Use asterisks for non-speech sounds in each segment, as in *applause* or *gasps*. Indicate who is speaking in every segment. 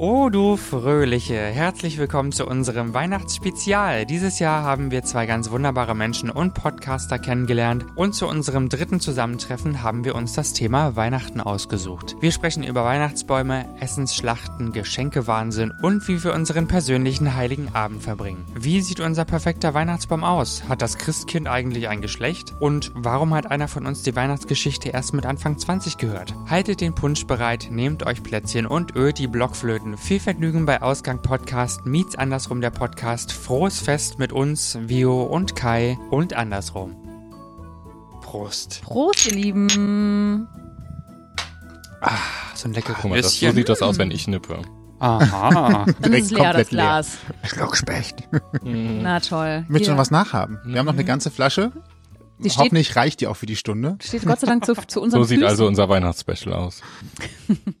Speaker 1: Oh du Fröhliche, herzlich willkommen zu unserem Weihnachtsspezial. Dieses Jahr haben wir zwei ganz wunderbare Menschen und Podcaster kennengelernt und zu unserem dritten Zusammentreffen haben wir uns das Thema Weihnachten ausgesucht. Wir sprechen über Weihnachtsbäume, Essensschlachten, Geschenkewahnsinn und wie wir unseren persönlichen heiligen Abend verbringen. Wie sieht unser perfekter Weihnachtsbaum aus? Hat das Christkind eigentlich ein Geschlecht? Und warum hat einer von uns die Weihnachtsgeschichte erst mit Anfang 20 gehört? Haltet den Punsch bereit, nehmt euch Plätzchen und ölt die Blockflöten viel Vergnügen bei Ausgang Podcast Meets Andersrum der Podcast. Frohes Fest mit uns, Vio und Kai und andersrum. Prost.
Speaker 2: Prost, ihr Lieben.
Speaker 1: Ah, So ein leckeres
Speaker 3: Guck mal, das, so
Speaker 1: Würstchen.
Speaker 3: sieht das aus, wenn ich nippe. *laughs*
Speaker 1: Aha.
Speaker 2: Dann ist leer, das
Speaker 4: komplett leer.
Speaker 2: Glas.
Speaker 4: Schluckspecht.
Speaker 3: Mhm.
Speaker 2: Na toll.
Speaker 4: *laughs* Willst
Speaker 2: Hier.
Speaker 4: schon was nachhaben? Wir haben noch eine ganze Flasche.
Speaker 2: Die steht,
Speaker 4: Hoffentlich reicht die auch für die Stunde.
Speaker 2: steht Gott sei Dank zu,
Speaker 3: *laughs*
Speaker 2: zu unserem
Speaker 3: So sieht
Speaker 2: Füßen.
Speaker 3: also unser Weihnachtsspecial aus.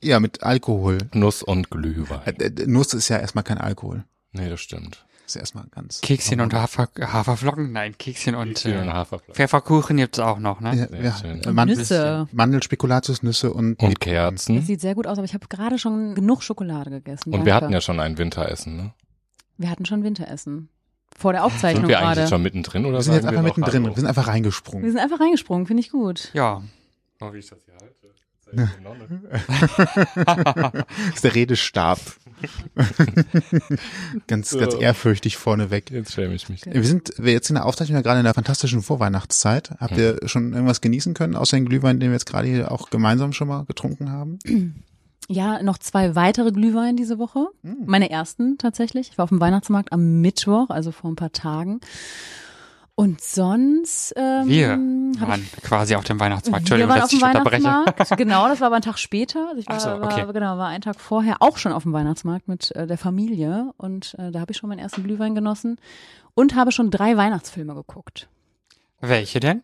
Speaker 4: Ja, mit Alkohol.
Speaker 3: Nuss und Glühwein.
Speaker 4: Äh, äh, Nuss ist ja erstmal kein Alkohol.
Speaker 3: Nee, das stimmt.
Speaker 4: Ist ja erstmal ganz. äh,
Speaker 1: Kekschen und Hafer, Haferflocken? Nein, Kekschen und
Speaker 3: Viel und
Speaker 1: äh,
Speaker 3: Haferfleisch.
Speaker 1: Pfefferkuchen gibt's auch noch, ne?
Speaker 4: Ja,
Speaker 3: Sehr schön. Oh,
Speaker 4: ja, Man
Speaker 2: Nüsse.
Speaker 4: Mandelspekulatius, Nüsse und,
Speaker 3: Und
Speaker 2: Das
Speaker 3: Kerzen.
Speaker 2: sieht sehr gut aus, aber ich habe gerade schon genug Schokolade gegessen.
Speaker 3: Und wir
Speaker 2: Danke.
Speaker 3: hatten ja schon ein Winteressen, ne?
Speaker 2: wir hatten schon Winteressen. Vor der
Speaker 3: Sind
Speaker 2: Aufzeichnung
Speaker 3: wir eigentlich
Speaker 2: gerade.
Speaker 3: schon mittendrin oder
Speaker 4: Wir sind jetzt
Speaker 3: sagen
Speaker 4: einfach
Speaker 3: wir noch
Speaker 4: mittendrin. Wir
Speaker 3: Hallo?
Speaker 4: sind einfach
Speaker 2: Wir
Speaker 4: reingesprungen.
Speaker 2: sind einfach reingesprungen, finde ich gut.
Speaker 1: Ja.
Speaker 3: Oh, wie ich das hier halte. Sehr gute Nonne.
Speaker 4: Das ist der Redestab. ganz, ganz
Speaker 3: So.
Speaker 4: ehrfürchtig vorneweg.
Speaker 3: Jetzt schäme ich mich.
Speaker 4: Wir sind wir jetzt in der Aufzeichnung ja gerade in der fantastischen Vorweihnachtszeit. Habt ihr schon irgendwas genießen können, außer den Glühwein, den wir jetzt gerade hier auch gemeinsam schon mal getrunken haben?
Speaker 2: Ja, noch zwei weitere Glühwein diese Woche.
Speaker 3: Mhm.
Speaker 2: Meine ersten tatsächlich. Ich war auf dem Weihnachtsmarkt am Mittwoch, also vor ein paar Tagen. Und sonst ähm,
Speaker 1: Wir
Speaker 2: hab
Speaker 1: waren quasi auf dem Weihnachtsmarkt.
Speaker 2: Mhm. wir
Speaker 1: Entschuldigung,
Speaker 2: waren
Speaker 1: dass
Speaker 2: auf
Speaker 1: ich
Speaker 2: dem
Speaker 1: unterbreche.
Speaker 2: Weihnachtsmarkt.
Speaker 1: *laughs*
Speaker 2: Genau, das war aber ein Tag später. Also ich war,
Speaker 1: Ach so, okay.
Speaker 2: war, genau, war einen Tag vorher auch schon auf dem Weihnachtsmarkt mit äh, der Familie und äh, da habe ich schon meinen ersten Glühwein genossen und habe schon drei Weihnachtsfilme geguckt.
Speaker 1: Welche denn?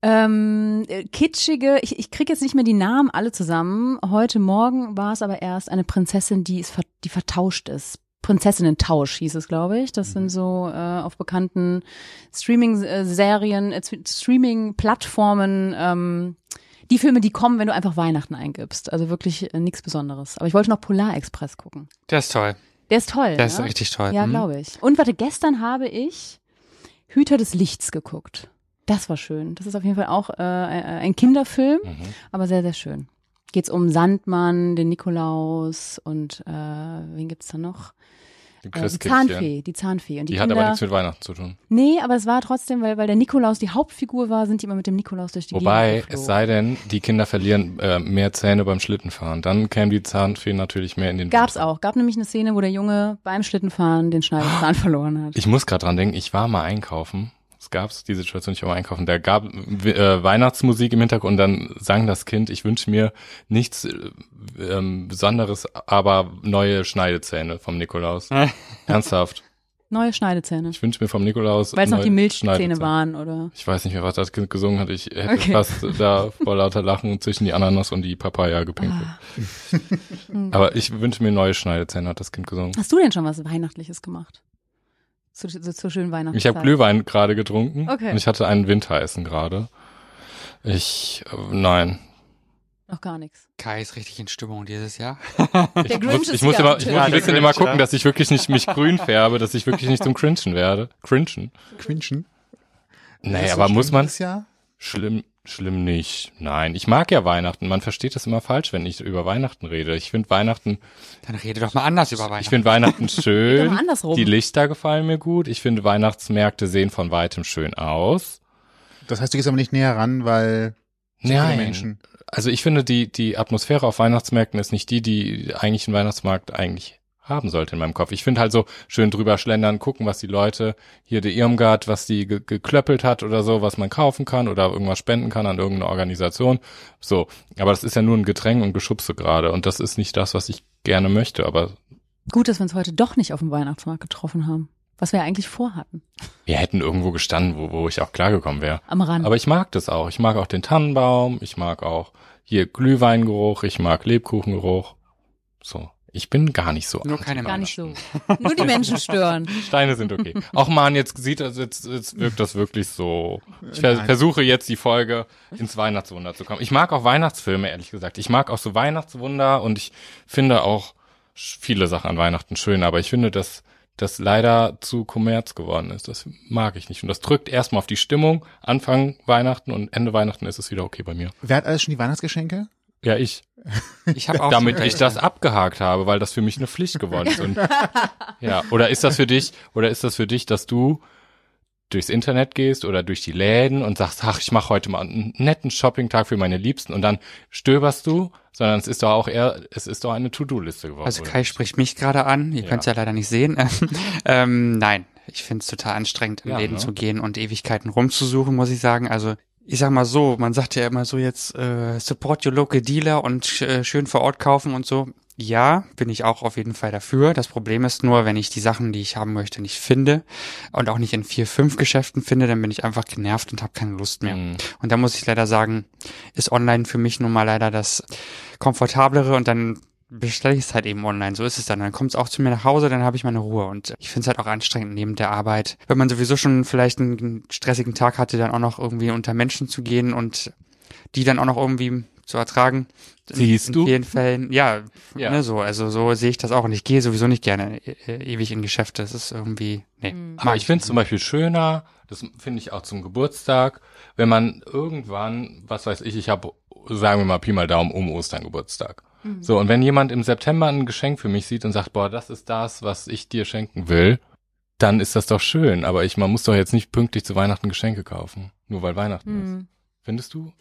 Speaker 2: Ähm, äh, kitschige, ich, ich kriege jetzt nicht mehr die Namen alle zusammen. Heute Morgen war es aber erst eine Prinzessin, die, ist, ver- die vertauscht ist. Prinzessinnen-Tausch hieß es, glaube ich. Das
Speaker 1: Mhm.
Speaker 2: sind so äh, auf bekannten Streaming-Serien, äh, St- Streaming-Plattformen, ähm, die Filme, die kommen, wenn du einfach Weihnachten eingibst. Also wirklich äh, nichts Besonderes. Aber ich wollte noch Polar Express gucken.
Speaker 1: Der ist toll.
Speaker 2: Der ist toll.
Speaker 1: Der ist
Speaker 2: ne?
Speaker 1: richtig toll.
Speaker 2: Ja,
Speaker 1: Hm?
Speaker 3: Mhm.
Speaker 2: glaube ich. Und warte, gestern habe ich Hüter des Lichts geguckt. Das war schön. Das ist auf jeden Fall auch äh, ein Kinderfilm,
Speaker 3: Mhm.
Speaker 2: aber sehr, sehr schön. Geht's um Sandmann, den Nikolaus und äh, wen gibt's da noch?
Speaker 3: Die
Speaker 2: Äh, die
Speaker 3: Christkindchen.
Speaker 2: Zahnfee, die Zahnfee. Und die,
Speaker 3: Die hat
Speaker 2: Kinder,
Speaker 3: aber nichts mit Weihnachten zu tun.
Speaker 2: Nee, aber es war trotzdem, weil, weil der Nikolaus die Hauptfigur war, sind die immer mit dem Nikolaus durch die
Speaker 3: Wobei,
Speaker 2: Gegend
Speaker 3: es
Speaker 2: geflogen.
Speaker 3: sei denn, die Kinder verlieren äh, mehr Zähne beim Schlittenfahren. Dann käme die Zahnfee natürlich mehr in den
Speaker 2: Gab's
Speaker 3: Winter.
Speaker 2: auch. Gab nämlich eine Szene, wo der Junge beim Schlittenfahren den
Speaker 3: *gasps*
Speaker 2: Schneidezahn verloren hat.
Speaker 3: Ich muss gerade dran denken, ich war mal einkaufen. Es gab die Situation, ich war mal einkaufen. Da gab äh, Weihnachtsmusik im Hintergrund und dann sang das Kind, ich wünsche mir nichts äh, ähm, Besonderes, aber neue Schneidezähne vom Nikolaus. Ernsthaft.
Speaker 2: Neue Schneidezähne.
Speaker 3: Ich wünsche mir vom Nikolaus.
Speaker 2: Weil es noch
Speaker 3: neue
Speaker 2: die Milchzähne
Speaker 3: Schneidezähne.
Speaker 2: waren, oder?
Speaker 3: Ich weiß nicht mehr, was das Kind gesungen hat. Ich hätte
Speaker 2: Okay.
Speaker 3: fast da vor lauter Lachen zwischen die Ananas und die Papaya gepinkelt.
Speaker 2: Ah.
Speaker 3: Aber ich wünsche mir neue Schneidezähne, hat das Kind gesungen.
Speaker 2: Hast du denn schon was Weihnachtliches gemacht? Zu, zu, zu schönen Weihnachten.
Speaker 3: Ich habe Glühwein gerade getrunken
Speaker 2: Okay.
Speaker 3: und ich hatte ein Winteressen gerade. Ich, äh, nein.
Speaker 2: Noch gar nichts.
Speaker 1: Kai ist richtig in Stimmung dieses Jahr.
Speaker 3: Ich
Speaker 2: Der Grinch
Speaker 3: muss, ich
Speaker 2: ist
Speaker 3: muss,
Speaker 2: wieder
Speaker 3: immer,
Speaker 2: am
Speaker 3: ich
Speaker 2: Tisch.
Speaker 3: muss
Speaker 1: Ja,
Speaker 3: ein
Speaker 1: der
Speaker 3: bisschen
Speaker 1: Grinch,
Speaker 3: immer gucken,
Speaker 1: ja.
Speaker 3: dass ich wirklich nicht mich grün färbe, dass ich wirklich nicht zum Cringen werde. Cringen.
Speaker 4: Quinchen?
Speaker 3: Nee,
Speaker 4: Ist so
Speaker 3: aber muss
Speaker 4: schlimm
Speaker 3: man,
Speaker 4: dieses Jahr?
Speaker 3: schlimm, schlimm nicht. Nein, ich mag ja Weihnachten. Man versteht das immer falsch, wenn ich über Weihnachten rede. Ich finde Weihnachten,
Speaker 1: Dann rede doch mal anders über
Speaker 3: ich
Speaker 1: Weihnachten.
Speaker 3: finde Weihnachten
Speaker 4: *laughs*
Speaker 2: Geht doch
Speaker 3: schön.
Speaker 2: mal andersrum.
Speaker 3: Die Lichter gefallen mir gut. Ich finde Weihnachtsmärkte sehen von weitem schön aus.
Speaker 4: Das heißt, du gehst aber nicht näher ran, weil so viele Menschen.
Speaker 3: Also ich finde, die, die Atmosphäre auf Weihnachtsmärkten ist nicht die, die eigentlich ein Weihnachtsmarkt eigentlich haben sollte in meinem Kopf. Ich finde halt so schön drüber schlendern, gucken, was die Leute hier der Irmgard, was die ge geklöppelt hat oder so, was man kaufen kann oder irgendwas spenden kann an irgendeine Organisation. So, aber das ist ja nur ein Getränk und Geschubse gerade und das ist nicht das, was ich gerne möchte. Aber
Speaker 2: Gut, dass wir uns heute doch nicht auf dem Weihnachtsmarkt getroffen haben. Was wir ja eigentlich vorhatten.
Speaker 3: wir hätten irgendwo gestanden, wo, wo ich auch klargekommen wäre.
Speaker 2: Am Rand.
Speaker 3: Aber ich mag das auch. Ich mag auch den Tannenbaum, ich mag auch hier Glühweingeruch, ich mag Lebkuchengeruch. So. Ich bin gar nicht so.
Speaker 1: Nur keine
Speaker 2: Gar
Speaker 1: Männer.
Speaker 2: nicht so. Nur die Menschen stören.
Speaker 3: *laughs* Steine sind okay. Auch man, jetzt sieht das, jetzt, jetzt wirkt das wirklich so. Ich ver
Speaker 4: Nein.
Speaker 3: versuche jetzt die Folge ins Weihnachtswunder zu kommen. Ich mag auch Weihnachtsfilme, ehrlich gesagt. Ich mag auch so Weihnachtswunder und ich finde auch sch- viele Sachen an Weihnachten schön, aber ich finde, dass das leider zu Kommerz geworden ist. Das mag ich nicht. Und das drückt erstmal auf die Stimmung. Anfang Weihnachten und Ende Weihnachten ist es wieder okay bei mir.
Speaker 4: Wer hat alles schon die Weihnachtsgeschenke?
Speaker 3: Ja, ich.
Speaker 2: *laughs*
Speaker 1: Ich habe auch
Speaker 3: Damit
Speaker 1: so-
Speaker 3: ich das abgehakt habe, weil das für mich eine Pflicht geworden ist. Und, ja, oder ist das für dich, oder ist das für dich, dass du durchs Internet gehst oder durch die Läden und sagst, ach, ich mache heute mal einen netten Shopping-Tag für meine Liebsten und dann stöberst du, sondern es ist doch auch eher, es ist doch eine To-Do-Liste geworden.
Speaker 1: Also
Speaker 3: oder?
Speaker 1: Kai spricht mich gerade an, ihr
Speaker 3: Ja.
Speaker 1: könnt's ja leider nicht sehen. *laughs* ähm, nein, ich find's total anstrengend, in
Speaker 3: Ja,
Speaker 1: Läden
Speaker 3: ne?
Speaker 1: zu gehen und Ewigkeiten rumzusuchen, muss ich sagen. Also ich sag mal so, man sagt ja immer so jetzt, äh, support your local dealer und sch- äh, schön vor Ort kaufen und so. Ja, bin ich auch auf jeden Fall dafür. Das Problem ist nur, wenn ich die Sachen, die ich haben möchte, nicht finde und auch nicht in vier, fünf Geschäften finde, dann bin ich einfach genervt und habe keine Lust mehr.
Speaker 3: Mhm.
Speaker 1: Und da muss ich leider sagen, ist online für mich nun mal leider das komfortablere und dann bestelle ich es halt eben online. So ist es dann. Dann kommt es auch zu mir nach Hause, dann habe ich meine Ruhe. Und ich finde es halt auch anstrengend neben der Arbeit. Wenn man sowieso schon vielleicht einen stressigen Tag hatte, dann auch noch irgendwie unter Menschen zu gehen und die dann auch noch irgendwie zu ertragen. In-
Speaker 3: Siehst
Speaker 1: in
Speaker 3: du?
Speaker 1: vielen Fällen, ja,
Speaker 3: Ja.
Speaker 1: Ne, so, also so sehe ich das auch. Und ich gehe sowieso nicht gerne äh, ewig in Geschäfte. Das ist irgendwie, nee.
Speaker 3: Aber Ah, ich finde es zum Beispiel schöner, das finde ich auch zum Geburtstag, wenn man irgendwann, was weiß ich, ich habe, sagen wir mal Pi mal Daumen, um Ostern Geburtstag.
Speaker 2: Mhm.
Speaker 3: So, und wenn jemand im September ein Geschenk für mich sieht und sagt, boah, das ist das, was ich dir schenken will, dann ist das doch schön. Aber ich, man muss doch jetzt nicht pünktlich zu Weihnachten Geschenke kaufen. Nur weil Weihnachten ist.
Speaker 2: Hm.
Speaker 3: Findest du?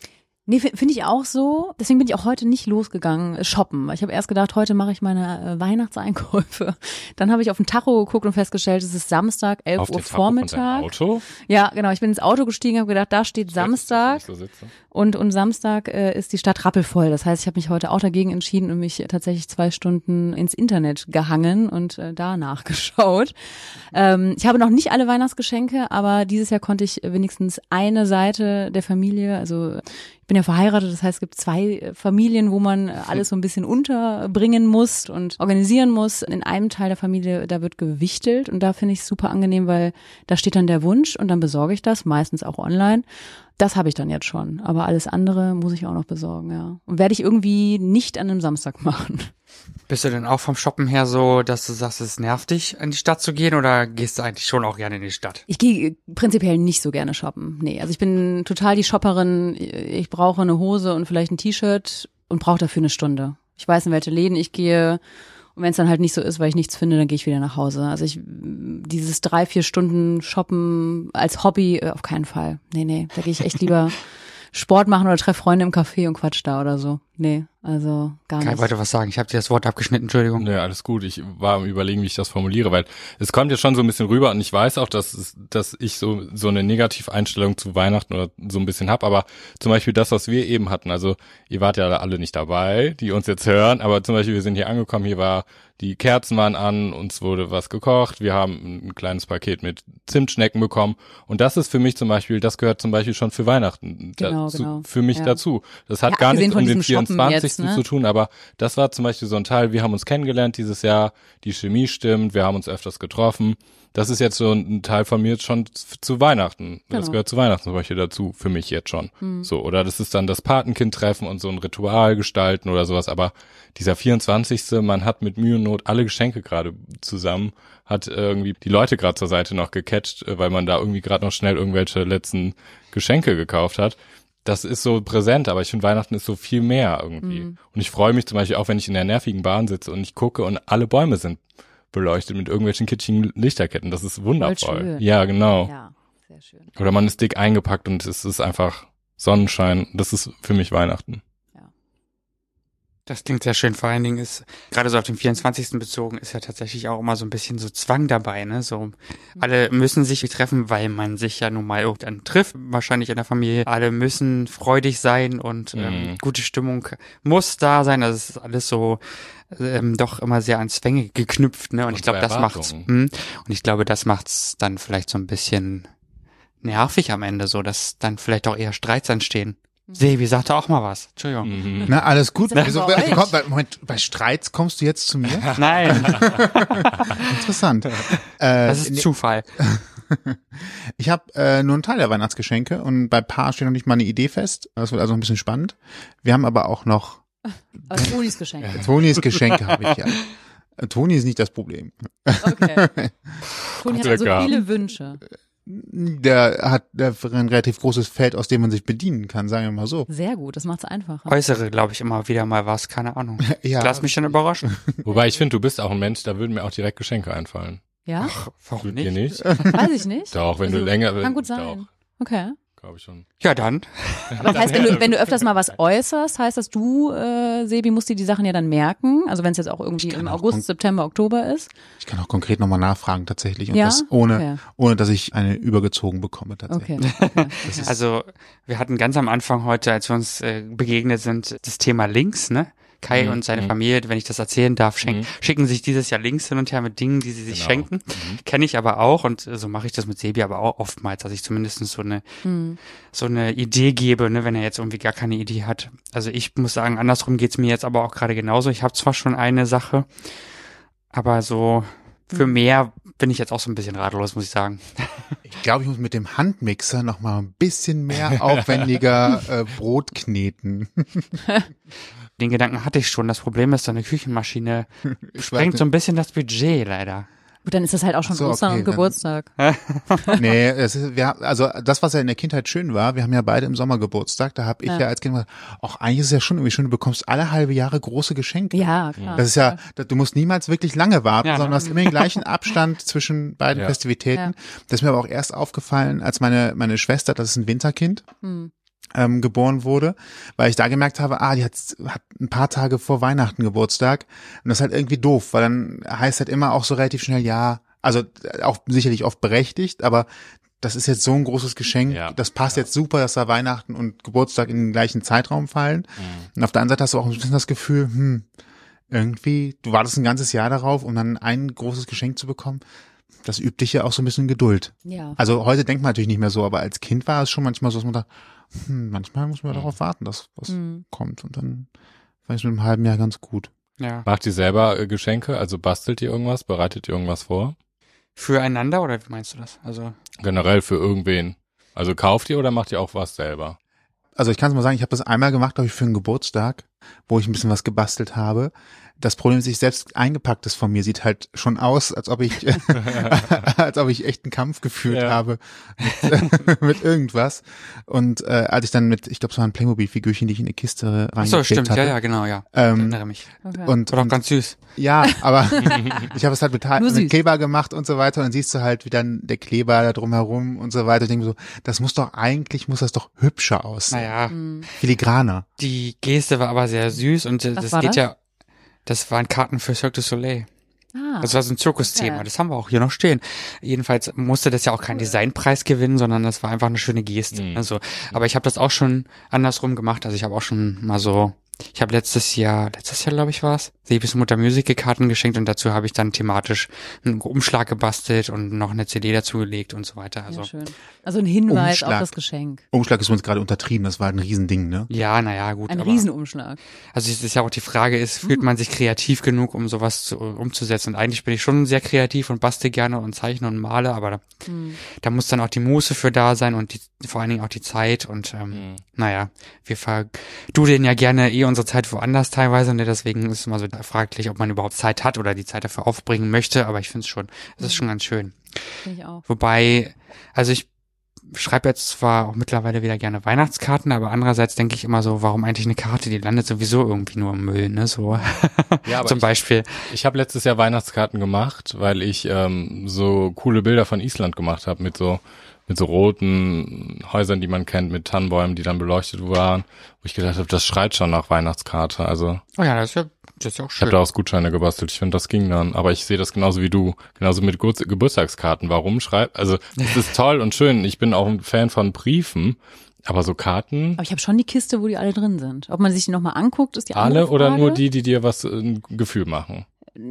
Speaker 2: Nee, fi- finde ich auch so. Deswegen bin ich auch heute nicht losgegangen äh, shoppen. Ich habe erst gedacht, heute mache ich meine äh, Weihnachtseinkäufe. Dann habe ich auf den Tacho geguckt und festgestellt, es ist Samstag, 11
Speaker 3: Auf
Speaker 2: Uhr
Speaker 3: den Tacho von deinem
Speaker 2: Äh, Vormittag.
Speaker 3: Auto?
Speaker 2: Ja, genau. Ich bin ins Auto gestiegen, habe gedacht, da steht Samstag.
Speaker 3: Ich weiß, dass ich so sitze.
Speaker 2: Und, und Samstag äh, ist die Stadt rappelvoll. Das heißt, ich habe mich heute auch dagegen entschieden und mich tatsächlich zwei Stunden ins Internet gehangen und äh, da nachgeschaut. Ähm, ich habe noch nicht alle Weihnachtsgeschenke, aber dieses Jahr konnte ich wenigstens eine Seite der Familie, also ich bin ja verheiratet, das heißt, es gibt zwei äh, Familien, wo man äh, alles so ein bisschen unterbringen muss und organisieren muss. In einem Teil der Familie, da wird gewichtelt und da finde ich es super angenehm, weil da steht dann der Wunsch und dann besorge ich das, meistens auch online. Das habe ich dann jetzt schon, aber alles andere muss ich auch noch besorgen, ja. Und werde ich irgendwie nicht an einem Samstag machen.
Speaker 1: Bist du denn auch vom Shoppen her so, dass du sagst, es nervt dich, in die Stadt zu gehen oder gehst du eigentlich schon auch gerne in die Stadt?
Speaker 2: Ich gehe prinzipiell nicht so gerne shoppen. Nee, also ich bin total die Shopperin. Ich brauche eine Hose und vielleicht ein T-Shirt und brauche dafür eine Stunde. Ich weiß, in welche Läden ich gehe. Und wenn es dann halt nicht so ist, weil ich nichts finde, dann gehe ich wieder nach Hause. Also ich dieses drei, vier Stunden Shoppen als Hobby äh, auf keinen Fall. Nee, nee. Da gehe ich echt *laughs* lieber Sport machen oder treffe Freunde im Café und quatsch da oder so. Nee, also gar
Speaker 1: Kai
Speaker 2: nicht.
Speaker 1: wollte was sagen, ich habe dir das Wort abgeschnitten, Entschuldigung.
Speaker 3: Nö, alles gut. Ich war am überlegen, wie ich das formuliere, weil es kommt jetzt schon so ein bisschen rüber und ich weiß auch, dass, es- dass ich so, so eine Negativeinstellung zu Weihnachten oder so ein bisschen hab. aber zum Beispiel das, was wir eben hatten, also ihr wart ja alle nicht dabei, die uns jetzt hören, aber zum Beispiel wir sind hier angekommen, hier war, die Kerzen waren an, uns wurde was gekocht, wir haben ein kleines Paket mit Zimtschnecken bekommen und das ist für mich zum Beispiel, das gehört zum Beispiel schon für Weihnachten
Speaker 2: Genau,
Speaker 3: dazu,
Speaker 2: genau.
Speaker 3: für mich
Speaker 2: Ja.
Speaker 3: dazu. Das hat
Speaker 2: Ja,
Speaker 3: gar
Speaker 2: abgesehen
Speaker 3: nichts
Speaker 2: von
Speaker 3: um den
Speaker 2: diesem Shoppen
Speaker 3: 24.
Speaker 2: jetzt, ne?
Speaker 3: zu tun, aber das war zum Beispiel so ein Teil, wir haben uns kennengelernt dieses Jahr, die Chemie stimmt, wir haben uns öfters getroffen. Das ist jetzt so ein Teil von mir schon f- zu Weihnachten. Das
Speaker 2: Genau.
Speaker 3: gehört zu Weihnachten zum Beispiel dazu, für mich jetzt schon. So, oder das ist dann das Patenkind-Treffen und so ein Ritual gestalten oder sowas, aber dieser 24. man hat mit Mühe und Not alle Geschenke gerade zusammen, hat irgendwie die Leute gerade zur Seite noch gecatcht, äh, weil man da irgendwie gerade noch schnell irgendwelche letzten Geschenke gekauft hat das ist so präsent, aber ich finde, Weihnachten ist so viel mehr irgendwie. Und ich freue mich zum Beispiel auch, wenn ich in der nervigen Bahn sitze und ich gucke und alle Bäume sind beleuchtet mit irgendwelchen kitschigen Lichterketten. Das ist wundervoll.
Speaker 2: schön.
Speaker 3: Ja, genau.
Speaker 2: Ja, sehr schön.
Speaker 3: Oder man ist dick eingepackt und es ist einfach Sonnenschein. Das ist für mich Weihnachten.
Speaker 1: Das klingt sehr schön, vor allen Dingen ist, gerade so auf den 24. bezogen, ist ja tatsächlich auch immer so ein bisschen so Zwang dabei, ne? So, alle müssen sich treffen, weil man sich ja nun mal irgendwann trifft, wahrscheinlich in der Familie. Alle müssen freudig sein und ähm,
Speaker 3: Mhm.
Speaker 1: gute Stimmung muss da sein. Das ist alles so ähm, doch immer sehr an Zwänge geknüpft, ne? Und, ich
Speaker 3: Und zu
Speaker 1: glaube, das macht's.
Speaker 3: Erwartungen.
Speaker 1: Hm, und ich glaube, das macht's dann vielleicht so ein bisschen nervig am Ende, so dass dann vielleicht auch eher Streits entstehen. Sebi sagte auch mal was. Entschuldigung.
Speaker 3: Mhm.
Speaker 4: Na, alles gut.
Speaker 2: Sind
Speaker 4: Wieso,
Speaker 2: wir bei euch?
Speaker 4: komm, bei, Moment, bei Streits kommst du jetzt
Speaker 1: *laughs*
Speaker 4: zu mir?
Speaker 3: *laughs*
Speaker 1: Nein,
Speaker 4: Interessant. Äh,
Speaker 1: das ist *laughs* Zufall.
Speaker 4: Ich habe äh, nur einen Teil der Weihnachtsgeschenke und bei Paar steht noch nicht mal eine Idee fest. Das wird also ein bisschen spannend. Wir haben aber auch noch
Speaker 2: Aus Tonis Geschenk.
Speaker 4: Tonis Geschenke habe ich ja. Äh, Toni ist nicht das Problem.
Speaker 2: Okay. Toni
Speaker 3: Glück
Speaker 2: hat so
Speaker 3: gehabt.
Speaker 2: viele Wünsche.
Speaker 4: Der hat der hat ein relativ großes Feld, aus dem man sich bedienen kann, sagen wir mal so.
Speaker 2: Sehr gut, das macht's einfacher.
Speaker 1: Äußere, glaube ich, immer wieder mal was. Keine Ahnung.
Speaker 4: Ja.
Speaker 1: Lass mich dann überraschen.
Speaker 3: Wobei ich finde, du bist auch ein Mensch, da würden mir auch direkt Geschenke einfallen.
Speaker 2: Ja?
Speaker 1: Warum
Speaker 3: Dir
Speaker 1: nicht?
Speaker 3: nicht?
Speaker 2: Weiß ich nicht.
Speaker 3: Doch, wenn du
Speaker 2: Also,
Speaker 3: länger willst.
Speaker 2: Kann gut sein.
Speaker 3: Doch,
Speaker 2: Okay.
Speaker 3: glaube ich schon.
Speaker 1: Ja, dann.
Speaker 2: Aber das heißt, wenn du, wenn du öfters mal was äußerst, heißt das, du, äh, Sebi, musst dir die Sachen ja dann merken. Also wenn es jetzt auch irgendwie im
Speaker 4: auch
Speaker 2: August,
Speaker 4: punkt-
Speaker 2: September, Oktober ist.
Speaker 4: Ich kann auch konkret nochmal nachfragen tatsächlich und
Speaker 2: Ja?
Speaker 4: das ohne,
Speaker 2: Okay.
Speaker 4: ohne, dass ich eine übergezogen bekomme tatsächlich.
Speaker 2: Okay.
Speaker 1: Also, wir hatten ganz am Anfang heute, als wir uns äh, begegnet sind, das Thema Links, ne? Kai und seine Familie, wenn ich das erzählen darf, schenken, schicken sich dieses Jahr Links hin und her mit Dingen, die sie sich
Speaker 3: Genau.
Speaker 1: schenken. Kenne ich aber auch und äh, so mache ich das mit Sebi aber auch oftmals, dass ich zumindest so eine, so eine Idee gebe, ne, wenn er jetzt irgendwie gar keine Idee hat. Also ich muss sagen, andersrum geht's mir jetzt aber auch gerade genauso. Ich habe zwar schon eine Sache, aber so für mehr bin ich jetzt auch so ein bisschen ratlos, muss ich sagen.
Speaker 4: Ich glaube, ich muss mit dem Handmixer nochmal ein bisschen mehr *laughs* aufwendiger äh, Brot kneten.
Speaker 1: Den Gedanken hatte ich schon. Das Problem ist, so eine Küchenmaschine
Speaker 4: *laughs* Ich weiß
Speaker 1: sprengt
Speaker 4: nicht.
Speaker 1: so ein bisschen das Budget leider.
Speaker 2: Gut, dann ist das halt auch schon
Speaker 4: Ach so,
Speaker 2: Ostern
Speaker 4: okay,
Speaker 2: und
Speaker 4: dann-
Speaker 2: Geburtstag.
Speaker 4: Nee, es ist, wir, haben- also das, was ja in der Kindheit schön war, wir haben ja beide im Sommer Geburtstag, da habe ich ja.
Speaker 2: Ja.
Speaker 4: als Kind gesagt, auch eigentlich ist es ja schon irgendwie schön, du bekommst alle halbe Jahre große Geschenke.
Speaker 2: Ja, klar.
Speaker 4: Das ist ja, da- du musst niemals wirklich lange warten,
Speaker 1: Ja, ne?
Speaker 4: sondern hast immer den gleichen Abstand zwischen beiden
Speaker 3: Ja.
Speaker 4: Festivitäten. Das ist mir aber auch erst aufgefallen, als meine, meine Schwester, das ist ein Winterkind, ähm, geboren wurde, weil ich da gemerkt habe, ah, die hat, hat ein paar Tage vor Weihnachten Geburtstag und das ist halt irgendwie doof, weil dann heißt halt immer auch so relativ schnell, ja, also äh, auch sicherlich oft berechtigt, aber das ist jetzt so ein großes Geschenk,
Speaker 3: Ja.
Speaker 4: das passt jetzt super, dass da Weihnachten und Geburtstag in den gleichen Zeitraum fallen.
Speaker 3: Mhm.
Speaker 4: Und auf der anderen Seite hast du auch ein bisschen das Gefühl, hm, irgendwie, du wartest ein ganzes Jahr darauf, um dann ein großes Geschenk zu bekommen. Das übt dich ja auch so ein bisschen Geduld.
Speaker 2: ja.
Speaker 4: Also heute denkt man natürlich nicht mehr so, aber als Kind war es schon manchmal so, dass man da, hm, manchmal muss man darauf warten, dass was
Speaker 1: Hm.
Speaker 4: kommt. Und dann war ich mit einem halben Jahr ganz gut.
Speaker 1: Ja.
Speaker 3: Macht ihr selber äh, Geschenke? Also bastelt ihr irgendwas? Bereitet ihr irgendwas vor?
Speaker 1: Füreinander oder wie meinst du das? Also
Speaker 3: Generell für irgendwen? Also kauft ihr oder macht ihr auch was selber?
Speaker 4: Also ich kann es mal sagen, ich habe das einmal gemacht, glaube ich, für einen Geburtstag, wo ich ein bisschen was gebastelt habe. Das Problem ist, ich selbst eingepacktes von mir sieht halt schon aus, als ob
Speaker 1: *laughs*
Speaker 4: ich, als ob ich echt einen Kampf geführt
Speaker 3: Ja.
Speaker 4: habe mit, *laughs* mit irgendwas. Und äh, als ich dann mit, ich glaube, es waren Playmobil-Figürchen, die ich in eine Kiste
Speaker 1: Ach so
Speaker 4: reingesteckt
Speaker 1: stimmt,
Speaker 4: hatte.
Speaker 1: ja, ja, genau, ja. Ich
Speaker 4: Ähm,
Speaker 1: erinnere mich.
Speaker 2: okay.
Speaker 4: und,
Speaker 1: War doch
Speaker 4: und
Speaker 1: ganz süß.
Speaker 2: *laughs*
Speaker 4: Ja, aber ich habe es halt mit, Ta-
Speaker 2: Nur
Speaker 4: mit
Speaker 2: süß.
Speaker 4: Kleber gemacht und so weiter. Und dann siehst du halt, wie dann der Kleber da drumherum und so weiter. Ich denke mir so, das muss doch eigentlich, muss das doch hübscher aussehen.
Speaker 1: Naja,
Speaker 4: Filigraner.
Speaker 1: die Geste war aber sehr süß und äh,
Speaker 2: Was
Speaker 1: das
Speaker 2: war
Speaker 1: geht
Speaker 2: das?
Speaker 1: ja. Das waren Karten für Cirque du Soleil.
Speaker 2: ah,
Speaker 1: Das war so ein Zirkusthema.
Speaker 2: Okay.
Speaker 1: Das haben wir auch hier noch stehen. Jedenfalls musste das ja auch keinen Designpreis gewinnen, sondern das war einfach eine schöne Geste.
Speaker 3: Mhm.
Speaker 1: Also, aber ich habe das auch schon andersrum gemacht. Also ich habe auch schon mal so, ich habe letztes Jahr, letztes Jahr glaube ich war es, Sebis Mutter Musical-Karten geschenkt und dazu habe ich dann thematisch einen Umschlag gebastelt und noch eine CD dazugelegt und so weiter. Also
Speaker 2: ja, schön. Also ein Hinweis
Speaker 4: Umschlag.
Speaker 2: auf das Geschenk.
Speaker 4: Umschlag ist uns gerade untertrieben. Das war halt ein Riesending, ne?
Speaker 1: ja, naja, gut.
Speaker 2: Ein
Speaker 1: aber-
Speaker 2: Riesenumschlag.
Speaker 1: Also es ist ja auch die Frage ist, fühlt man sich kreativ genug, um sowas zu, umzusetzen? Und eigentlich bin ich schon sehr kreativ und bastel gerne und zeichne und male, aber da,
Speaker 2: Hm,
Speaker 1: da muss dann auch die Muße für da sein und die, vor allen Dingen auch die Zeit und ähm, naja, wir verdudeln ja gerne eh unsere Zeit woanders teilweise, ne? deswegen ist es immer so fraglich, ob man überhaupt Zeit hat oder die Zeit dafür aufbringen möchte, aber ich finde es schon, es ist schon ganz schön.
Speaker 2: Finde ich auch.
Speaker 1: Wobei, also ich schreibe jetzt zwar auch mittlerweile wieder gerne Weihnachtskarten, aber andererseits denke ich immer so, warum eigentlich eine Karte, die landet sowieso irgendwie nur im Müll, ne? So
Speaker 3: Ja,
Speaker 1: zum Beispiel.
Speaker 3: Ich habe letztes Jahr Weihnachtskarten gemacht, weil ich ähm, so coole Bilder von Island gemacht habe mit so mit so roten Häusern, die man kennt, mit Tannenbäumen, die dann beleuchtet waren, wo ich gedacht habe, das schreit schon nach Weihnachtskarte. Also
Speaker 1: Oh ja, das ist ja, das ist ja auch
Speaker 3: ich habe
Speaker 1: schön.
Speaker 3: daraus Gutscheine gebastelt. Ich finde, das ging dann. Aber ich sehe das genauso wie du, genauso mit Geburts- Geburtstagskarten. Warum schreibt? Also es ist toll und schön. Ich bin auch ein Fan von Briefen, aber so Karten.
Speaker 2: Aber ich habe schon die Kiste, wo die alle drin sind. Ob man sich die nochmal anguckt, ist die andere
Speaker 3: Alle oder
Speaker 2: Frage.
Speaker 3: nur die, die dir was äh, ein Gefühl machen? Ich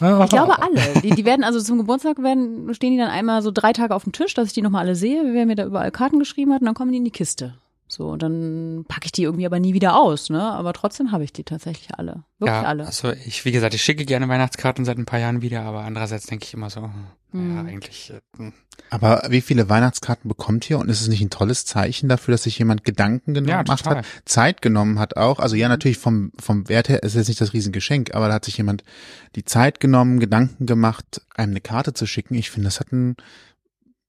Speaker 2: Ich
Speaker 3: *laughs*
Speaker 2: glaube alle. Die, die werden also zum Geburtstag werden, stehen die dann einmal so drei Tage auf dem Tisch, dass ich die nochmal alle sehe, wer mir da überall Karten geschrieben hat, und dann kommen die in die Kiste. So, und dann packe ich die irgendwie aber nie wieder aus, ne? Aber trotzdem habe ich die tatsächlich alle. Wirklich
Speaker 1: ja,
Speaker 2: alle.
Speaker 1: Also ich, wie gesagt, ich schicke gerne Weihnachtskarten seit ein paar Jahren wieder, aber andererseits denke ich immer so, hm, ja,
Speaker 2: Mhm.
Speaker 1: eigentlich, äh, hm.
Speaker 4: Aber wie viele Weihnachtskarten bekommt ihr? Und ist es nicht ein tolles Zeichen dafür, dass sich jemand Gedanken genommen
Speaker 1: ja,
Speaker 4: gemacht
Speaker 1: total.
Speaker 4: hat, Zeit genommen hat auch? Also ja, natürlich vom, vom Wert her ist jetzt nicht das Riesengeschenk, aber da hat sich jemand die Zeit genommen, Gedanken gemacht, einem eine Karte zu schicken. Ich finde, das hat einen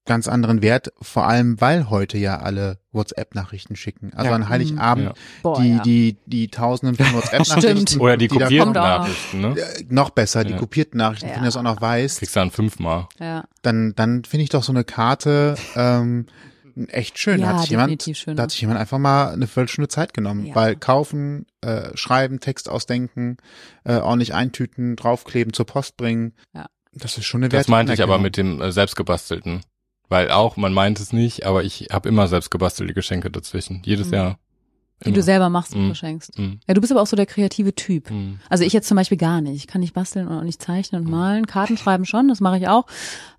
Speaker 4: ganz anderen Wert, vor allem weil heute ja alle WhatsApp-Nachrichten schicken. Also
Speaker 1: Ja.
Speaker 4: an Heiligabend
Speaker 2: Boah,
Speaker 4: die,
Speaker 2: ja.
Speaker 4: die, die Tausenden von WhatsApp-Nachrichten.
Speaker 3: Oder die
Speaker 4: da
Speaker 3: kopierten
Speaker 2: kommt auch.
Speaker 3: Nachrichten, ne?
Speaker 4: kommen, äh, Noch besser, die
Speaker 3: Ja.
Speaker 4: kopierten Nachrichten, wenn du
Speaker 2: Ja.
Speaker 4: das auch noch weißt
Speaker 3: Kriegst du dann fünfmal.
Speaker 2: ja.
Speaker 4: dann, dann finde ich doch so eine Karte ähm, echt schön.
Speaker 2: Ja,
Speaker 4: da, hat sich jemand,
Speaker 2: definitiv schön,
Speaker 4: da
Speaker 2: ne?
Speaker 4: hat sich jemand einfach mal eine Viertelstunde Zeit genommen,
Speaker 2: Ja.
Speaker 4: weil kaufen, äh, schreiben, Text ausdenken, äh, ordentlich eintüten, draufkleben, zur Post bringen.
Speaker 2: Ja.
Speaker 4: Das ist schon eine
Speaker 3: Das
Speaker 4: Wert-
Speaker 3: meinte ich aber
Speaker 4: Anerkennung.
Speaker 3: mit dem äh, selbstgebastelten. Weil auch, man meint es nicht, aber ich habe immer selbstgebastelte Geschenke dazwischen. Jedes
Speaker 2: Mhm.
Speaker 3: Jahr.
Speaker 2: Die du selber machst und
Speaker 3: Mhm.
Speaker 2: verschenkst.
Speaker 3: Mhm.
Speaker 2: Ja, du bist aber auch so der kreative Typ.
Speaker 3: Mhm.
Speaker 2: Also ich jetzt zum Beispiel gar nicht. Ich kann nicht basteln und auch nicht zeichnen und malen. Karten schreiben schon, das mache ich auch.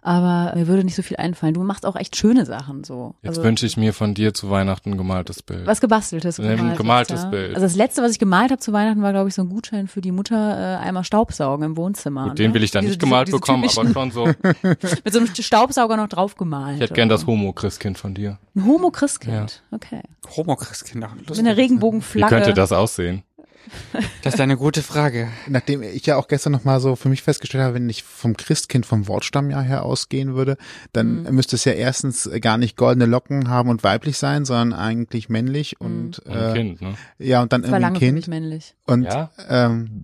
Speaker 2: Aber mir würde nicht so viel einfallen. Du machst auch echt schöne Sachen so.
Speaker 3: Jetzt
Speaker 2: also,
Speaker 3: wünsche ich mir von dir zu Weihnachten gemaltes Bild.
Speaker 2: was gebasteltes.
Speaker 3: Ein gemaltes Bild.
Speaker 2: Also das letzte, was ich gemalt habe zu Weihnachten, war, glaube ich, so ein Gutschein für die Mutter, äh, einmal Staubsaugen im Wohnzimmer.
Speaker 3: Gut, den
Speaker 2: ne?
Speaker 3: will ich dann
Speaker 2: Diese-
Speaker 3: nicht gemalt
Speaker 2: diese, diese
Speaker 3: bekommen,
Speaker 2: typischen- *laughs*
Speaker 3: aber schon so. Ich
Speaker 2: Mit so einem Staubsauger noch drauf gemalt.
Speaker 3: hätte gern
Speaker 2: Genau.
Speaker 3: das Homo-Christkind von dir.
Speaker 2: Ein Homo-Christkind. Okay.
Speaker 1: Homo-Christkinder.
Speaker 2: Mit einer
Speaker 3: Wie
Speaker 2: Regenbogenflagge.
Speaker 3: könnte das aussehen?
Speaker 1: Das ist eine gute Frage.
Speaker 4: Nachdem ich ja auch gestern noch mal so für mich festgestellt habe, wenn ich vom Christkind vom Wortstamm ja her ausgehen würde, dann
Speaker 2: Mhm.
Speaker 4: müsste es ja erstens gar nicht goldene Locken haben und weiblich sein, sondern eigentlich männlich und,
Speaker 3: Ein
Speaker 4: äh,
Speaker 3: Kind, ne?
Speaker 4: ja und dann
Speaker 2: Mhm. Das war
Speaker 4: irgendwie ein
Speaker 2: lange für
Speaker 4: Kind.
Speaker 2: mich männlich.
Speaker 4: Und ja,
Speaker 3: Ja?
Speaker 4: ähm,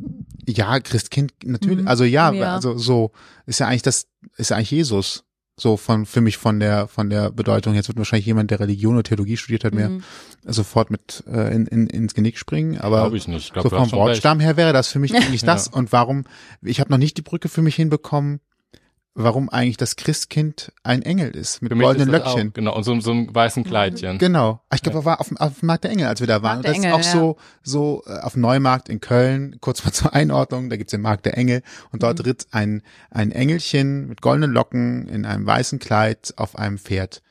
Speaker 4: ja Christkind natürlich, also ja,
Speaker 2: Mhm. Ja.
Speaker 4: also so ist ja eigentlich das ist ja eigentlich Jesus so von für mich von der von der Bedeutung. Jetzt wird wahrscheinlich jemand, der Religion oder Theologie studiert hat, mir
Speaker 2: Mhm.
Speaker 4: sofort mit äh, in, in, ins Genick springen, aber
Speaker 3: Glaube ich nicht. Ich
Speaker 4: so
Speaker 3: glaube, du
Speaker 4: vom
Speaker 3: hast schon recht.
Speaker 4: Wortstamm her wäre das
Speaker 2: *laughs*
Speaker 4: für mich eigentlich
Speaker 3: Ja.
Speaker 4: das und warum ich habe noch nicht die Brücke für mich hinbekommen, warum eigentlich das Christkind ein Engel ist mit
Speaker 3: Für mich ist
Speaker 4: goldenen
Speaker 3: das auch,
Speaker 4: Löckchen.
Speaker 3: genau, und so, so einem weißen Kleidchen.
Speaker 4: Genau. Ich glaube, er war auf dem, auf dem Markt der Engel, als wir da waren.
Speaker 2: Markt
Speaker 4: Und
Speaker 2: der
Speaker 4: das ist
Speaker 2: Engel,
Speaker 4: auch
Speaker 2: ja.
Speaker 4: so, so äh, auf dem Neumarkt in Köln, kurz mal *laughs* zur Einordnung, da gibt's den Markt der Engel und dort
Speaker 2: Mhm.
Speaker 4: ritt ein, ein Engelchen mit goldenen Locken in einem weißen Kleid auf einem Pferd.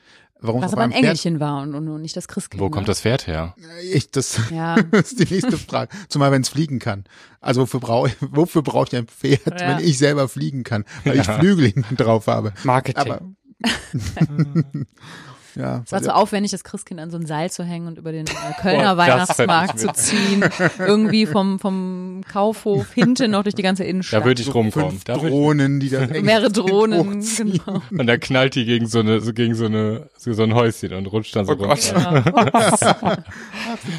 Speaker 4: Warum es
Speaker 2: Was
Speaker 4: auf
Speaker 2: aber ein
Speaker 4: einem Pferd?
Speaker 2: Engelchen war und, und, und nicht das Christkind.
Speaker 3: Wo kommt
Speaker 2: ne?
Speaker 3: das Pferd her?
Speaker 4: Ich, das *laughs*
Speaker 2: Ja.
Speaker 4: ist die nächste Frage. Zumal wenn es fliegen kann. Also wofür brauche *laughs* wofür brauche ich ein Pferd,
Speaker 2: Ja.
Speaker 4: wenn ich selber fliegen kann, weil ich Flügel hinten drauf habe.
Speaker 2: *laughs*
Speaker 1: Marketing.
Speaker 4: Aber *laughs* ja,
Speaker 2: Es war zu aufwendig, das Christkind an so ein Seil zu hängen und über den äh, Kölner
Speaker 3: Boah, das fänd
Speaker 2: Weihnachtsmarkt
Speaker 3: ich
Speaker 2: zu ziehen.
Speaker 3: *laughs*
Speaker 2: Irgendwie vom, vom Kaufhof hinten noch durch die ganze Innenstadt.
Speaker 3: Da würde ich rumkommen.
Speaker 4: fünf
Speaker 3: Da würd
Speaker 4: Drohnen, die das
Speaker 2: Mehrere Drohnen.
Speaker 4: hochziehen.
Speaker 2: Genau.
Speaker 3: ich, und da knallt die gegen so eine, so gegen so eine, so, so ein Häuschen und rutscht dann so
Speaker 1: Oh
Speaker 3: runter. *laughs*
Speaker 4: Engel.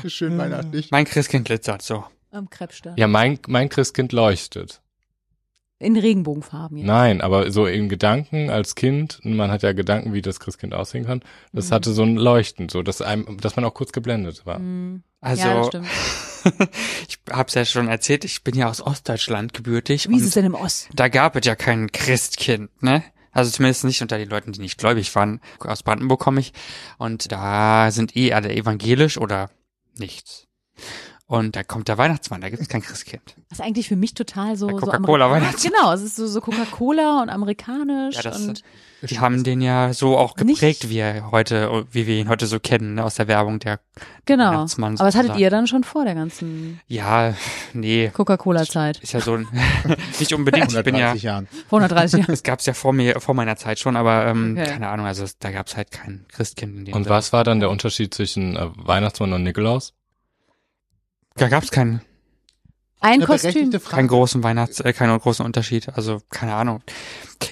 Speaker 2: Äh.
Speaker 4: Schön weihnachtlich.
Speaker 1: Mein Christkind glitzert so.
Speaker 2: Am Krebsstern.
Speaker 3: Ja, mein, mein Christkind leuchtet.
Speaker 2: In Regenbogenfarben. Ja.
Speaker 3: Nein, aber so in Gedanken als Kind, man hat ja Gedanken, wie das Christkind aussehen kann, das hatte so ein Leuchten, so dass einem, dass man auch kurz geblendet war.
Speaker 2: Mhm.
Speaker 1: Also,
Speaker 2: ja, das stimmt.
Speaker 1: *laughs* ich hab's ja schon erzählt, ich bin ja aus Ostdeutschland gebürtig.
Speaker 2: Wie ist es
Speaker 1: und
Speaker 2: denn im Osten?
Speaker 1: da gab es ja kein Christkind, ne? Also zumindest nicht unter den Leuten, die nicht gläubig waren. Aus Brandenburg komme ich. Und da sind eh alle evangelisch oder nichts. Und da kommt der Weihnachtsmann, da gibt's kein Christkind.
Speaker 2: Das ist eigentlich für mich total so.
Speaker 1: Der
Speaker 2: so
Speaker 1: Coca-Cola
Speaker 2: amerikanisch.
Speaker 1: Weihnachts-
Speaker 2: Genau, es ist so, so Coca-Cola und amerikanisch.
Speaker 1: Ja, das-
Speaker 2: und
Speaker 1: Die haben den ja so auch
Speaker 2: Nicht-
Speaker 1: geprägt, wie er heute, wie wir ihn heute so kennen, ne? aus der Werbung der
Speaker 2: genau.
Speaker 1: Weihnachtsmann.
Speaker 2: Aber das hattet
Speaker 1: sozusagen.
Speaker 2: ihr dann schon vor der ganzen
Speaker 1: Ja, nee.
Speaker 2: Coca-Cola-Zeit.
Speaker 1: Ist ja so ein, *laughs* nicht unbedingt. Ich bin ja,
Speaker 4: 130 Jahren.
Speaker 2: Vor 130
Speaker 1: *laughs*
Speaker 2: Jahren.
Speaker 1: es gab's ja vor mir, vor meiner Zeit schon, aber ähm,
Speaker 2: Okay.
Speaker 1: keine Ahnung, also es, da gab's halt kein Christkind in dem
Speaker 3: Und
Speaker 1: Sinne.
Speaker 3: was war dann der Unterschied zwischen äh, Weihnachtsmann und Nikolaus?
Speaker 1: Da gab's keinen,
Speaker 2: Ein
Speaker 4: Eine
Speaker 2: Kostüm.
Speaker 4: berechtigte
Speaker 1: keinen
Speaker 4: Frage.
Speaker 1: großen Weihnachts, äh, keinen großen Unterschied. Also keine Ahnung.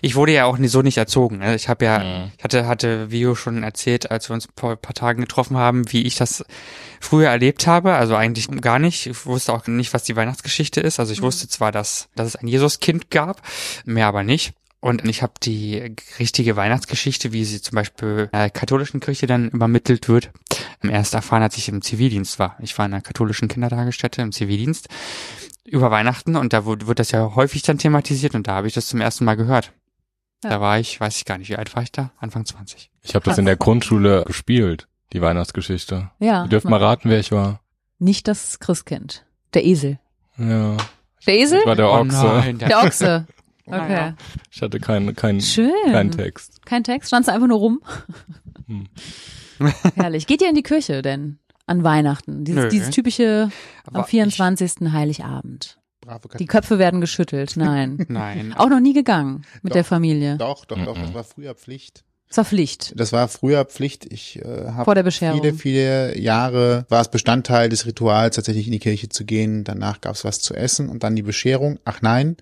Speaker 1: Ich wurde ja auch nie, so nicht erzogen. Ne? Ich habe ja,
Speaker 3: Mhm.
Speaker 1: ich hatte, hatte Vio schon erzählt, als wir uns vor ein paar Tagen getroffen haben, wie ich das früher erlebt habe. Also eigentlich gar nicht. Ich wusste auch nicht, was die Weihnachtsgeschichte ist. Also ich wusste zwar, dass, dass es ein Jesuskind gab, mehr aber nicht. Und ich habe die richtige Weihnachtsgeschichte, wie sie zum Beispiel in der katholischen Kirche dann übermittelt wird, erst erfahren, als ich im Zivildienst war. Ich war in einer katholischen Kindertagesstätte im Zivildienst über Weihnachten und da wird, wird das ja häufig dann thematisiert und da habe ich das zum ersten Mal gehört.
Speaker 2: Ja.
Speaker 1: Da war ich, weiß ich gar nicht, wie alt war ich da? Anfang 20.
Speaker 3: Ich habe
Speaker 2: *laughs*
Speaker 3: das in der Grundschule gespielt, die Weihnachtsgeschichte.
Speaker 2: Ja.
Speaker 3: Ihr dürft mal raten, wer ich war.
Speaker 2: Nicht das Christkind. Der Esel.
Speaker 3: Ja.
Speaker 2: Der Esel?
Speaker 3: Ich war der
Speaker 1: Oh
Speaker 3: Ochse.
Speaker 1: nein,
Speaker 2: Der Ochse. Okay.
Speaker 1: Ja.
Speaker 3: Ich hatte keinen keinen
Speaker 2: Schön.
Speaker 3: keinen
Speaker 2: *laughs*
Speaker 3: Text.
Speaker 2: Kein Text, standst du einfach nur rum.
Speaker 3: Hm.
Speaker 2: Herrlich. Geht ihr in die Kirche denn? an Weihnachten. Dieses,
Speaker 1: Nö.
Speaker 2: dieses typische am
Speaker 1: Wa-
Speaker 2: 24. Heiligabend.
Speaker 4: Brave
Speaker 2: Die Köpfe werden geschüttelt. Nein.
Speaker 1: Ich, nein.
Speaker 2: Auch noch nie gegangen mit
Speaker 4: Doch.
Speaker 2: der Familie.
Speaker 4: Doch, doch, doch,
Speaker 3: Mhm.
Speaker 4: das war früher Pflicht.
Speaker 2: Das war Pflicht.
Speaker 4: Das war früher Pflicht. Ich äh, habe
Speaker 2: Vor der Bescherung.
Speaker 4: viele, viele Jahre war es Bestandteil des Rituals, tatsächlich in die Kirche zu gehen. Danach gab es was zu essen und dann die Bescherung. Ach nein,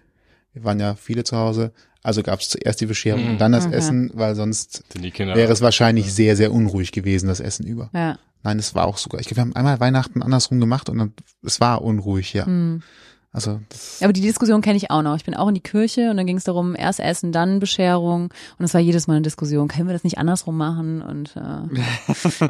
Speaker 4: wir waren ja viele zu Hause. Also gab es zuerst die Bescherung
Speaker 3: Mhm.
Speaker 4: und dann das
Speaker 2: Mhm.
Speaker 4: Essen, weil sonst
Speaker 3: Sind die Kinder.
Speaker 4: wäre es wahrscheinlich sehr, sehr unruhig gewesen, das Essen über.
Speaker 2: Ja.
Speaker 4: Nein, es war auch sogar. Ich glaube, wir haben einmal Weihnachten andersrum gemacht und dann, es war unruhig, ja.
Speaker 2: Hm.
Speaker 4: Also das
Speaker 2: Aber die Diskussion kenne ich auch noch. Ich bin auch in die Kirche und dann ging es darum, erst Essen, dann Bescherung. Und es war jedes Mal eine Diskussion. Können wir das nicht andersrum machen? Und äh,
Speaker 3: Aber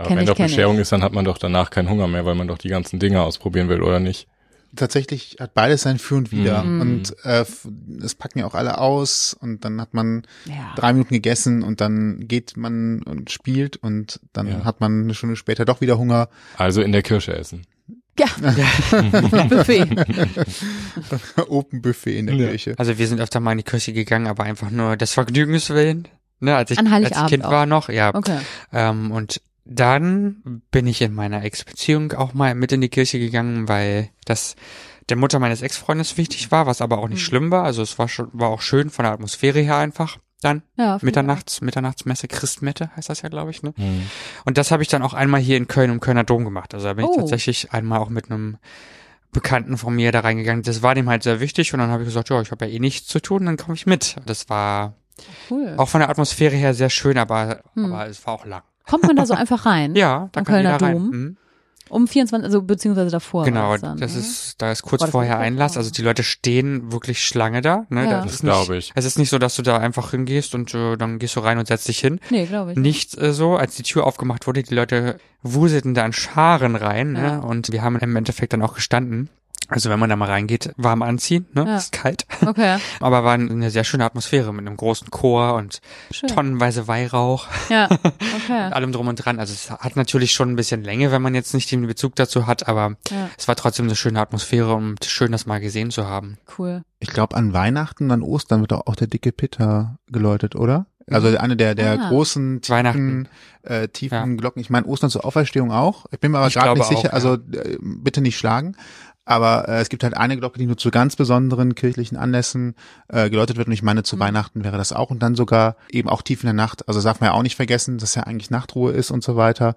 Speaker 2: kenn
Speaker 3: wenn
Speaker 2: ich,
Speaker 3: doch
Speaker 2: kenn
Speaker 3: Bescherung ist, dann hat man doch danach keinen Hunger mehr, weil man doch die ganzen Dinge ausprobieren will, oder nicht?
Speaker 4: tatsächlich hat beides sein Für und Wider.
Speaker 3: Mhm.
Speaker 4: Und äh, f- es packen ja auch alle aus und dann hat man
Speaker 2: ja.
Speaker 4: drei Minuten gegessen und dann geht man und spielt und dann
Speaker 3: Ja.
Speaker 4: hat man eine Stunde später doch wieder Hunger. *laughs*
Speaker 3: Also in der Kirche essen.
Speaker 2: Buffet.
Speaker 4: Open Buffet in der
Speaker 3: Ja.
Speaker 4: Kirche.
Speaker 1: Also wir sind öfter mal in die Kirche gegangen, aber einfach nur des Vergnügens willen. Ne, als ich,
Speaker 2: An
Speaker 1: als ich
Speaker 2: Heiligabend
Speaker 1: Kind
Speaker 2: auch.
Speaker 1: war noch, ja.
Speaker 2: Okay.
Speaker 1: Ähm, und dann bin ich in meiner Ex-Beziehung auch mal mit in die Kirche gegangen, weil das der Mutter meines Ex-Freundes wichtig war, was aber auch nicht
Speaker 2: Mhm.
Speaker 1: schlimm war. Also es war schon, war auch schön von der Atmosphäre her einfach. Dann
Speaker 2: Ja, auf jeden
Speaker 1: Mitternachts, Mitternachtsmesse, Christmette heißt das ja, glaube ich, ne?
Speaker 3: Mhm.
Speaker 1: Und das habe ich dann auch einmal hier in Köln im Kölner Dom gemacht. Also da bin ich
Speaker 2: Oh.
Speaker 1: tatsächlich einmal auch mit einem Bekannten von mir da reingegangen. Das war dem halt sehr wichtig und dann habe ich gesagt, ja, ich habe ja eh nichts zu tun, dann komme ich mit. Das war
Speaker 2: Fall. Cool.
Speaker 1: auch von der Atmosphäre her sehr schön, aber,
Speaker 2: Hm.
Speaker 1: aber es war auch lang.
Speaker 2: Kommt man da so einfach rein?
Speaker 1: Ja, da
Speaker 2: Am
Speaker 1: kann
Speaker 2: Kölner
Speaker 1: jeder rein.
Speaker 2: Dom?
Speaker 1: Mhm.
Speaker 2: Um 24, also beziehungsweise davor. war
Speaker 1: Genau,
Speaker 2: dann,
Speaker 1: das
Speaker 2: ne?
Speaker 1: ist, da ist kurz
Speaker 2: Boah, das
Speaker 1: vorher
Speaker 2: ist echt
Speaker 1: Einlass.
Speaker 2: toll.
Speaker 1: Also die Leute stehen wirklich Schlange da. Ne?
Speaker 2: Ja.
Speaker 1: Da
Speaker 2: Das
Speaker 1: ist nicht-
Speaker 3: glaube ich.
Speaker 1: Es ist nicht so, dass du da einfach hingehst und äh, dann gehst du rein und setzt dich hin.
Speaker 2: Nee, glaube ich.
Speaker 1: Nicht äh, so, als die Tür aufgemacht wurde, die Leute wuselten da in Scharen rein
Speaker 2: Ja.
Speaker 1: ne? und wir haben im Endeffekt dann auch gestanden. Also wenn man da mal reingeht, warm anziehen, ne?
Speaker 2: Ja.
Speaker 1: ist kalt,
Speaker 2: Okay,
Speaker 1: aber war eine sehr schöne Atmosphäre mit einem großen Chor und
Speaker 2: schön.
Speaker 1: tonnenweise Weihrauch
Speaker 2: Ja,
Speaker 1: und
Speaker 2: okay.
Speaker 1: allem drum und dran. Also es hat natürlich schon ein bisschen Länge, wenn man jetzt nicht den Bezug dazu hat, aber
Speaker 2: Ja,
Speaker 1: es war trotzdem eine schöne Atmosphäre und schön, das mal gesehen zu haben.
Speaker 2: cool.
Speaker 4: Ich glaube, an Weihnachten, an Ostern wird doch auch der dicke Pitter geläutet, oder? Also eine der, der
Speaker 2: Ah.
Speaker 4: großen, tiefen,
Speaker 1: Weihnachten.
Speaker 4: äh, tiefen
Speaker 1: Ja.
Speaker 4: Glocken. Ich meine, Ostern zur Auferstehung auch. Ich bin mir aber
Speaker 1: Ich
Speaker 4: gerade
Speaker 1: glaube
Speaker 4: nicht sicher,
Speaker 1: auch,
Speaker 4: also äh, bitte nicht schlagen. Aber äh, es gibt halt eine Glocke, die nur zu ganz besonderen kirchlichen Anlässen äh, geläutet wird. Und ich meine, zu
Speaker 2: Mhm.
Speaker 4: Weihnachten wäre das auch. Und dann sogar eben auch tief in der Nacht. Also darf man ja auch nicht vergessen, dass ja eigentlich Nachtruhe ist und so weiter.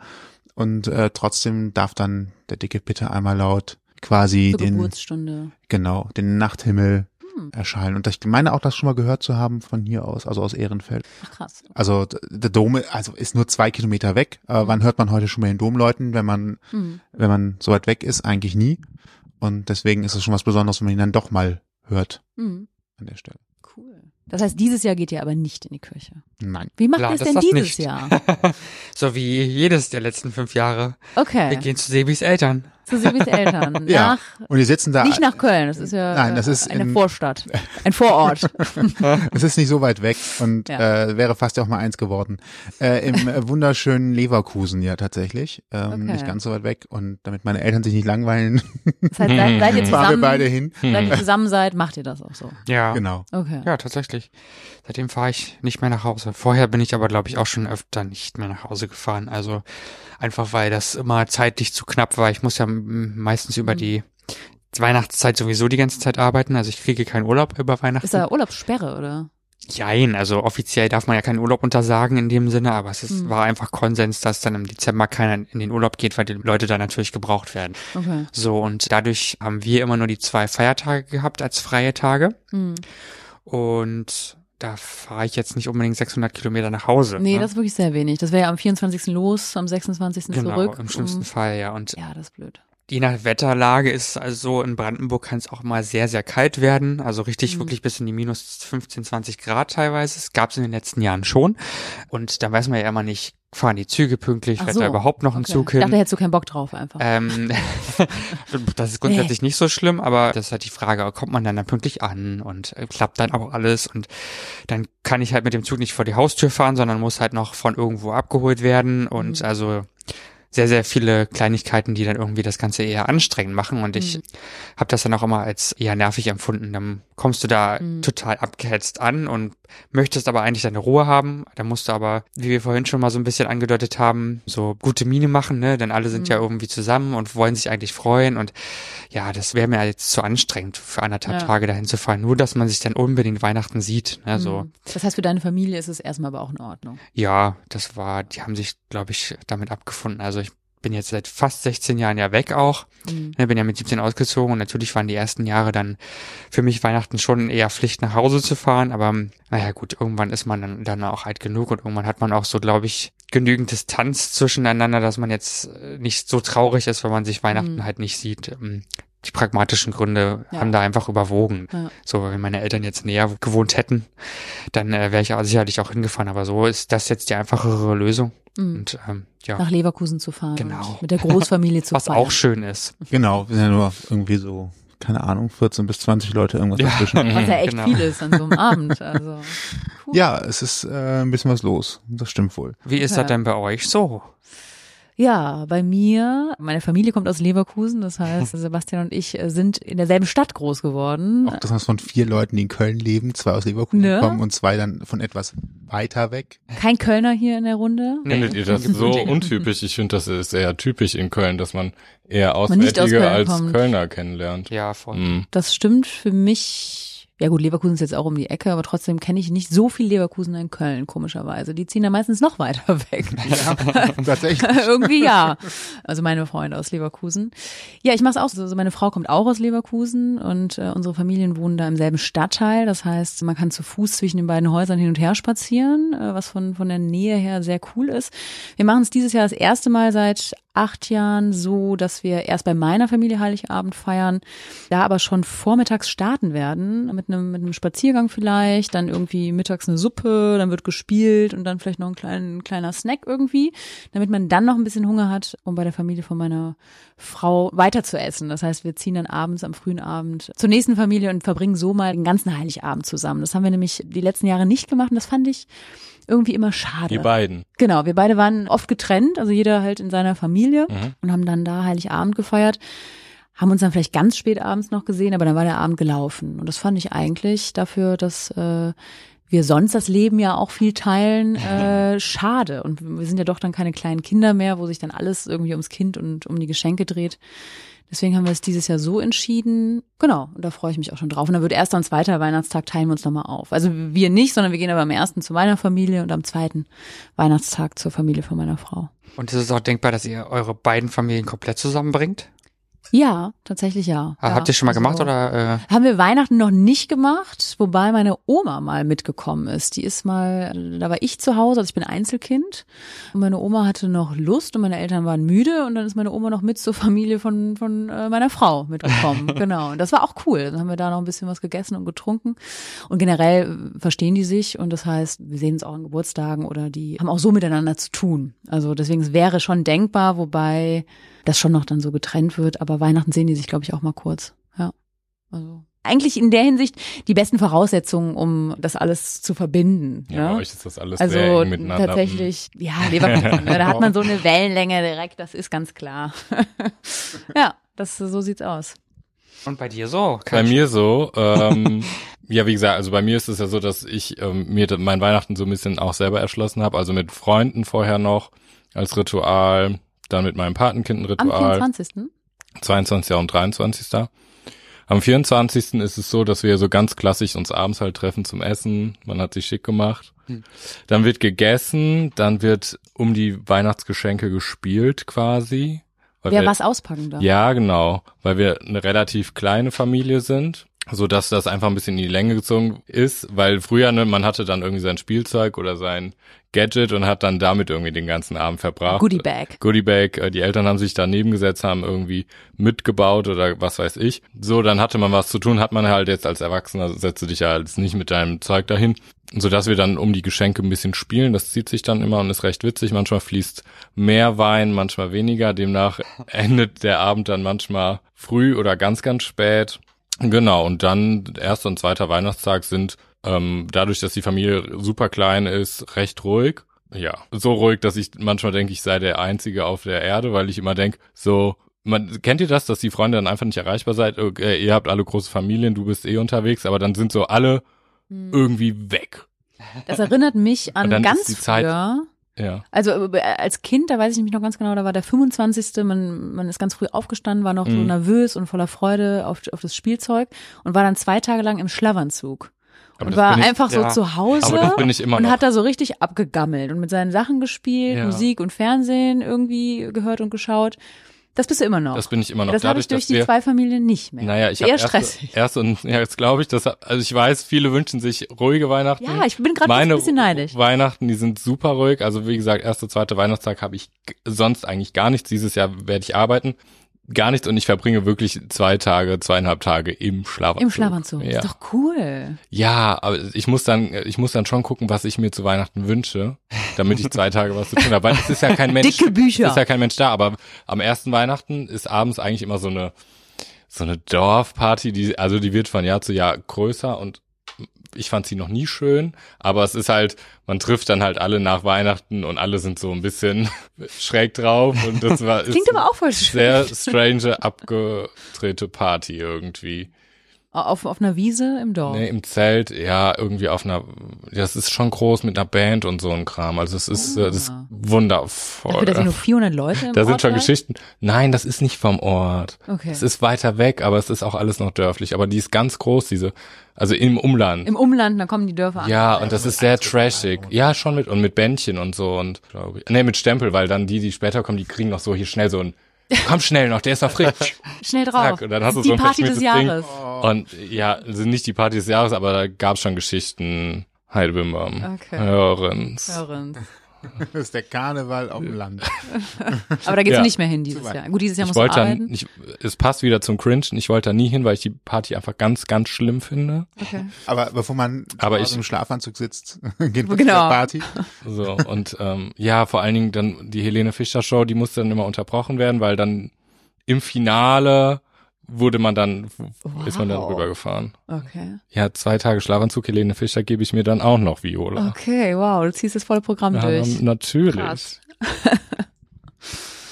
Speaker 4: Und äh, trotzdem darf dann der dicke Pitter einmal laut quasi
Speaker 2: Zur
Speaker 4: den
Speaker 2: Geburtsstunde.
Speaker 4: Genau, den Nachthimmel
Speaker 2: Hm.
Speaker 4: erscheinen. Und ich meine auch, das schon mal gehört zu haben von hier aus, also aus Ehrenfeld.
Speaker 2: Ach krass.
Speaker 4: Also d- der Dom also ist nur zwei Kilometer weg. Äh, wann hört man heute schon mal den Domleuten, wenn man,
Speaker 2: Hm.
Speaker 4: wenn man so weit weg ist? Eigentlich nie. Und deswegen ist es schon was Besonderes, wenn man ihn dann doch mal hört
Speaker 2: Hm.
Speaker 4: an der Stelle.
Speaker 2: Cool. Das heißt, dieses Jahr geht ihr aber nicht in die Kirche.
Speaker 4: Nein.
Speaker 2: Wie macht
Speaker 1: Klar,
Speaker 2: ihr es
Speaker 1: das
Speaker 2: denn
Speaker 1: das
Speaker 2: dieses
Speaker 1: nicht. *laughs*
Speaker 2: Jahr?
Speaker 1: so wie jedes der letzten fünf Jahre. Wir
Speaker 2: Okay.
Speaker 1: gehen zu Sebis Eltern.
Speaker 2: Zu Silvis
Speaker 1: *laughs*
Speaker 2: Eltern.
Speaker 4: Ja.
Speaker 2: Nach,
Speaker 4: Und die sitzen da.
Speaker 2: nicht nach Köln. Das ist ja
Speaker 4: Nein,
Speaker 2: äh,
Speaker 4: das ist
Speaker 2: eine
Speaker 4: in-
Speaker 2: Vorstadt. Ein
Speaker 1: *laughs*
Speaker 2: Vorort.
Speaker 4: *laughs* Es ist nicht so weit weg und
Speaker 2: Ja.
Speaker 4: äh, wäre fast ja auch mal eins geworden. Äh, Im
Speaker 2: *laughs*
Speaker 4: äh, wunderschönen Leverkusen ja tatsächlich. Ähm,
Speaker 2: Okay.
Speaker 4: Nicht ganz so weit weg. Und damit meine Eltern sich nicht langweilen, *laughs*
Speaker 2: Das heißt,
Speaker 1: Hm.
Speaker 2: seid, seid ihr
Speaker 4: fahren wir
Speaker 2: zusammen,
Speaker 4: beide hin.
Speaker 2: seit ihr zusammen seid, macht ihr das auch so.
Speaker 1: Ja.
Speaker 4: Genau.
Speaker 2: Okay.
Speaker 1: Hm. Ja, tatsächlich. Seitdem fahre ich nicht mehr nach Hause. Vorher bin ich aber, glaube ich, auch schon öfter nicht mehr nach Hause gefahren. Also einfach, weil das immer zeitlich zu knapp war. Ich muss ja m- meistens über
Speaker 2: Mhm.
Speaker 1: die Weihnachtszeit sowieso die ganze Zeit arbeiten. Also ich kriege keinen Urlaub über Weihnachten.
Speaker 2: Ist da Urlaubssperre, oder?
Speaker 1: Jein, also offiziell darf man ja keinen Urlaub untersagen in dem Sinne, aber es ist,
Speaker 2: Mhm.
Speaker 1: war einfach Konsens, dass dann im Dezember keiner in den Urlaub geht, weil die Leute da natürlich gebraucht werden.
Speaker 2: Okay.
Speaker 1: So, und dadurch haben wir immer nur die zwei Feiertage gehabt als freie Tage.
Speaker 2: Hm.
Speaker 1: Und da fahre ich jetzt nicht unbedingt 600 Kilometer nach Hause.
Speaker 2: Nee,
Speaker 1: ne?
Speaker 2: das ist wirklich sehr wenig. Das wäre ja am 24. los, am 26.
Speaker 1: genau,
Speaker 2: zurück.
Speaker 1: im schlimmsten
Speaker 2: um-
Speaker 1: Fall, ja. Und
Speaker 2: Ja, das ist blöd.
Speaker 1: je nach Wetterlage ist es also so, in Brandenburg kann es auch mal sehr, sehr kalt werden. Also richtig
Speaker 2: Mhm.
Speaker 1: wirklich bis in die minus 15, 20 Grad teilweise. Das gab es in den letzten Jahren schon. Und da weiß man ja immer nicht, fahren die Züge pünktlich,
Speaker 2: Ach
Speaker 1: fährt
Speaker 2: so,
Speaker 1: da überhaupt noch ein
Speaker 2: Okay.
Speaker 1: Zug
Speaker 2: Ich dachte, da
Speaker 1: hin.
Speaker 2: hättest du keinen Bock drauf einfach.
Speaker 1: Ähm, *laughs* das ist grundsätzlich nicht so schlimm, aber das ist halt die Frage, kommt man dann, dann pünktlich an und äh, klappt dann auch alles und dann kann ich halt mit dem Zug nicht vor die Haustür fahren, sondern muss halt noch von irgendwo abgeholt werden und
Speaker 2: Mhm.
Speaker 1: also sehr, sehr viele Kleinigkeiten, die dann irgendwie das Ganze eher anstrengend machen und ich
Speaker 2: Mhm.
Speaker 1: habe das dann auch immer als eher nervig empfunden. Dann kommst du da
Speaker 2: Mhm.
Speaker 1: total abgehetzt an und möchtest aber eigentlich deine Ruhe haben. Da musst du aber, wie wir vorhin schon mal so ein bisschen angedeutet haben, so gute Miene machen, ne? Denn alle sind
Speaker 2: Mhm.
Speaker 1: ja irgendwie zusammen und wollen sich eigentlich freuen. Und ja, das wäre mir jetzt zu anstrengend, für anderthalb
Speaker 2: Ja.
Speaker 1: Tage dahin zu fahren. Nur, dass man sich dann unbedingt Weihnachten sieht. Ne? So,
Speaker 2: Mhm. Das heißt, für deine Familie ist es erstmal aber auch in Ordnung.
Speaker 1: ja, das war, die haben sich, glaube ich, damit abgefunden. Also ich bin jetzt seit fast 16 Jahren ja weg auch.
Speaker 2: Mhm.
Speaker 1: Ne, bin ja mit 17 ausgezogen und natürlich waren die ersten Jahre dann für mich Weihnachten schon eher Pflicht nach Hause zu fahren, aber ähm, naja gut, irgendwann ist man dann, dann auch alt genug und irgendwann hat man auch so, glaube ich, genügend Distanz zwischeneinander, dass man jetzt äh, nicht so traurig ist, wenn man sich Weihnachten
Speaker 2: Mhm.
Speaker 1: halt nicht sieht. Ähm, Die pragmatischen Gründe
Speaker 2: Ja.
Speaker 1: haben da einfach überwogen.
Speaker 2: Ja.
Speaker 1: So, wenn meine Eltern jetzt näher gewohnt hätten, dann äh, wäre ich auch sicherlich auch hingefahren, aber so ist das jetzt die einfachere Lösung
Speaker 2: Mhm.
Speaker 1: und ähm, ja,
Speaker 2: Nach Leverkusen zu fahren.
Speaker 1: Genau.
Speaker 2: Und mit der
Speaker 1: *laughs*
Speaker 2: Großfamilie zu
Speaker 1: was
Speaker 2: feiern.
Speaker 1: auch schön ist.
Speaker 4: Genau, wir sind ja nur irgendwie so, keine Ahnung, 14 bis 20 Leute irgendwas
Speaker 1: Ja.
Speaker 4: dazwischen.
Speaker 1: *laughs*
Speaker 2: was ja echt
Speaker 1: Genau.
Speaker 2: viel ist an so einem Abend. Also, cool.
Speaker 4: Ja, es ist äh, ein bisschen was los. Das stimmt wohl.
Speaker 1: Wie ist
Speaker 2: Ja.
Speaker 1: das denn bei euch so?
Speaker 2: Ja, bei mir, meine Familie kommt aus Leverkusen, das
Speaker 1: *laughs*
Speaker 2: heißt, Sebastian und ich äh, sind in derselben Stadt groß geworden.
Speaker 4: Auch dass man von vier Leuten, die in Köln leben, zwei aus Leverkusen
Speaker 2: Ne?
Speaker 4: kommen und zwei dann von etwas
Speaker 1: *laughs*
Speaker 4: weiter weg. *laughs*
Speaker 1: Oh.
Speaker 2: Kein Kölner hier in der Runde.
Speaker 3: Findet ihr das so
Speaker 1: Gebürtige.
Speaker 3: untypisch? Ich finde, das ist eher typisch in Köln, dass man eher
Speaker 2: Man nicht aus
Speaker 3: Auswärtige
Speaker 2: Köln
Speaker 3: als
Speaker 2: kommt.
Speaker 3: Kölner kennenlernt.
Speaker 1: Ja, voll.
Speaker 3: Mhm.
Speaker 2: Das stimmt für mich. Ja gut, Leverkusen ist jetzt auch um die Ecke, aber trotzdem kenne ich nicht so viel Leverkusener in Köln, komischerweise. Die ziehen da meistens noch weiter *laughs* weg.
Speaker 4: Tatsächlich.
Speaker 2: *laughs* Irgendwie ja. Also meine Freunde aus Leverkusen. Ja, ich mache es auch so. Also meine Frau kommt auch aus Leverkusen und äh, unsere Familien wohnen da im selben Stadtteil. Das heißt, man kann zu Fuß zwischen den beiden Häusern hin und her spazieren, äh, was von, von der Nähe her sehr cool ist. Wir machen es dieses Jahr das erste Mal seit acht Jahren so, dass wir erst bei meiner Familie Heiligabend feiern, da aber schon vormittags starten werden, mit einem, mit einem Spaziergang vielleicht, dann irgendwie mittags eine Suppe, dann wird gespielt und dann vielleicht noch ein kleinen, kleiner Snack irgendwie, damit man dann noch ein bisschen Hunger hat, um bei der Familie von meiner Frau weiter zu essen. Das heißt, wir ziehen dann abends am frühen Abend zur nächsten Familie und verbringen so mal den ganzen Heiligabend zusammen. Das haben wir nämlich die letzten Jahre nicht gemacht und das fand ich irgendwie immer schade.
Speaker 3: Die beiden.
Speaker 2: Genau, wir beide waren oft getrennt, also jeder halt in seiner Familie
Speaker 3: Mhm.
Speaker 2: und haben dann da Heiligabend gefeiert. Haben uns dann vielleicht ganz spät abends noch gesehen, aber dann war der Abend gelaufen. Und das fand ich eigentlich dafür, dass äh, wir sonst das Leben ja auch viel teilen, äh, schade. Und wir sind ja doch dann keine kleinen Kinder mehr, wo sich dann alles irgendwie ums Kind und um die Geschenke dreht. Deswegen haben wir es dieses Jahr so entschieden. Genau, und da freue ich mich auch schon drauf. Und dann wird erster und zweiter Weihnachtstag teilen wir uns nochmal auf. Also wir nicht, sondern wir gehen aber am ersten zu meiner Familie und am zweiten Weihnachtstag zur Familie von meiner Frau.
Speaker 1: Und es ist auch denkbar, dass ihr eure beiden Familien komplett zusammenbringt.
Speaker 2: Ja, tatsächlich ja.
Speaker 1: Ah,
Speaker 2: ja.
Speaker 1: Habt ihr schon mal gemacht
Speaker 2: Also,
Speaker 1: oder? Äh,
Speaker 2: Haben wir Weihnachten noch nicht gemacht, wobei meine Oma mal mitgekommen ist. Die ist mal, da war ich zu Hause, also ich bin Einzelkind. Und meine Oma hatte noch Lust und meine Eltern waren müde und dann ist meine Oma noch mit zur Familie von, von äh, meiner Frau mitgekommen. genau. Und das war auch cool. Dann haben wir da noch ein bisschen was gegessen und getrunken. Und generell äh, verstehen die sich und das heißt, wir sehen uns auch an Geburtstagen oder die haben auch so miteinander zu tun. Also deswegen es wäre schon denkbar, wobei das schon noch dann so getrennt wird. Aber Weihnachten sehen die sich, glaube ich, auch mal kurz. Ja. Also eigentlich in der Hinsicht die besten Voraussetzungen, um das alles zu verbinden.
Speaker 3: Ja, bei
Speaker 2: ne?
Speaker 3: euch ist das alles sehr
Speaker 2: also
Speaker 3: eng miteinander. Hm.
Speaker 2: tatsächlich, ja, Leverkusen,
Speaker 3: *laughs*
Speaker 2: ne, da hat man so eine Wellenlänge direkt, das ist ganz klar. *laughs* ja, das, so sieht's aus.
Speaker 1: und bei dir so? Kai?
Speaker 3: Bei mir so, ähm, *laughs* ja, wie gesagt, also bei mir ist es ja so, dass ich ähm, mir da- mein Weihnachten so ein bisschen auch selber erschlossen habe, also mit Freunden vorher noch als Ritual, dann mit meinem Patenkind ein
Speaker 2: Am
Speaker 3: Ritual.
Speaker 2: 24.
Speaker 3: 22. und 23. Am 24. ist es so, dass wir so ganz klassisch uns abends halt treffen zum Essen. Man hat sich schick gemacht.
Speaker 1: Hm.
Speaker 3: Dann wird gegessen, dann wird um die Weihnachtsgeschenke gespielt quasi. Weil
Speaker 2: Wer
Speaker 3: wir-
Speaker 2: was auspacken darf.
Speaker 3: ja, genau, weil wir eine relativ kleine Familie sind, so dass das einfach ein bisschen in die Länge gezogen ist, weil früher ne, man hatte dann irgendwie sein Spielzeug oder sein Gadget und hat dann damit irgendwie den ganzen Abend verbracht.
Speaker 2: Goodie Bag.
Speaker 3: Goodie Bag, äh, die Eltern haben sich daneben gesetzt, haben irgendwie mitgebaut oder was weiß ich. So, dann hatte man was zu tun, hat man halt jetzt als Erwachsener, setzt du dich ja jetzt nicht mit deinem Zeug dahin, sodass wir dann um die Geschenke ein bisschen spielen. Das zieht sich dann immer und ist recht witzig. Manchmal fließt mehr Wein, manchmal weniger. Demnach *laughs* endet der Abend dann manchmal früh oder ganz, ganz spät. Genau, und dann erster und zweiter Weihnachtstag sind ähm, dadurch, dass die Familie super klein ist, recht ruhig. Ja, so ruhig, dass ich manchmal denke, ich sei der Einzige auf der Erde, weil ich immer denke, so, man, kennt ihr das, dass die Freunde dann einfach nicht erreichbar seid?
Speaker 2: Hm.
Speaker 3: Okay, ihr habt alle große Familien, du bist eh unterwegs, aber dann sind so alle irgendwie weg.
Speaker 2: Das erinnert mich an
Speaker 3: dann ist
Speaker 2: ganz
Speaker 3: die Zeit-
Speaker 2: früher.
Speaker 3: Ja.
Speaker 2: Also äh, als Kind, da weiß ich nämlich noch ganz genau, da war der 25. Man, man ist ganz früh aufgestanden, war noch so
Speaker 3: Mhm.
Speaker 2: nervös und voller Freude auf, auf das Spielzeug und war dann zwei Tage lang im Schlafanzug.
Speaker 3: Aber
Speaker 2: und
Speaker 3: das
Speaker 2: war
Speaker 3: bin ich-
Speaker 2: einfach so
Speaker 1: ja.
Speaker 2: zu Hause
Speaker 3: Aber das bin ich immer
Speaker 2: und
Speaker 3: noch.
Speaker 2: hat da so richtig abgegammelt und mit seinen Sachen gespielt,
Speaker 3: Ja.
Speaker 2: Musik und Fernsehen irgendwie gehört und geschaut. Das bist du immer noch.
Speaker 3: das bin ich immer noch.
Speaker 2: das habe
Speaker 3: Dadurch,
Speaker 2: ich durch
Speaker 3: dass
Speaker 2: die
Speaker 3: wir,
Speaker 2: zwei Familien nicht mehr.
Speaker 3: naja,
Speaker 2: Ist
Speaker 3: ich habe
Speaker 2: eher
Speaker 3: erst,
Speaker 2: stressig.
Speaker 3: erst und *laughs* ja, jetzt glaube ich, dass also ich weiß, viele wünschen sich ruhige Weihnachten.
Speaker 2: Ja, ich bin gerade ein
Speaker 3: Meine
Speaker 2: bisschen neidisch.
Speaker 3: Weihnachten, die sind super ruhig. Also wie gesagt, erster, zweiter Weihnachtstag habe ich g- sonst eigentlich gar nichts. Dieses Jahr werde ich arbeiten. Gar nichts und ich verbringe wirklich zwei Tage, zweieinhalb Tage im Schlafanzug.
Speaker 2: Im Schlafanzug.
Speaker 3: Ja.
Speaker 2: Ist doch cool.
Speaker 3: ja, aber ich muss dann, ich muss dann schon gucken, was ich mir zu Weihnachten wünsche, damit ich zwei Tage was zu tun habe. Weil es ist ja kein Mensch.
Speaker 2: Dicke Bücher.
Speaker 3: Es ist ja kein Mensch da, aber am ersten Weihnachten ist abends eigentlich immer so eine, so eine Dorfparty, die, also die wird von Jahr zu Jahr größer und ich fand sie noch nie schön, aber es ist halt, man trifft dann halt alle nach Weihnachten und alle sind so ein bisschen *laughs* schräg drauf und das war, ist
Speaker 2: Klingt aber auch voll schön.
Speaker 3: sehr strange, abgedrehte Party irgendwie.
Speaker 2: Auf, auf einer Wiese im Dorf.
Speaker 3: Nee, Ne, im Zelt, ja, irgendwie auf einer, das ist schon groß mit einer Band und so ein Kram. Also es ist, äh, das ist
Speaker 2: Ah.
Speaker 3: wundervoll.
Speaker 2: Dafür, dass ich nur 400 Leute im
Speaker 3: Da sind
Speaker 2: Ort
Speaker 3: schon
Speaker 2: waren?
Speaker 3: Geschichten. Nein, das ist nicht vom Ort.
Speaker 2: Okay.
Speaker 3: Es ist weiter weg, aber es ist auch alles noch dörflich. Aber die ist ganz groß, diese. Also im Umland.
Speaker 2: Im Umland, da kommen die Dörfer an.
Speaker 3: ja, und das ist sehr trashig. Ja, schon mit und mit Bändchen und so und glaube ich. Nee, mit Stempel, weil dann die, die später kommen, die kriegen noch so hier schnell so ein Komm schnell noch, der ist noch *laughs* frisch.
Speaker 2: Schnell drauf.
Speaker 3: Zack, und dann hast du
Speaker 2: die
Speaker 3: so ein
Speaker 2: Party des
Speaker 3: verschmiertes Ding.
Speaker 2: Jahres.
Speaker 3: Und ja, sind nicht die Party des Jahres, aber da gab's schon Geschichten. Heidebimmer.
Speaker 2: Okay.
Speaker 3: Hörens.
Speaker 2: Hörens.
Speaker 4: Das ist der Karneval auf dem Land.
Speaker 3: *laughs*
Speaker 2: Aber da geht's
Speaker 3: Ja.
Speaker 2: nicht mehr hin dieses
Speaker 4: weit.
Speaker 2: Jahr. Gut, dieses Jahr
Speaker 3: ich
Speaker 2: muss
Speaker 3: wollte dann,
Speaker 2: arbeiten.
Speaker 3: nicht, es passt wieder zum Cringe. Ich wollte da nie hin, weil ich die Party einfach ganz, ganz schlimm finde.
Speaker 2: Okay.
Speaker 4: Aber bevor man zu
Speaker 3: Aber
Speaker 4: Hause
Speaker 3: ich-
Speaker 4: im Schlafanzug sitzt, *laughs* geht man
Speaker 2: Genau.
Speaker 4: zur Party.
Speaker 2: *laughs*
Speaker 3: So und ähm, ja, vor allen Dingen dann die Helene Fischer Show, die musste dann immer unterbrochen werden, weil dann im Finale wurde man dann ist man dann
Speaker 2: Wow.
Speaker 3: rübergefahren.
Speaker 2: Okay.
Speaker 3: Ja, zwei Tage Schlafanzug Helene Fischer gebe ich mir dann auch noch Viola.
Speaker 2: Okay, wow, du ziehst das volle Programm
Speaker 3: Ja,
Speaker 2: Oh, durch.
Speaker 3: natürlich.
Speaker 2: Krass.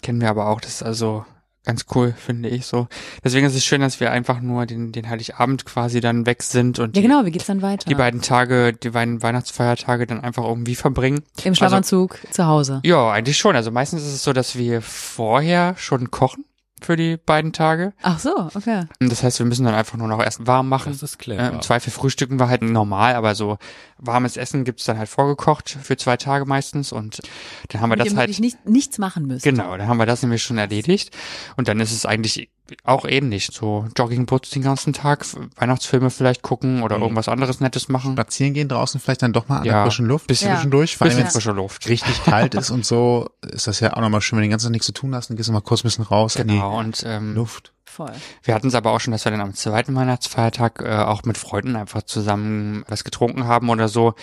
Speaker 1: Kennen wir aber auch, das ist also ganz cool, finde ich so. Deswegen ist es schön, dass wir einfach nur den, den Heiligabend quasi dann weg sind und
Speaker 2: Ja
Speaker 1: die-
Speaker 2: genau, wie geht's dann weiter?
Speaker 1: die beiden Tage, die beiden Weihnachtsfeiertage dann einfach irgendwie verbringen. Also,
Speaker 3: Also
Speaker 2: Im Schlafanzug zu Hause.
Speaker 1: Ja, eigentlich schon. Also meistens ist es so, dass wir vorher schon kochen für die beiden Tage.
Speaker 2: Ach so, okay.
Speaker 1: Und Das heißt, wir müssen dann einfach nur noch Essen warm machen.
Speaker 3: Das ist
Speaker 1: Äh,
Speaker 3: clever.
Speaker 1: Im Zweifel frühstücken wir halt normal, aber so warmes Essen gibt's dann halt vorgekocht für zwei Tage meistens und dann haben wir
Speaker 2: Mit
Speaker 1: das
Speaker 2: dem
Speaker 1: halt.
Speaker 2: ich nicht, nichts machen müssen.
Speaker 1: Genau, dann haben wir das nämlich schon erledigt. Und dann ist es eigentlich auch ähnlich. So Joggingboots den ganzen Tag, F- Weihnachtsfilme vielleicht gucken oder
Speaker 4: Mhm.
Speaker 1: irgendwas anderes Nettes machen.
Speaker 4: Spazieren gehen draußen vielleicht dann doch mal an
Speaker 1: Ja,
Speaker 4: der frischen Luft
Speaker 1: bisschen-
Speaker 4: zwischendurch. Vor allem,
Speaker 1: Bisschen
Speaker 4: wenn's
Speaker 1: frische Luft.
Speaker 4: richtig kalt ist und so, ist das ja auch nochmal schön, wenn du den ganzen Tag nichts zu tun hast, dann gehst du mal kurz ein bisschen raus
Speaker 1: Genau,
Speaker 4: an
Speaker 1: und
Speaker 4: die
Speaker 1: ähm,
Speaker 4: Luft.
Speaker 2: Voll.
Speaker 3: Also
Speaker 1: Wir hatten es aber auch schon, dass wir dann am zweiten Weihnachtsfeiertag äh, auch mit Freunden einfach zusammen was getrunken haben oder so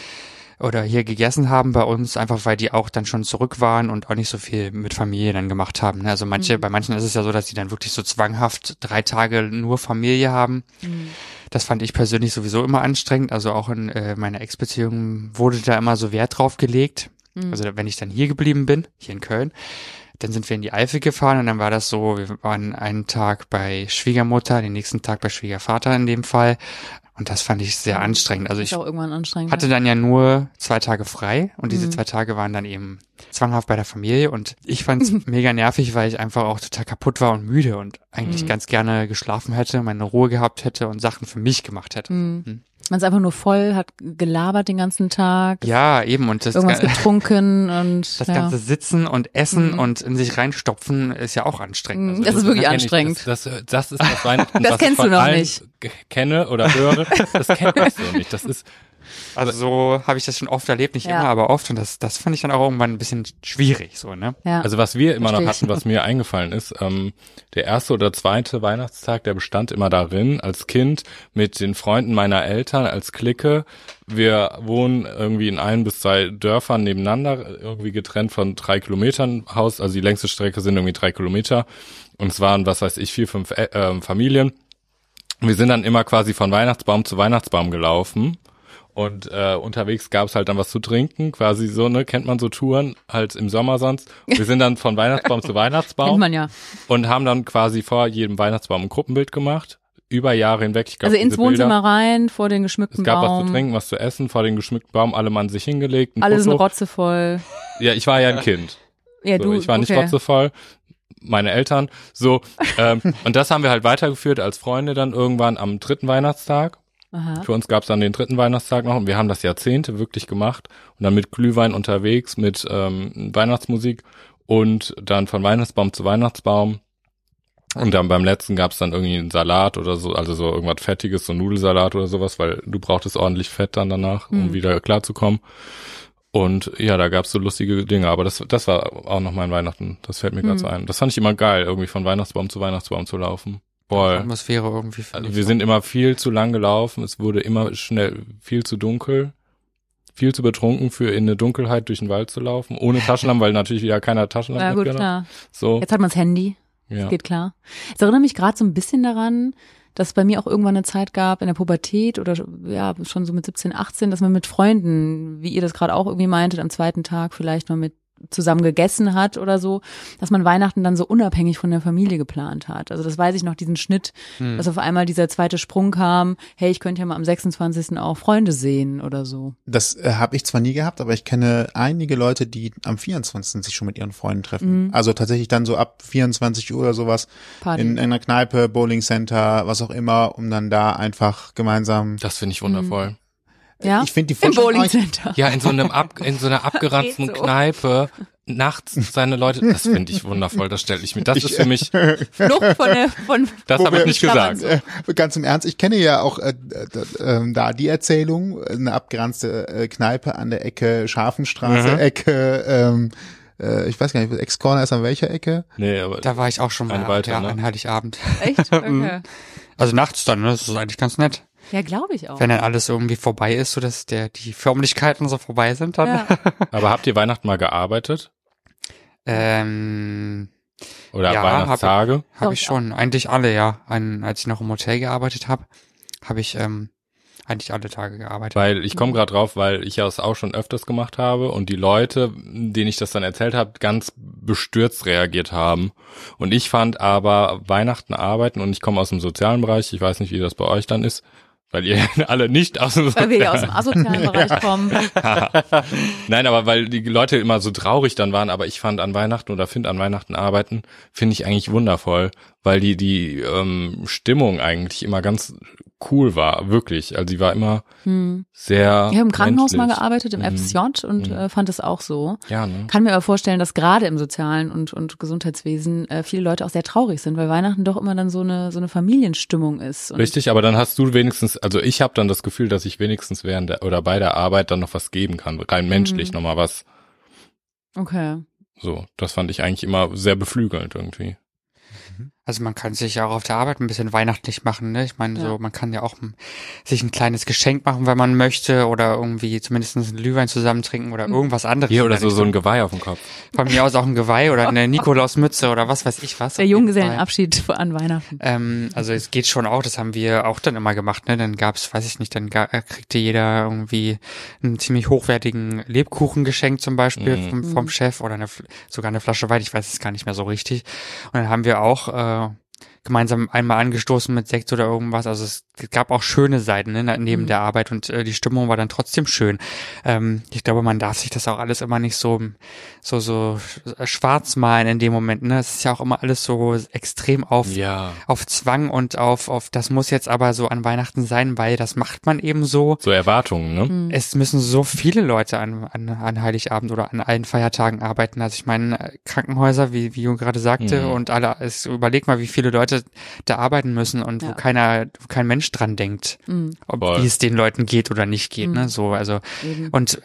Speaker 1: oder hier gegessen haben bei uns, einfach weil die auch dann schon zurück waren und auch nicht so viel mit Familie dann gemacht haben. ne? Also manche, bei manchen ist es ja so, dass die dann wirklich so zwanghaft drei Tage nur Familie haben. Das fand ich persönlich sowieso immer anstrengend. Also auch in äh, meiner Ex-Beziehung wurde da immer so Wert drauf gelegt. Also wenn ich dann hier geblieben bin, hier in Köln, dann sind wir in die Eifel gefahren und dann war das so, wir waren einen Tag bei Schwiegermutter, den nächsten Tag bei Schwiegervater in dem Fall. Und das fand ich sehr anstrengend. Also
Speaker 2: ist
Speaker 1: ich
Speaker 2: auch irgendwann anstrengend.
Speaker 1: hatte dann ja nur zwei Tage frei und
Speaker 2: Mhm.
Speaker 1: diese zwei Tage waren dann eben zwanghaft bei der Familie und ich fand
Speaker 2: *laughs*
Speaker 1: es mega nervig, weil ich einfach auch total kaputt war und müde und
Speaker 2: Mhm.
Speaker 1: eigentlich ganz gerne geschlafen hätte, meine Ruhe gehabt hätte und Sachen für mich gemacht hätte.
Speaker 2: Mhm. Man ist einfach nur voll, hat gelabert den ganzen Tag,
Speaker 1: Ja, eben und das,
Speaker 2: irgendwas
Speaker 1: ga-
Speaker 2: getrunken und
Speaker 1: das
Speaker 2: ja.
Speaker 1: ganze Sitzen und Essen und in sich reinstopfen ist ja auch anstrengend. Also
Speaker 2: Mhm, das ist wirklich
Speaker 3: kenn ich.
Speaker 2: anstrengend.
Speaker 3: Also Das, das, das ist das
Speaker 2: *laughs*
Speaker 3: Weihnachten,
Speaker 2: Das
Speaker 3: was ich
Speaker 2: kennst
Speaker 3: von
Speaker 2: du noch
Speaker 3: allen
Speaker 2: nicht.
Speaker 3: g- kenne oder höre. Das kennt man so nicht. Das ist
Speaker 1: Also so habe ich das schon oft erlebt, nicht
Speaker 2: Ja.
Speaker 1: immer, aber oft. Und das, das fand ich dann auch irgendwann ein bisschen schwierig, so, ne?
Speaker 2: ja.
Speaker 3: Also was wir immer noch
Speaker 2: Verstehe ich.
Speaker 3: hatten, was mir eingefallen ist, ähm, der erste oder zweite Weihnachtstag, der bestand immer darin, als Kind mit den Freunden meiner Eltern, als Clique, wir wohnen irgendwie in ein bis zwei Dörfern nebeneinander, irgendwie getrennt von drei Kilometern Haus, also die längste Strecke sind irgendwie drei Kilometer und es waren, was weiß ich, vier, fünf äh, ähm, Familien. Wir sind dann immer quasi von Weihnachtsbaum zu Weihnachtsbaum gelaufen. Und äh, unterwegs gab's halt dann was zu trinken, quasi so, ne, kennt man so Touren, halt im Sommer sonst. Und Wir sind dann
Speaker 2: *laughs*
Speaker 3: von Weihnachtsbaum zu
Speaker 2: Kennt
Speaker 3: Weihnachtsbaum
Speaker 2: man ja.
Speaker 3: und haben dann quasi vor jedem Weihnachtsbaum ein Gruppenbild gemacht. über Jahre hinweg. Ich glaub,
Speaker 2: also ins
Speaker 3: diese Bilder-
Speaker 2: Wohnzimmer rein, vor den geschmückten
Speaker 3: Es gab was zu
Speaker 2: Baum.
Speaker 3: trinken, was zu essen, vor den geschmückten Baum, alle Mann sich hingelegt. Ein
Speaker 2: alle sind
Speaker 3: Foto.
Speaker 2: rotzevoll.
Speaker 3: Ja, ich war ja ein Kind.
Speaker 2: Ja,
Speaker 3: so,
Speaker 2: du,
Speaker 3: ich war nicht
Speaker 2: okay.
Speaker 3: rotzevoll, meine Eltern. So,
Speaker 2: *laughs*
Speaker 3: ähm, und das haben wir halt weitergeführt als Freunde dann irgendwann am dritten Weihnachtstag.
Speaker 2: Aha.
Speaker 3: Für uns gab es dann den dritten Weihnachtstag noch und wir haben das Jahrzehnte wirklich gemacht und dann mit Glühwein unterwegs, mit ähm, Weihnachtsmusik und dann von Weihnachtsbaum zu Weihnachtsbaum. Und dann beim letzten gab es dann irgendwie einen Salat oder so, also so irgendwas Fettiges, so Nudelsalat oder sowas, weil du brauchtest ordentlich Fett dann danach, um
Speaker 2: Mhm.
Speaker 3: wieder klarzukommen. Und ja, da gab es so lustige Dinge, aber das, das war auch noch mein Weihnachten. Das fällt mir gerade
Speaker 2: Mhm.
Speaker 3: so ein. Das fand ich immer geil, irgendwie von Weihnachtsbaum zu Weihnachtsbaum zu laufen. Boah.
Speaker 1: Atmosphäre irgendwie. finde
Speaker 3: Also
Speaker 1: ich
Speaker 3: wir
Speaker 1: so.
Speaker 3: sind immer viel zu lang gelaufen, es wurde immer schnell viel zu dunkel, viel zu betrunken für in eine Dunkelheit durch den Wald zu laufen, ohne Taschenlampe, weil natürlich wieder keiner Taschenlampe
Speaker 2: Ja, gut,
Speaker 3: mitgenommen
Speaker 2: klar.
Speaker 3: hat. ne, genau. So,
Speaker 2: Jetzt hat man das Handy.
Speaker 3: ja.
Speaker 2: Geht klar. Es erinnert mich gerade so ein bisschen daran, dass es bei mir auch irgendwann eine Zeit gab in der Pubertät oder ja, schon so mit 17, 18, dass man mit Freunden, wie ihr das gerade auch irgendwie meintet, am zweiten Tag vielleicht mal mit zusammen gegessen hat oder so, dass man Weihnachten dann so unabhängig von der Familie geplant hat. Also das weiß ich noch, diesen Schnitt,
Speaker 3: Hm.
Speaker 2: dass auf einmal dieser zweite Sprung kam, hey, ich könnte ja mal am 26. auch Freunde sehen oder so.
Speaker 4: Das äh, habe ich zwar nie gehabt, aber ich kenne einige Leute, die am 24. sich schon mit ihren Freunden treffen. Also tatsächlich dann so ab 24 Uhr oder sowas
Speaker 2: Mhm. Party.
Speaker 4: in einer Kneipe, Bowling Center, was auch immer, um dann da einfach gemeinsam.
Speaker 3: Das finde ich
Speaker 2: Hm.
Speaker 3: wundervoll. Äh,
Speaker 2: ja?
Speaker 4: Ich finde die
Speaker 2: Im
Speaker 4: Vorstellung-
Speaker 2: Bowling Center.
Speaker 3: Ja, in so einem ab, in so einer
Speaker 2: *laughs*
Speaker 3: abgeranzten
Speaker 2: Geht so.
Speaker 3: Kneipe nachts seine Leute, das finde ich wundervoll, das stelle ich mir, das ist
Speaker 1: *laughs*
Speaker 3: für mich,
Speaker 2: Flucht von der, von,
Speaker 3: das
Speaker 4: Wo
Speaker 3: habe ich
Speaker 4: wir-
Speaker 3: nicht gesagt.
Speaker 4: Äh, ganz im Ernst, ich kenne ja auch äh, d- d- ähm, da die Erzählung, eine abgeranzte äh, Kneipe an der Ecke
Speaker 3: Mhm.
Speaker 4: Scharfenstraße, Ecke, ähm, äh, ich weiß gar nicht, Ex-Corner ist an welcher Ecke?
Speaker 3: Nee, aber
Speaker 1: Da war ich auch schon mal
Speaker 3: Ein weiter,
Speaker 1: ja,
Speaker 3: ne?
Speaker 1: an Heiligabend.
Speaker 3: *laughs*
Speaker 2: echt?
Speaker 3: Mhm.
Speaker 2: Okay.
Speaker 1: Also nachts dann, ne? das ist eigentlich ganz nett.
Speaker 2: Ja, glaube ich auch.
Speaker 1: Wenn dann alles irgendwie vorbei ist, so dass der, die Förmlichkeiten so vorbei sind dann.
Speaker 2: Ja.
Speaker 3: aber habt ihr Weihnachten mal gearbeitet?
Speaker 1: Ähm,
Speaker 3: Oder
Speaker 1: Ja, hab ich.
Speaker 3: Weihnachtstage?
Speaker 1: habe
Speaker 2: Glaub
Speaker 1: ich
Speaker 2: ich
Speaker 1: schon. Eigentlich alle, ja. Ein, als ich noch im Hotel gearbeitet habe, habe ich ähm, eigentlich alle Tage gearbeitet.
Speaker 3: Weil ich komme gerade drauf, weil ich ja das auch schon öfters gemacht habe und die Leute, denen ich das dann erzählt habe, ganz bestürzt reagiert haben. Und ich fand aber Weihnachten arbeiten und ich komme aus dem sozialen Bereich, ich weiß nicht, wie das bei euch dann ist, weil ihr *laughs* alle nicht aus dem
Speaker 2: Weil wir ja aus
Speaker 3: sozialen
Speaker 2: dem asozialen Bereich kommen.
Speaker 3: Nein, aber weil die Leute immer so traurig dann waren, aber ich fand an Weihnachten oder finde an Weihnachten arbeiten, finde ich eigentlich wundervoll, weil die, die ähm, Stimmung eigentlich immer ganz cool war, wirklich. Also die war immer
Speaker 2: Hm.
Speaker 3: sehr.
Speaker 2: Ich habe im Krankenhaus mal
Speaker 3: menschlich.
Speaker 2: gearbeitet, im
Speaker 3: Mhm.
Speaker 2: FSJ und
Speaker 3: Mhm.
Speaker 2: äh, fand es auch so.
Speaker 3: Ja, ne?
Speaker 2: Kann mir aber vorstellen, dass gerade im sozialen und, und Gesundheitswesen äh, viele Leute auch sehr traurig sind, weil Weihnachten doch immer dann so eine, so eine Familienstimmung ist. Und
Speaker 3: Richtig, aber dann hast du wenigstens, also ich habe dann das Gefühl, dass ich wenigstens während der, oder bei der Arbeit dann noch was geben kann, rein menschlich
Speaker 2: Mhm.
Speaker 3: nochmal was.
Speaker 2: Okay.
Speaker 3: So, das fand ich eigentlich immer sehr beflügelnd irgendwie.
Speaker 1: Also man kann sich ja auch auf der Arbeit ein bisschen weihnachtlich machen, ne? Ich meine,
Speaker 2: Ja.
Speaker 1: so man kann ja auch m- sich ein kleines Geschenk machen, wenn man möchte, oder irgendwie zumindest einen Glühwein zusammen trinken
Speaker 2: Hm.
Speaker 1: oder irgendwas anderes.
Speaker 3: Hier oder
Speaker 1: in
Speaker 3: so
Speaker 1: der
Speaker 3: so ein
Speaker 1: Richtung.
Speaker 3: Geweih auf dem Kopf.
Speaker 1: Von mir aus auch ein Geweih
Speaker 2: *laughs*
Speaker 1: oder eine Nikolausmütze oder was weiß ich was.
Speaker 2: Der
Speaker 1: Auf jeden Fall.
Speaker 2: Junggesellenabschied an Weihnachten.
Speaker 1: Ähm, also es geht schon auch, das haben wir auch dann immer gemacht, ne? Dann gab's, weiß ich nicht, dann ga- äh, kriegte jeder irgendwie einen ziemlich hochwertigen Lebkuchen geschenkt zum Beispiel
Speaker 3: Mhm.
Speaker 1: vom, vom Chef oder eine, Fl- sogar eine Flasche Wein, ich weiß es gar nicht mehr so richtig. Und dann haben wir auch äh, gemeinsam einmal angestoßen mit Sekt oder irgendwas. Also es gab auch schöne Seiten ne, neben
Speaker 2: Mhm.
Speaker 1: der Arbeit und äh, die Stimmung war dann trotzdem schön. Ähm, ich glaube, man darf sich das auch alles immer nicht so so so sch- schwarz malen in dem Moment. Ne, es ist ja auch immer alles so extrem auf
Speaker 3: Ja.
Speaker 1: auf Zwang und auf, auf, das muss jetzt aber so an Weihnachten sein, weil das macht man eben so.
Speaker 3: So Erwartungen, ne?
Speaker 2: Hm.
Speaker 1: Es müssen so viele Leute an, an, an Heiligabend oder an allen Feiertagen arbeiten. Also ich meine, äh, Krankenhäuser, wie, wie Jung gerade sagte,
Speaker 3: Mhm.
Speaker 1: und alle, es überleg mal, wie viele Leute da arbeiten müssen und wo
Speaker 2: Ja.
Speaker 1: keiner, wo kein Mensch dran denkt,
Speaker 2: Hm,
Speaker 1: ob
Speaker 3: Voll.
Speaker 1: wie es den Leuten geht oder nicht geht,
Speaker 2: Mhm.
Speaker 1: ne? So, also,
Speaker 2: eben.
Speaker 1: und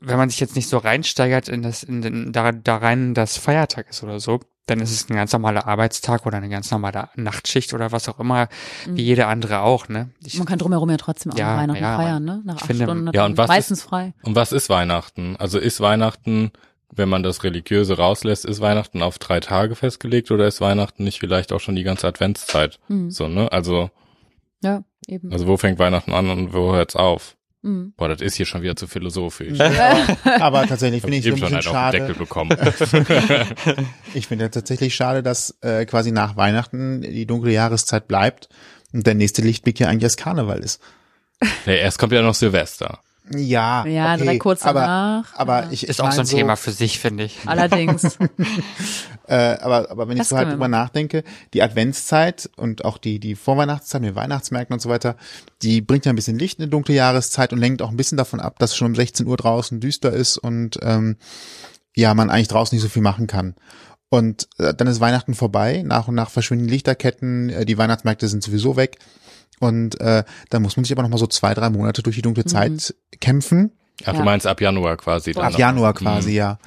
Speaker 1: wenn man sich jetzt nicht so reinsteigert in das, in den, da, da rein, dass Feiertag ist oder so, dann ist es ein ganz normaler Arbeitstag oder eine ganz normale Nachtschicht oder was auch immer, wie jede andere auch, ne? Ich,
Speaker 2: Mhm. Man kann drumherum ja trotzdem auch
Speaker 1: Ja,
Speaker 2: noch Weihnachten
Speaker 1: ja,
Speaker 2: feiern, ne? Nach
Speaker 1: ich
Speaker 2: acht
Speaker 1: finde,
Speaker 2: Stunden hat
Speaker 3: ja,
Speaker 2: man
Speaker 3: und was
Speaker 2: meistens frei.
Speaker 3: Und was ist Weihnachten? Also ist Weihnachten, wenn man das Religiöse rauslässt, ist Weihnachten auf drei Tage festgelegt oder ist Weihnachten nicht vielleicht auch schon die ganze Adventszeit?
Speaker 4: Mhm.
Speaker 2: Hm.
Speaker 3: So, ne? Also,
Speaker 2: Ja, eben.
Speaker 3: also wo fängt Weihnachten an und wo hört's auf?
Speaker 2: Hm.
Speaker 3: Boah, das ist hier schon wieder zu philosophisch.
Speaker 4: Aber tatsächlich
Speaker 3: Hab
Speaker 4: finde ich so
Speaker 3: eben
Speaker 4: ein
Speaker 3: schon
Speaker 4: bisschen
Speaker 3: einen auf den
Speaker 4: schade.
Speaker 3: Deckel bekommen.
Speaker 4: Ich finde tatsächlich schade, dass äh, quasi nach Weihnachten die dunkle Jahreszeit bleibt Und der nächste Lichtblick ja eigentlich erst Karneval ist.
Speaker 3: Nee, erst kommt ja noch Silvester.
Speaker 4: Ja,
Speaker 2: Ja,
Speaker 4: okay,
Speaker 2: direkt kurz
Speaker 4: aber,
Speaker 2: danach.
Speaker 4: Aber
Speaker 2: Ja.
Speaker 4: ich, ich
Speaker 1: Ist auch so
Speaker 4: mein
Speaker 1: ein Thema für sich, finde ich.
Speaker 2: Ah. Allerdings.
Speaker 4: Äh, aber, aber wenn ich
Speaker 2: Das
Speaker 4: so halt
Speaker 2: können wir
Speaker 4: drüber nachdenke, die Adventszeit und auch die, die Vorweihnachtszeit mit Weihnachtsmärkten und so weiter, die bringt ja ein bisschen Licht in eine dunkle Jahreszeit und lenkt auch ein bisschen davon ab, dass es schon um 16 Uhr draußen düster ist und ähm, ja, man eigentlich draußen nicht so viel machen kann. Und äh, dann ist Weihnachten vorbei, nach und nach verschwinden Lichterketten, äh, die Weihnachtsmärkte sind sowieso weg. Und äh, dann muss man sich aber nochmal so zwei, drei Monate durch die dunkle
Speaker 2: Mhm.
Speaker 4: Zeit kämpfen.
Speaker 3: Ach,
Speaker 2: Ja.
Speaker 3: du meinst ab Januar quasi. dann
Speaker 4: Ab
Speaker 3: noch. Mhm.
Speaker 4: Januar
Speaker 1: Mhm.
Speaker 4: quasi, ja.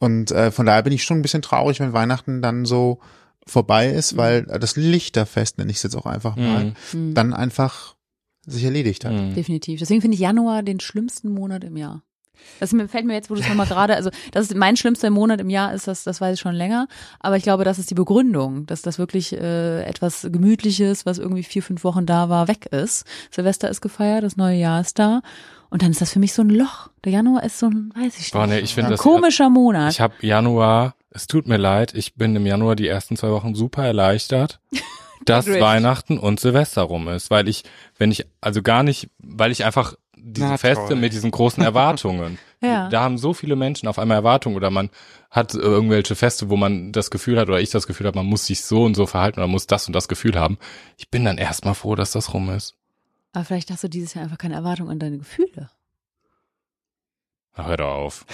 Speaker 4: Und äh, von daher bin ich schon ein bisschen traurig, wenn Weihnachten dann so vorbei ist, weil
Speaker 1: Mhm.
Speaker 4: äh, das Lichterfest, nenne ich es jetzt auch einfach mal,
Speaker 2: Mhm.
Speaker 4: dann einfach sich erledigt hat.
Speaker 3: Mhm.
Speaker 2: Definitiv. Deswegen finde ich Januar den schlimmsten Monat im Jahr. Das mir- fällt mir jetzt, wo du es nochmal gerade, also das ist mein schlimmster Monat im Jahr ist, das, das weiß ich schon länger. Aber ich glaube, das ist die Begründung, dass das wirklich äh, etwas Gemütliches, was irgendwie vier, fünf Wochen da war, weg ist. Silvester ist gefeiert, das neue Jahr ist da. Und dann ist das für mich so ein Loch. Der Januar ist so ein, weiß ich nicht,
Speaker 3: Boah, nee, ich finde
Speaker 2: ein
Speaker 3: das
Speaker 2: komischer Monat.
Speaker 3: Ich habe Januar, es tut mir leid, ich bin im Januar die ersten zwei Wochen
Speaker 2: *laughs*
Speaker 3: super erleichtert, dass
Speaker 2: Grinch.
Speaker 3: Weihnachten und Silvester rum ist, weil ich, wenn ich, also gar nicht, weil ich einfach diese
Speaker 1: Na
Speaker 3: Feste
Speaker 1: toll.
Speaker 3: mit
Speaker 2: *laughs*
Speaker 3: diesen großen Erwartungen,
Speaker 2: Ja.
Speaker 3: da haben so viele Menschen auf einmal Erwartungen oder man hat äh, irgendwelche Feste, wo man das Gefühl hat oder ich das Gefühl habe, man muss sich so und so verhalten oder muss das und das Gefühl haben. Ich bin dann erstmal froh, dass das rum ist.
Speaker 2: Aber vielleicht hast du dieses Jahr einfach keine Erwartung an deine Gefühle.
Speaker 3: Ach, hör
Speaker 2: *laughs*
Speaker 3: doch auf.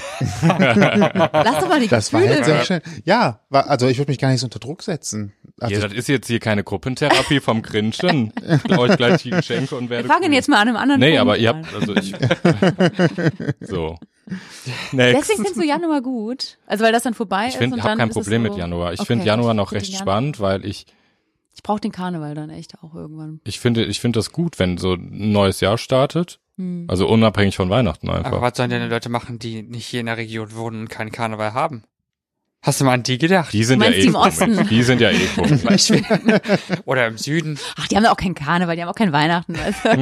Speaker 2: Lass doch mal die
Speaker 4: Das war
Speaker 2: Gefühle.
Speaker 4: halt sehr schön. Ja, war, also ich würde mich gar nicht so unter Druck setzen. Also
Speaker 3: ja, das ist jetzt hier keine Gruppentherapie vom Grinschen.
Speaker 2: *laughs*
Speaker 3: Ich euch gleich die Geschenke und werde.
Speaker 2: Wir fangen
Speaker 3: cool.
Speaker 2: jetzt mal an einem anderen
Speaker 3: Nee,
Speaker 2: Punkt
Speaker 3: aber ihr
Speaker 2: an.
Speaker 3: habt, also
Speaker 2: *laughs*
Speaker 3: ich. so. Next.
Speaker 2: Deswegen findest du Januar gut. Also weil das dann vorbei
Speaker 3: ich
Speaker 2: ist.
Speaker 3: finde,
Speaker 2: und
Speaker 3: ich
Speaker 2: dann
Speaker 3: habe kein
Speaker 2: ist es
Speaker 3: Problem
Speaker 2: so,
Speaker 3: mit Januar.
Speaker 2: okay,
Speaker 3: Ich
Speaker 2: also
Speaker 3: finde Januar
Speaker 2: ich
Speaker 3: noch
Speaker 2: find
Speaker 3: recht
Speaker 2: den Januar-
Speaker 3: spannend, weil ich,
Speaker 2: Ich brauche den Karneval dann echt auch irgendwann.
Speaker 3: ich finde, ich finde das gut, wenn so ein neues Jahr startet.
Speaker 2: Hm.
Speaker 3: Also unabhängig von Weihnachten
Speaker 1: Aber
Speaker 3: einfach.
Speaker 1: was sollen denn die Leute machen, die nicht hier in der Region wohnen und keinen Karneval haben? Hast du mal an die gedacht?
Speaker 3: Die sind ja
Speaker 2: Meinst
Speaker 3: eh
Speaker 2: du im Osten?
Speaker 3: komisch. Die sind
Speaker 2: *laughs*
Speaker 3: ja eh *laughs* komisch.
Speaker 1: *laughs* Oder im Süden?
Speaker 2: Ach, die haben doch auch keinen Karneval, die haben auch kein Weihnachten. Also,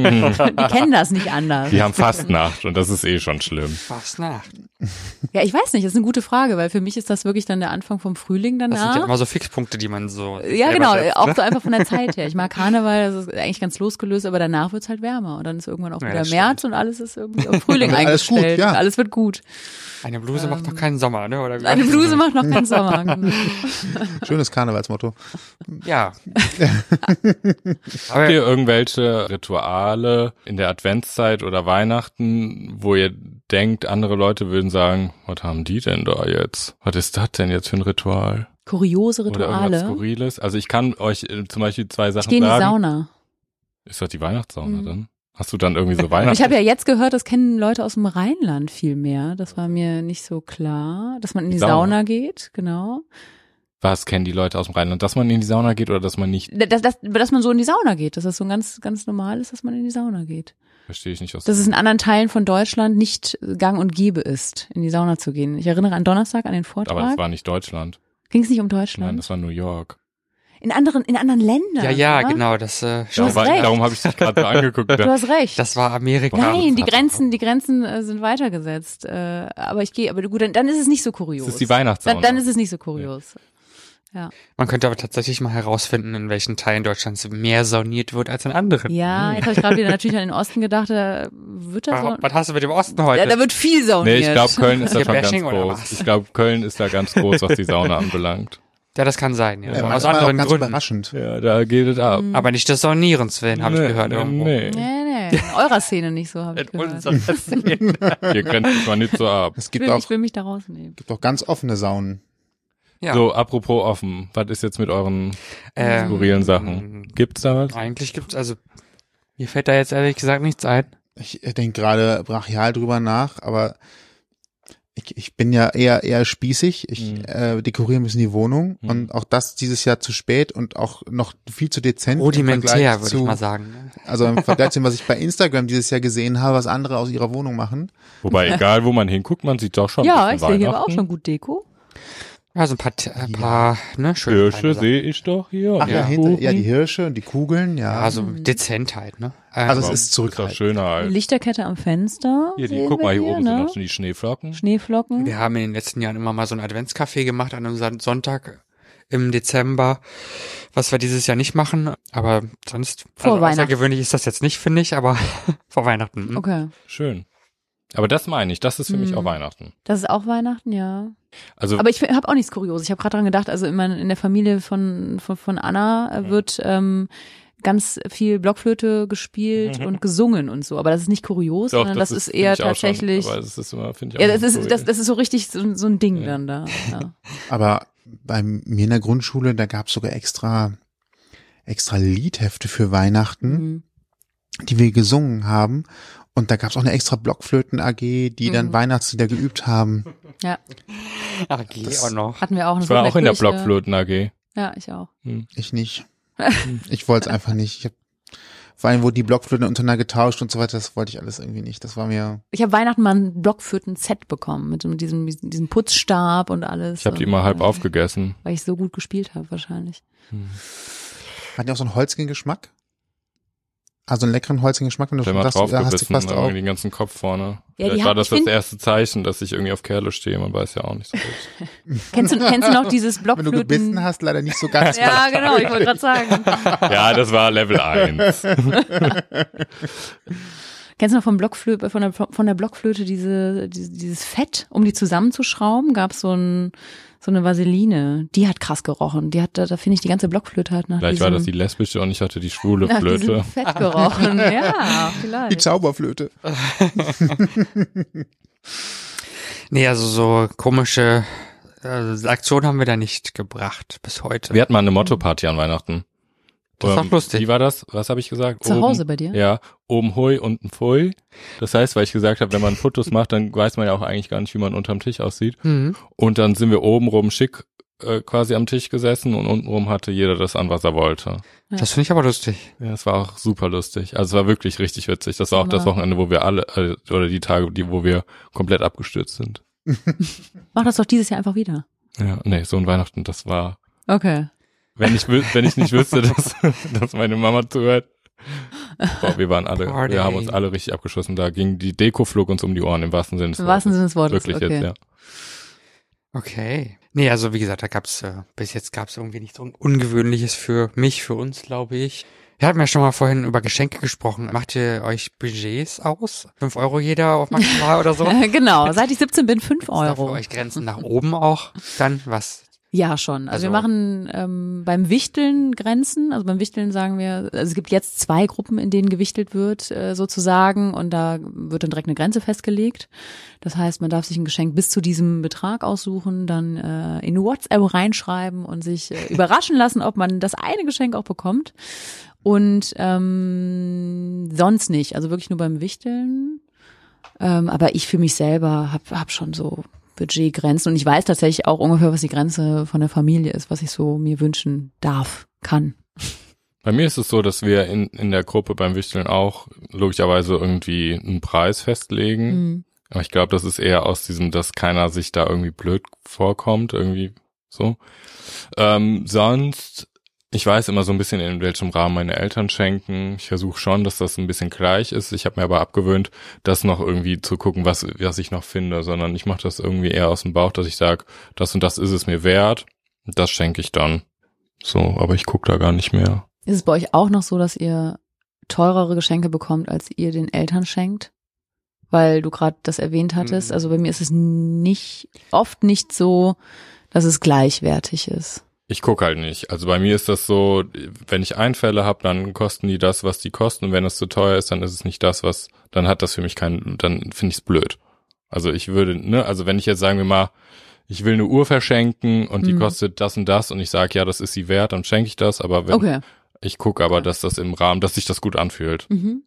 Speaker 2: die kennen das nicht anders.
Speaker 3: Die haben Fastnacht und das ist eh schon schlimm.
Speaker 1: Was nach?
Speaker 2: Ja, ich weiß nicht, das ist eine gute Frage, weil für mich ist das wirklich dann der Anfang vom Frühling
Speaker 1: Das sind ja
Speaker 2: danach.
Speaker 1: immer so Fixpunkte, die man so.
Speaker 2: Ja,
Speaker 1: selber
Speaker 2: genau,
Speaker 1: setzt,
Speaker 2: auch
Speaker 1: ne?
Speaker 2: so einfach von der Zeit her. Ich mag Karneval, das ist eigentlich ganz losgelöst, aber danach wird's halt wärmer und dann ist irgendwann auch
Speaker 1: Ja,
Speaker 2: wieder
Speaker 1: das stimmt.
Speaker 2: März und alles ist irgendwie auf Frühling
Speaker 4: Dann wird alles gut,
Speaker 2: eingestellt.
Speaker 4: ja.
Speaker 2: und alles wird gut.
Speaker 1: Eine Bluse macht doch keinen Sommer, ne? Oder wie?
Speaker 2: Ähm, Eine Bluse macht noch keinen Sommer. Genau.
Speaker 4: schönes Karnevalsmotto.
Speaker 1: Ja. Aber
Speaker 3: Habt ihr irgendwelche Rituale in der Adventszeit oder Weihnachten, wo ihr denkt, andere Leute würden sagen, was haben die denn da jetzt? Was ist das denn jetzt für ein Ritual?
Speaker 2: Kuriose
Speaker 3: Oder irgendwas
Speaker 2: Rituale.
Speaker 3: Skurriles? Also ich kann euch äh, zum Beispiel zwei
Speaker 2: Ich
Speaker 3: Sachen
Speaker 2: gehe in die
Speaker 3: sagen.
Speaker 2: Sauna.
Speaker 3: Ist das die Weihnachtssauna
Speaker 2: Mhm.
Speaker 3: dann? Hast du dann
Speaker 2: *laughs*
Speaker 3: irgendwie so
Speaker 2: Und Ich
Speaker 3: Weihnachten?
Speaker 2: habe ja jetzt gehört, das kennen Leute aus dem Rheinland viel mehr. Das war mir nicht so klar, dass man in die,
Speaker 3: Die
Speaker 2: Sauna.
Speaker 3: Sauna.
Speaker 2: geht, genau.
Speaker 3: Was kennen die Leute aus dem Rheinland? Dass man in die Sauna geht oder dass man nicht?
Speaker 2: Dass, dass, dass man so in die Sauna geht, dass das so ein ganz, ganz normal ist, dass man in die Sauna geht.
Speaker 3: Verstehe ich nicht aus.
Speaker 2: Dass es in anderen Teilen von Deutschland nicht gang und gäbe ist, in die Sauna zu gehen. Ich erinnere an Donnerstag an den
Speaker 3: aber das
Speaker 2: Vortrag.
Speaker 3: war nicht Deutschland.
Speaker 2: Ging es nicht um
Speaker 3: Nein,
Speaker 2: Deutschland?
Speaker 3: das war New York.
Speaker 2: in anderen, in anderen Ländern.
Speaker 1: ja, ja,
Speaker 2: oder?
Speaker 1: genau. Das, äh,
Speaker 2: Du hast
Speaker 3: Darum, war-
Speaker 2: recht.
Speaker 3: darum habe ich dich gerade so angeguckt.
Speaker 2: *laughs* Du hast recht.
Speaker 1: das war Amerika.
Speaker 2: Nein, die
Speaker 3: Hat-
Speaker 2: Grenzen, die Grenzen äh, sind weitergesetzt. Äh, aber ich gehe, aber gut, dann, dann ist es nicht so kurios.
Speaker 3: Das ist die Weihnachtssauna.
Speaker 2: Dann, dann ist es nicht so kurios.
Speaker 1: Man könnte aber tatsächlich mal herausfinden, in welchen Teilen Deutschlands mehr sauniert wird als in anderen.
Speaker 2: Ja, jetzt habe ich gerade wieder natürlich an den Osten gedacht, da wird da so.
Speaker 1: Warum- Was hast du mit dem Osten heute?
Speaker 2: also Ja, da wird viel sauniert.
Speaker 3: Ah, Nee, ich glaube, Köln ist da
Speaker 1: Ihr
Speaker 3: schon ganz
Speaker 1: Bashing oder
Speaker 3: groß.
Speaker 1: was?
Speaker 3: Ich glaube, Köln ist da ganz groß, was die
Speaker 1: *laughs*
Speaker 3: Sauna anbelangt.
Speaker 1: Ja, das kann sein, ja.
Speaker 4: Ja,
Speaker 1: Aus
Speaker 4: manchmal Äh, auch
Speaker 1: anderen
Speaker 4: ganz
Speaker 1: Gründen.
Speaker 4: überraschend.
Speaker 3: Ja, da geht es ab.
Speaker 1: Aber nicht des Saunierens willen, habe ich
Speaker 3: Nee,
Speaker 1: gehört
Speaker 3: nee,
Speaker 2: Mhm.
Speaker 1: irgendwo.
Speaker 2: Nee, nee, in eurer Szene nicht so, habe
Speaker 1: In
Speaker 2: ich gehört. *laughs*
Speaker 1: unserer Szene.
Speaker 3: Nee, ihr grenzt euch mal nicht so ab.
Speaker 4: Es
Speaker 2: Ich
Speaker 4: gibt
Speaker 2: will,
Speaker 4: auch,
Speaker 2: ich will mich da rausnehmen.
Speaker 4: gibt auch ganz offene Saunen.
Speaker 1: *laughs* Ja.
Speaker 3: So, apropos offen, was ist jetzt mit euren
Speaker 1: Ähm,
Speaker 3: skurrilen Sachen? Gibt's da was?
Speaker 1: eigentlich gibt's also mir fällt da jetzt ehrlich gesagt nichts ein.
Speaker 4: Ich denke gerade brachial drüber nach, aber ich, ich bin ja eher eher spießig. Ich
Speaker 3: Mhm.
Speaker 4: äh, dekoriere ein bisschen die Wohnung
Speaker 3: Mhm.
Speaker 4: und auch das dieses Jahr zu spät und auch noch viel zu dezent. im Vergleich
Speaker 1: Rudimentär würde ich
Speaker 4: zu-
Speaker 1: mal sagen. ne?
Speaker 4: Also im Vergleich zu dem, was ich bei Instagram dieses Jahr gesehen habe, was andere aus ihrer Wohnung machen.
Speaker 3: Wobei,
Speaker 2: *laughs*
Speaker 3: egal wo man hinguckt, man sieht doch schon
Speaker 2: Ja,
Speaker 3: ein
Speaker 2: ich
Speaker 3: bisschen
Speaker 2: sehe hier aber auch
Speaker 3: Weihnachten.
Speaker 2: schon gut Deko.
Speaker 1: Also ein paar, T- ein paar ne schöne kleine
Speaker 3: Kirsche
Speaker 1: Sachen.
Speaker 3: sehe ich doch hier.
Speaker 4: Ach
Speaker 3: und
Speaker 4: ja,
Speaker 3: die
Speaker 4: hinter, ja
Speaker 3: Kuchen.
Speaker 4: die Hirsche und die Kugeln, ja.
Speaker 1: Ja, Ah, so
Speaker 2: Mhm.
Speaker 1: dezent halt, ne? Ähm,
Speaker 4: Also es
Speaker 3: Aber
Speaker 4: ist
Speaker 3: Ist doch
Speaker 4: zurückhaltend.
Speaker 3: schöner
Speaker 2: Die
Speaker 3: als.
Speaker 2: Lichterkette am Fenster.
Speaker 3: Äh. Hier, die,
Speaker 2: sehen
Speaker 3: guck
Speaker 2: wir
Speaker 3: mal, hier oben sind
Speaker 2: ne?
Speaker 3: noch schon die Schneeflocken.
Speaker 2: Schneeflocken.
Speaker 1: wir haben in den letzten Jahren immer mal so ein Adventscafé gemacht an einem Son- Sonntag im Dezember, was wir dieses Jahr nicht machen. Aber sonst also
Speaker 2: Vor Weihnachten.
Speaker 1: außergewöhnlich ist das jetzt nicht, finde ich, aber *laughs* vor Weihnachten. mhm.
Speaker 2: Okay.
Speaker 3: Schön. Aber das meine ich, das ist für mich
Speaker 2: Mhm.
Speaker 3: auch Weihnachten.
Speaker 2: Das ist auch Weihnachten, ja.
Speaker 3: Also
Speaker 2: Aber ich habe auch nichts Kurioses. Ich habe gerade dran gedacht, also in, mein, in der Familie von, von, von Anna
Speaker 3: Mhm.
Speaker 2: äh, wird ähm, ganz viel Blockflöte gespielt
Speaker 3: Mhm.
Speaker 2: und gesungen und so. Aber das ist nicht kurios,
Speaker 3: doch,
Speaker 2: sondern das, ist eher
Speaker 3: finde ich auch
Speaker 2: tatsächlich.
Speaker 3: Schon, aber es ist immer, finde ich auch
Speaker 2: ja, das
Speaker 3: cool.
Speaker 2: ist, das, das ist so richtig so, so ein Ding
Speaker 3: Ja.
Speaker 2: dann
Speaker 3: *laughs*
Speaker 2: da. Ja.
Speaker 4: Aber bei mir in der Grundschule, da gab es sogar extra, extra Liedhefte für Weihnachten,
Speaker 2: Mhm.
Speaker 4: die wir gesungen haben. Und da gab es auch eine extra Blockflöten-AG, die dann
Speaker 2: Mhm.
Speaker 4: Weihnachtslieder geübt haben.
Speaker 2: ja,
Speaker 1: Ach, geh
Speaker 4: Das-
Speaker 1: auch noch.
Speaker 2: hatten wir auch.
Speaker 3: Ich war auch in der
Speaker 2: Kirche.
Speaker 3: Blockflöten AG.
Speaker 2: Ja, ich auch. *laughs*
Speaker 4: Ich nicht. Ich wollte es einfach nicht. Ich hab, vor allem wurde die Blockflöten untereinander getauscht und so weiter. Das wollte ich alles irgendwie nicht. Das war mir
Speaker 2: Ich habe Weihnachten mal ein Blockflöten-Set bekommen mit so diesem, diesem Putzstab und alles.
Speaker 3: Ich habe die
Speaker 2: Und,
Speaker 3: immer halb
Speaker 2: äh,
Speaker 3: aufgegessen.
Speaker 2: Weil ich so gut gespielt habe wahrscheinlich.
Speaker 4: Hat ja auch so einen holzigen Geschmack. Also einen leckeren holzigen Geschmack, wenn du
Speaker 3: Einmal
Speaker 4: das da hast du
Speaker 3: draufgebissen, ne,
Speaker 4: fast
Speaker 3: irgendwie
Speaker 4: auch.
Speaker 3: den ganzen Kopf vorne.
Speaker 2: Ja, die
Speaker 3: Vielleicht
Speaker 2: haben-
Speaker 3: war das
Speaker 2: ich
Speaker 3: das
Speaker 2: find-
Speaker 3: erste Zeichen, dass ich irgendwie auf Kerle stehe. Man weiß ja auch nicht so gut.
Speaker 2: Kennst du, kennst
Speaker 4: *laughs*
Speaker 2: du noch dieses
Speaker 4: Wenn du
Speaker 2: Blockflöten?
Speaker 4: gebissen hast, leider nicht so
Speaker 2: *laughs*
Speaker 4: ganz. *laughs*
Speaker 2: Ja, genau, ich wollte gerade sagen.
Speaker 3: ja, das war Level 1.
Speaker 2: Kennst du noch vom Blockflö von, der, von der Blockflöte diese, diese, dieses Fett, um die zusammenzuschrauben, gab so ein, so eine Vaseline. Die hat krass gerochen. Die hat, da, da finde ich, die ganze Blockflöte hat nach
Speaker 3: Vielleicht war
Speaker 2: diesem,
Speaker 3: das die lesbische und ich hatte die schwule
Speaker 2: nach diesem
Speaker 3: Flöte.
Speaker 2: Fett gerochen. *laughs* Ja,
Speaker 4: Die
Speaker 2: vielleicht.
Speaker 4: Zauberflöte.
Speaker 1: Nee, also so komische äh, Aktionen haben wir da nicht gebracht bis heute.
Speaker 3: Wir hatten mal eine Motto-Party an Weihnachten.
Speaker 1: Das ist doch lustig.
Speaker 3: Wie war das? Was habe ich gesagt?
Speaker 2: Zu
Speaker 3: Oben-
Speaker 2: Hause bei dir?
Speaker 3: Ja, oben hui, unten pfui. Das heißt, weil ich gesagt habe, wenn man Fotos macht, dann weiß man ja auch eigentlich gar nicht, wie man unterm Tisch aussieht.
Speaker 1: Mhm.
Speaker 3: Und dann sind wir oben rum schick äh, quasi am Tisch gesessen und untenrum hatte jeder das an, was er wollte.
Speaker 1: Das finde ich aber lustig.
Speaker 3: Ja, es war auch super lustig. Also es war wirklich richtig witzig. Das war auch das
Speaker 2: Hammer.
Speaker 3: Wochenende, wo wir alle, äh, oder die Tage, die, wo wir komplett abgestürzt sind.
Speaker 2: Mach das doch dieses Jahr einfach wieder.
Speaker 3: Ja, nee, so ein Weihnachten, das war,
Speaker 2: Okay.
Speaker 3: wenn ich, wü- wenn ich nicht wüsste, *laughs* dass, dass meine Mama zuhört. Boah, wir waren alle,
Speaker 1: Party.
Speaker 3: wir haben uns alle richtig abgeschossen. Da ging die Deko flog uns um die Ohren, im wahrsten Sinne des
Speaker 2: Im wahrsten Sinne des Wortes.
Speaker 3: Wirklich
Speaker 2: okay.
Speaker 3: jetzt, ja.
Speaker 1: Okay. Nee, also wie gesagt, da gab's äh, bis jetzt gab's irgendwie nichts Un Ungewöhnliches für mich, für uns, glaube ich. Wir hatten ja schon mal vorhin über Geschenke gesprochen. Macht ihr euch Budgets aus? Fünf Euro jeder auf maximal
Speaker 2: *laughs*
Speaker 1: oder so?
Speaker 2: Äh, *laughs* Genau, seit ich 17 bin, 5
Speaker 1: Ist da für
Speaker 2: Euro.
Speaker 1: euch Grenzen nach oben auch? Dann was?
Speaker 2: Ja, schon. Also, wir
Speaker 1: Also-
Speaker 2: machen ähm, beim Wichteln Grenzen. Also beim Wichteln sagen wir, also es gibt jetzt zwei Gruppen, in denen gewichtelt wird, äh, sozusagen, und da wird dann direkt eine Grenze festgelegt. Das heißt, man darf sich ein Geschenk bis zu diesem Betrag aussuchen, dann äh, in WhatsApp reinschreiben und sich äh, überraschen lassen, ob man das eine Geschenk auch bekommt. Und ähm, sonst nicht. Also wirklich nur beim Wichteln. Ähm, aber ich für mich selber habe hab schon so Budgetgrenzen und ich weiß tatsächlich auch ungefähr, was die Grenze von der Familie ist, was ich so mir wünschen darf, kann.
Speaker 3: Bei mir ist es so, dass wir in, in der Gruppe beim Wichteln auch logischerweise irgendwie einen Preis festlegen.
Speaker 2: Mhm.
Speaker 3: Aber ich glaube, das ist eher aus diesem, dass keiner sich da irgendwie blöd vorkommt, irgendwie so. Ähm, sonst, ich weiß immer so ein bisschen, in welchem Rahmen meine Eltern schenken. Ich versuche schon, dass das ein bisschen gleich ist. Ich habe mir aber abgewöhnt, das noch irgendwie zu gucken, was, was ich noch finde, sondern ich mache das irgendwie eher aus dem Bauch, dass ich sage, das und das ist es mir wert. Das schenke ich dann. So, aber ich gucke da gar nicht mehr.
Speaker 2: Ist es bei euch auch noch so, dass ihr teurere Geschenke bekommt, als ihr den Eltern schenkt? Weil du gerade das erwähnt hattest.
Speaker 1: Mhm.
Speaker 2: Also bei mir ist es nicht, oft nicht so, dass es gleichwertig ist.
Speaker 3: Ich guck halt nicht. Also bei mir ist das so, wenn ich Einfälle habe, dann kosten die das, was die kosten. Und wenn das zu teuer ist, dann ist es nicht das, was, dann hat das für mich keinen, dann finde ich es blöd. Also ich würde, ne, also wenn ich jetzt sagen wir mal, ich will eine Uhr verschenken und die
Speaker 2: Mhm.
Speaker 3: kostet das und das und ich sage, ja, das ist sie wert, dann schenke ich das, aber wenn,
Speaker 2: Okay.
Speaker 3: ich gucke aber, dass das im Rahmen, dass sich das gut anfühlt.
Speaker 2: Mhm.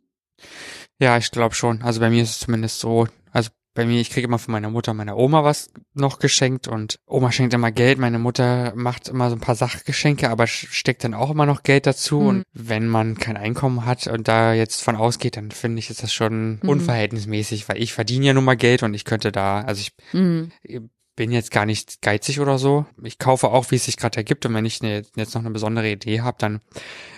Speaker 1: Ja, ich glaube schon. Also bei mir ist es zumindest so. Also bei mir, ich kriege immer von meiner Mutter, und meiner Oma was noch geschenkt und Oma schenkt immer Geld. Meine Mutter macht immer so ein paar Sachgeschenke, aber sch- steckt dann auch immer noch Geld dazu.
Speaker 2: Mhm.
Speaker 1: Und wenn man kein Einkommen hat und da jetzt von ausgeht, dann finde ich, ist das schon
Speaker 2: Mhm.
Speaker 1: unverhältnismäßig, weil ich verdiene ja nun mal Geld und ich könnte da, also ich
Speaker 2: Mhm.
Speaker 1: bin jetzt gar nicht geizig oder so. Ich kaufe auch, wie es sich gerade ergibt. Und wenn ich ne, jetzt noch eine besondere Idee habe, dann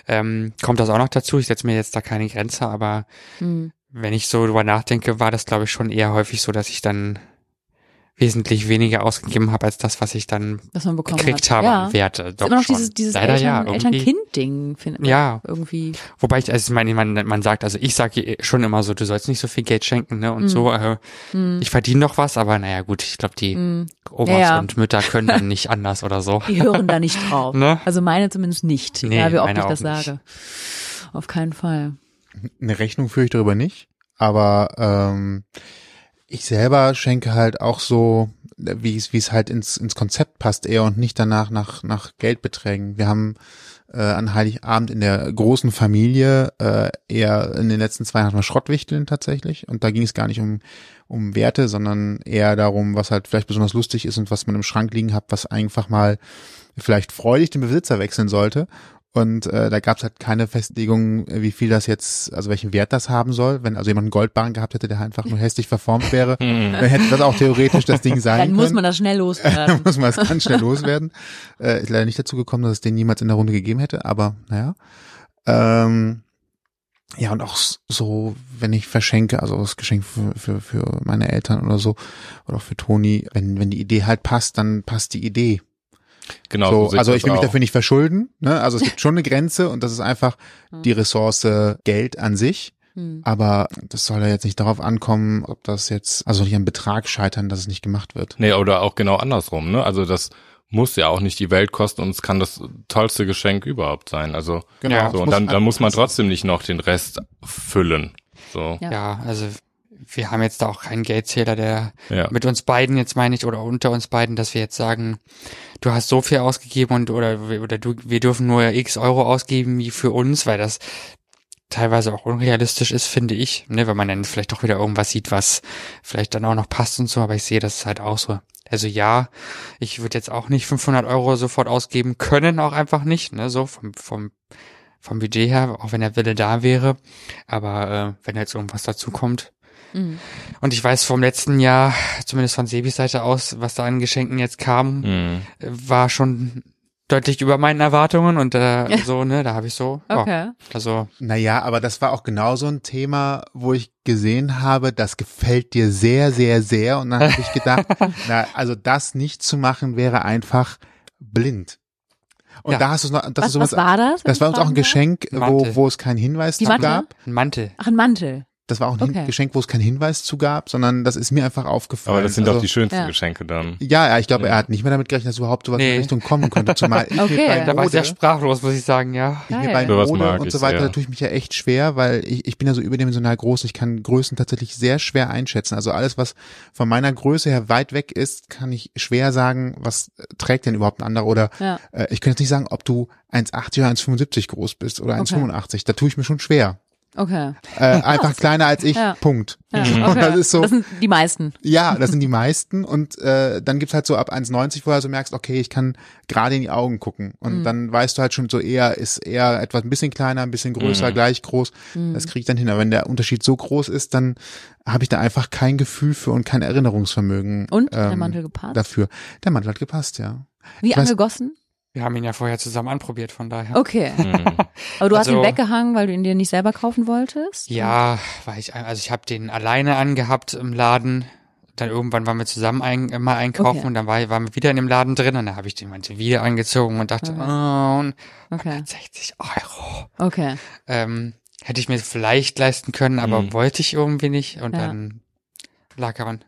Speaker 1: ähm, kommt das auch noch dazu. Ich setze mir jetzt da keine Grenze, aber
Speaker 2: Mhm.
Speaker 1: wenn ich so drüber nachdenke, war das, glaube ich, schon eher häufig so, dass ich dann wesentlich weniger ausgegeben habe als das, was ich dann
Speaker 2: was man bekommen
Speaker 1: gekriegt
Speaker 2: hat.
Speaker 1: habe
Speaker 2: ja.
Speaker 1: an Werte.
Speaker 2: ist
Speaker 1: Doch
Speaker 2: immer noch
Speaker 1: schon.
Speaker 2: dieses, dieses
Speaker 1: Leider ja,
Speaker 2: Eltern,
Speaker 1: irgendwie.
Speaker 2: Eltern-Kind-Ding, finde ich.
Speaker 1: Ja.
Speaker 2: Irgendwie.
Speaker 1: Wobei ich, also ich meine, man, man sagt, also ich sage schon immer so, du sollst nicht so viel Geld schenken, ne? Und
Speaker 2: Mm.
Speaker 1: so, äh, ich verdiene noch was, aber naja gut, ich glaube, die Omas
Speaker 2: Mm. Ja, ja.
Speaker 1: und Mütter können
Speaker 2: *laughs*
Speaker 1: dann nicht anders oder so.
Speaker 2: Die hören da nicht drauf.
Speaker 1: Ne?
Speaker 2: Also meine zumindest nicht.
Speaker 1: Nee,
Speaker 2: egal wie oft
Speaker 1: meine
Speaker 2: ich das
Speaker 1: auch nicht.
Speaker 2: sage. Auf keinen Fall.
Speaker 4: Eine Rechnung führe ich darüber nicht, aber ähm, ich selber schenke halt auch so, wie es wie es halt ins, ins Konzept passt eher und nicht danach nach, nach Geldbeträgen. Wir haben äh, an Heiligabend in der großen Familie äh, eher in den letzten zwei Jahren mal Schrottwichteln tatsächlich und da ging es gar nicht um, um Werte, sondern eher darum, was halt vielleicht besonders lustig ist und was man im Schrank liegen hat, was einfach mal vielleicht freudig den Besitzer wechseln sollte. Und äh, da gab es halt keine Festlegung, äh, wie viel das jetzt, also welchen Wert das haben soll. Wenn also jemand einen Goldbarren gehabt hätte, der einfach nur hässlich
Speaker 2: *laughs*
Speaker 4: verformt wäre,
Speaker 3: Mhm.
Speaker 4: dann hätte das auch theoretisch das Ding sein
Speaker 2: Dann
Speaker 4: können. *laughs*
Speaker 2: muss man das schnell
Speaker 4: Dann
Speaker 2: loswerden.
Speaker 4: muss man das ganz schnell loswerden. Äh, ist leider nicht dazu gekommen, dass es den niemals in der Runde gegeben hätte, aber naja. Ähm, ja, und auch s- so, wenn ich verschenke, also das Geschenk für, für, für meine Eltern oder so, oder auch für Toni, wenn, wenn die Idee halt passt, dann passt die Idee.
Speaker 3: Genau.
Speaker 4: So,
Speaker 3: sehe
Speaker 4: also
Speaker 3: das
Speaker 4: ich will mich
Speaker 3: auch.
Speaker 4: dafür nicht verschulden. Ne? Also es gibt schon eine Grenze und das
Speaker 2: *laughs*
Speaker 4: ist einfach
Speaker 2: Hm.
Speaker 4: die Ressource Geld an sich.
Speaker 2: Hm.
Speaker 4: Aber das soll ja jetzt nicht darauf ankommen, ob das jetzt, also nicht am Betrag scheitern, dass es nicht gemacht wird.
Speaker 3: Nee, oder auch genau andersrum, ne? Also das muss ja auch nicht die Welt kosten und es kann das tollste Geschenk überhaupt sein. Also
Speaker 4: Genau.
Speaker 1: Ja.
Speaker 4: Es
Speaker 3: so, und
Speaker 4: muss
Speaker 3: dann, dann muss man
Speaker 4: einfach-
Speaker 3: trotzdem nicht noch den Rest füllen. So.
Speaker 2: Ja.
Speaker 1: Ja, also wir haben jetzt da auch keinen Geldzähler, der
Speaker 3: Ja.
Speaker 1: mit uns beiden jetzt meine ich oder unter uns beiden, dass wir jetzt sagen, du hast so viel ausgegeben und oder wir- oder du wir dürfen nur x Euro ausgeben wie für uns, weil das teilweise auch unrealistisch ist, finde ich, ne, wenn man dann vielleicht doch wieder irgendwas sieht, was vielleicht dann auch noch passt und so, aber ich sehe das halt auch so. Also ja, ich würde jetzt auch nicht 500 Euro sofort ausgeben können, auch einfach nicht, ne, so vom vom vom Budget her, auch wenn der Wille da wäre, aber äh, wenn jetzt irgendwas dazu kommt,
Speaker 2: Hm.
Speaker 1: und ich weiß vom letzten Jahr, zumindest von Sebis Seite aus, was da an Geschenken jetzt kam,
Speaker 3: Mhm.
Speaker 1: äh, war schon deutlich über meinen Erwartungen und äh, so, ne, da habe ich so, ja,
Speaker 2: Okay.
Speaker 1: also
Speaker 4: Naja, aber das war auch genau so ein Thema, wo ich gesehen habe, das gefällt dir sehr, sehr, sehr. Und dann habe
Speaker 2: *laughs*
Speaker 4: ich gedacht, na, also das nicht zu machen wäre einfach blind. Und
Speaker 1: Ja.
Speaker 4: da hast du noch, das
Speaker 2: Was,
Speaker 4: ist übrigens-
Speaker 2: was war das? wenn
Speaker 4: das
Speaker 2: ich
Speaker 4: war uns auch
Speaker 2: fragen
Speaker 4: ein
Speaker 2: darf?
Speaker 4: Geschenk, wo,
Speaker 1: Mantel.
Speaker 4: wo es keinen Hinweis
Speaker 2: Die
Speaker 4: zu
Speaker 2: Mantel?
Speaker 4: gab.
Speaker 1: ein Mantel.
Speaker 2: Ach, ein Mantel.
Speaker 4: Das war auch ein Hin-
Speaker 2: Okay.
Speaker 4: Geschenk, wo es keinen Hinweis zu gab, sondern das ist mir einfach aufgefallen.
Speaker 3: Aber das sind
Speaker 4: also,
Speaker 3: doch die schönsten
Speaker 2: Ja.
Speaker 3: Geschenke dann.
Speaker 4: Ja, ja, ich glaube, er hat nicht mehr damit gerechnet, dass überhaupt sowas in
Speaker 1: Nee.
Speaker 4: die Richtung kommen
Speaker 2: *laughs*
Speaker 4: könnte. Zumal ich
Speaker 2: Okay.
Speaker 4: mir bei
Speaker 1: Da war ich sehr
Speaker 4: Mode-
Speaker 1: sprachlos, muss ich sagen, ja.
Speaker 4: ich mir
Speaker 2: Geil.
Speaker 4: bei
Speaker 3: Sowas mag
Speaker 4: Mode und so
Speaker 3: ich
Speaker 4: weiter,
Speaker 3: sehr.
Speaker 4: da tue ich mich ja echt schwer, weil ich, ich bin ja so überdimensional groß. Ich kann Größen tatsächlich sehr schwer einschätzen. Also alles, was von meiner Größe her weit weg ist, kann ich schwer sagen, was trägt denn überhaupt ein anderer. Oder
Speaker 2: Ja.
Speaker 4: äh, ich könnte jetzt nicht sagen, ob du 1,80 oder 1,75 groß bist oder 1,85. Da tue ich mir schon schwer.
Speaker 2: Okay.
Speaker 4: Äh,
Speaker 2: *laughs*
Speaker 4: einfach kleiner als ich,
Speaker 2: Ja.
Speaker 4: Punkt.
Speaker 2: Ja,
Speaker 4: Und
Speaker 2: okay.
Speaker 4: *laughs* das ist so.
Speaker 2: Das sind die meisten.
Speaker 4: Ja, das sind die meisten. Und äh, dann gibt's halt so ab 1,90, wo du also merkst, okay, ich kann gerade in die Augen gucken.
Speaker 2: Mhm.
Speaker 4: Und dann weißt du halt schon so eher, ist eher etwas ein bisschen kleiner, ein bisschen
Speaker 2: Mhm.
Speaker 4: größer, gleich groß. Das krieg ich dann hin. Aber wenn der Unterschied so groß ist, dann habe ich da einfach kein Gefühl für und kein Erinnerungsvermögen.
Speaker 2: Und? Hat der Mantel gepasst?
Speaker 4: Dafür. Der Mantel hat gepasst, ja.
Speaker 2: Wie
Speaker 4: Ähm, Ich weiß-
Speaker 2: angegossen?
Speaker 1: Wir haben ihn ja vorher zusammen anprobiert, von daher.
Speaker 2: Okay. *laughs* Aber du hast ihn
Speaker 1: Hm. Also-
Speaker 2: weggehangen, weil du ihn dir nicht selber kaufen wolltest?
Speaker 1: Ja, weil ich, also ich habe den alleine angehabt im Laden. Dann irgendwann waren wir zusammen ein, äh, mal einkaufen
Speaker 2: Okay.
Speaker 1: und dann war, waren wir wieder in dem Laden drin und dann habe ich den Mantel wieder angezogen und dachte,
Speaker 2: Okay.
Speaker 1: oh, und
Speaker 2: Okay.
Speaker 1: 60 Euro.
Speaker 2: Okay.
Speaker 1: ähm, hätte ich mir vielleicht leisten können, aber
Speaker 3: Mhm.
Speaker 1: wollte ich irgendwie nicht und
Speaker 2: Ja.
Speaker 1: dann lag er an.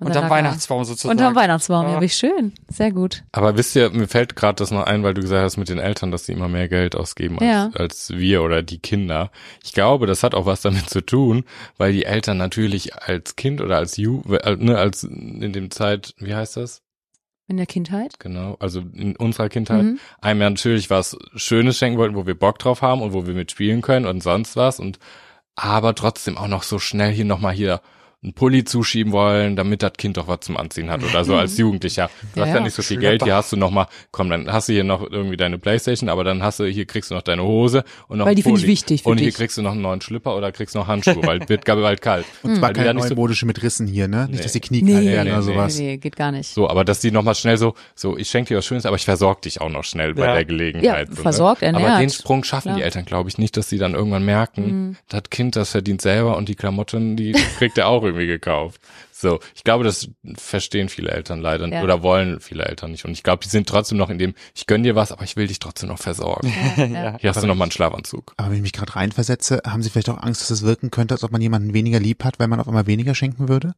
Speaker 2: Und
Speaker 1: Und,
Speaker 2: dann lag
Speaker 1: am
Speaker 2: er
Speaker 1: Weihnachtsbaum sozusagen.
Speaker 2: Unterm
Speaker 1: *laughs*
Speaker 2: Weihnachtsbaum, ja,
Speaker 1: Ja.
Speaker 2: wie schön. Sehr gut.
Speaker 3: Aber wisst ihr, mir fällt gerade das noch ein, weil du gesagt hast mit den Eltern, dass sie immer mehr Geld ausgeben als,
Speaker 2: Ja.
Speaker 3: als wir oder die Kinder. Ich glaube, das hat auch was damit zu tun, weil die Eltern natürlich als Kind oder als Ju, äh, ne, als in dem Zeit, wie heißt das?
Speaker 2: In der Kindheit?
Speaker 3: Genau, also in unserer Kindheit
Speaker 2: Mhm.
Speaker 3: einem ja natürlich was Schönes schenken wollten, wo wir Bock drauf haben und wo wir mitspielen können und sonst was und aber trotzdem auch noch so schnell hier nochmal hier einen Pulli zuschieben wollen, damit das Kind doch was zum Anziehen hat oder
Speaker 2: *laughs*
Speaker 3: so als Jugendlicher. Du
Speaker 2: Ja,
Speaker 3: hast ja
Speaker 2: ja.
Speaker 3: nicht so viel
Speaker 1: Schlüpper.
Speaker 3: Geld, hier hast du nochmal, komm, dann hast du hier noch irgendwie deine Playstation, aber dann hast du, hier kriegst du noch deine Hose und noch
Speaker 2: Weil die
Speaker 3: einen
Speaker 2: finde ich
Speaker 3: Pulli.
Speaker 2: wichtig für
Speaker 3: Und hier
Speaker 2: dich.
Speaker 3: kriegst du noch einen neuen Schlüpper oder kriegst noch Handschuhe,
Speaker 2: *laughs*
Speaker 3: weil wird bald kalt.
Speaker 4: Und zwar
Speaker 3: Weil die da
Speaker 4: keine
Speaker 3: nicht so
Speaker 4: neumodische modische mit Rissen hier, ne? Nicht, dass die Knie
Speaker 2: Nee,
Speaker 4: kalt
Speaker 2: Hm. nee,
Speaker 4: werden
Speaker 2: nee,
Speaker 4: oder sowas.
Speaker 2: nee, geht gar nicht.
Speaker 3: So, aber dass die nochmal schnell so, so, ich schenke dir was Schönes, aber ich versorge dich auch noch schnell bei
Speaker 1: Ja.
Speaker 3: der Gelegenheit.
Speaker 2: Ja,
Speaker 3: so,
Speaker 2: versorgt,
Speaker 3: ne?
Speaker 2: ernährt. Mhm.
Speaker 3: Aber den Sprung schaffen
Speaker 2: Klar.
Speaker 3: die
Speaker 2: *laughs*
Speaker 3: Eltern, glaube ich, nicht, dass sie dann irgendwann merken, das Kind, das verdient selber und die Klamotten, die kriegt er auch irgendwie gekauft. So, ich glaube, das verstehen viele Eltern leider
Speaker 2: Ja.
Speaker 3: oder wollen viele Eltern nicht. Und ich glaube, die sind trotzdem noch in dem, ich gönn dir was, aber ich will dich trotzdem noch versorgen.
Speaker 2: ja.
Speaker 3: Hier hast du noch mal einen Schlafanzug.
Speaker 4: Aber wenn ich mich gerade reinversetze, haben Sie vielleicht auch Angst, dass es wirken könnte, als ob man jemanden weniger lieb hat, weil man auf einmal weniger schenken würde?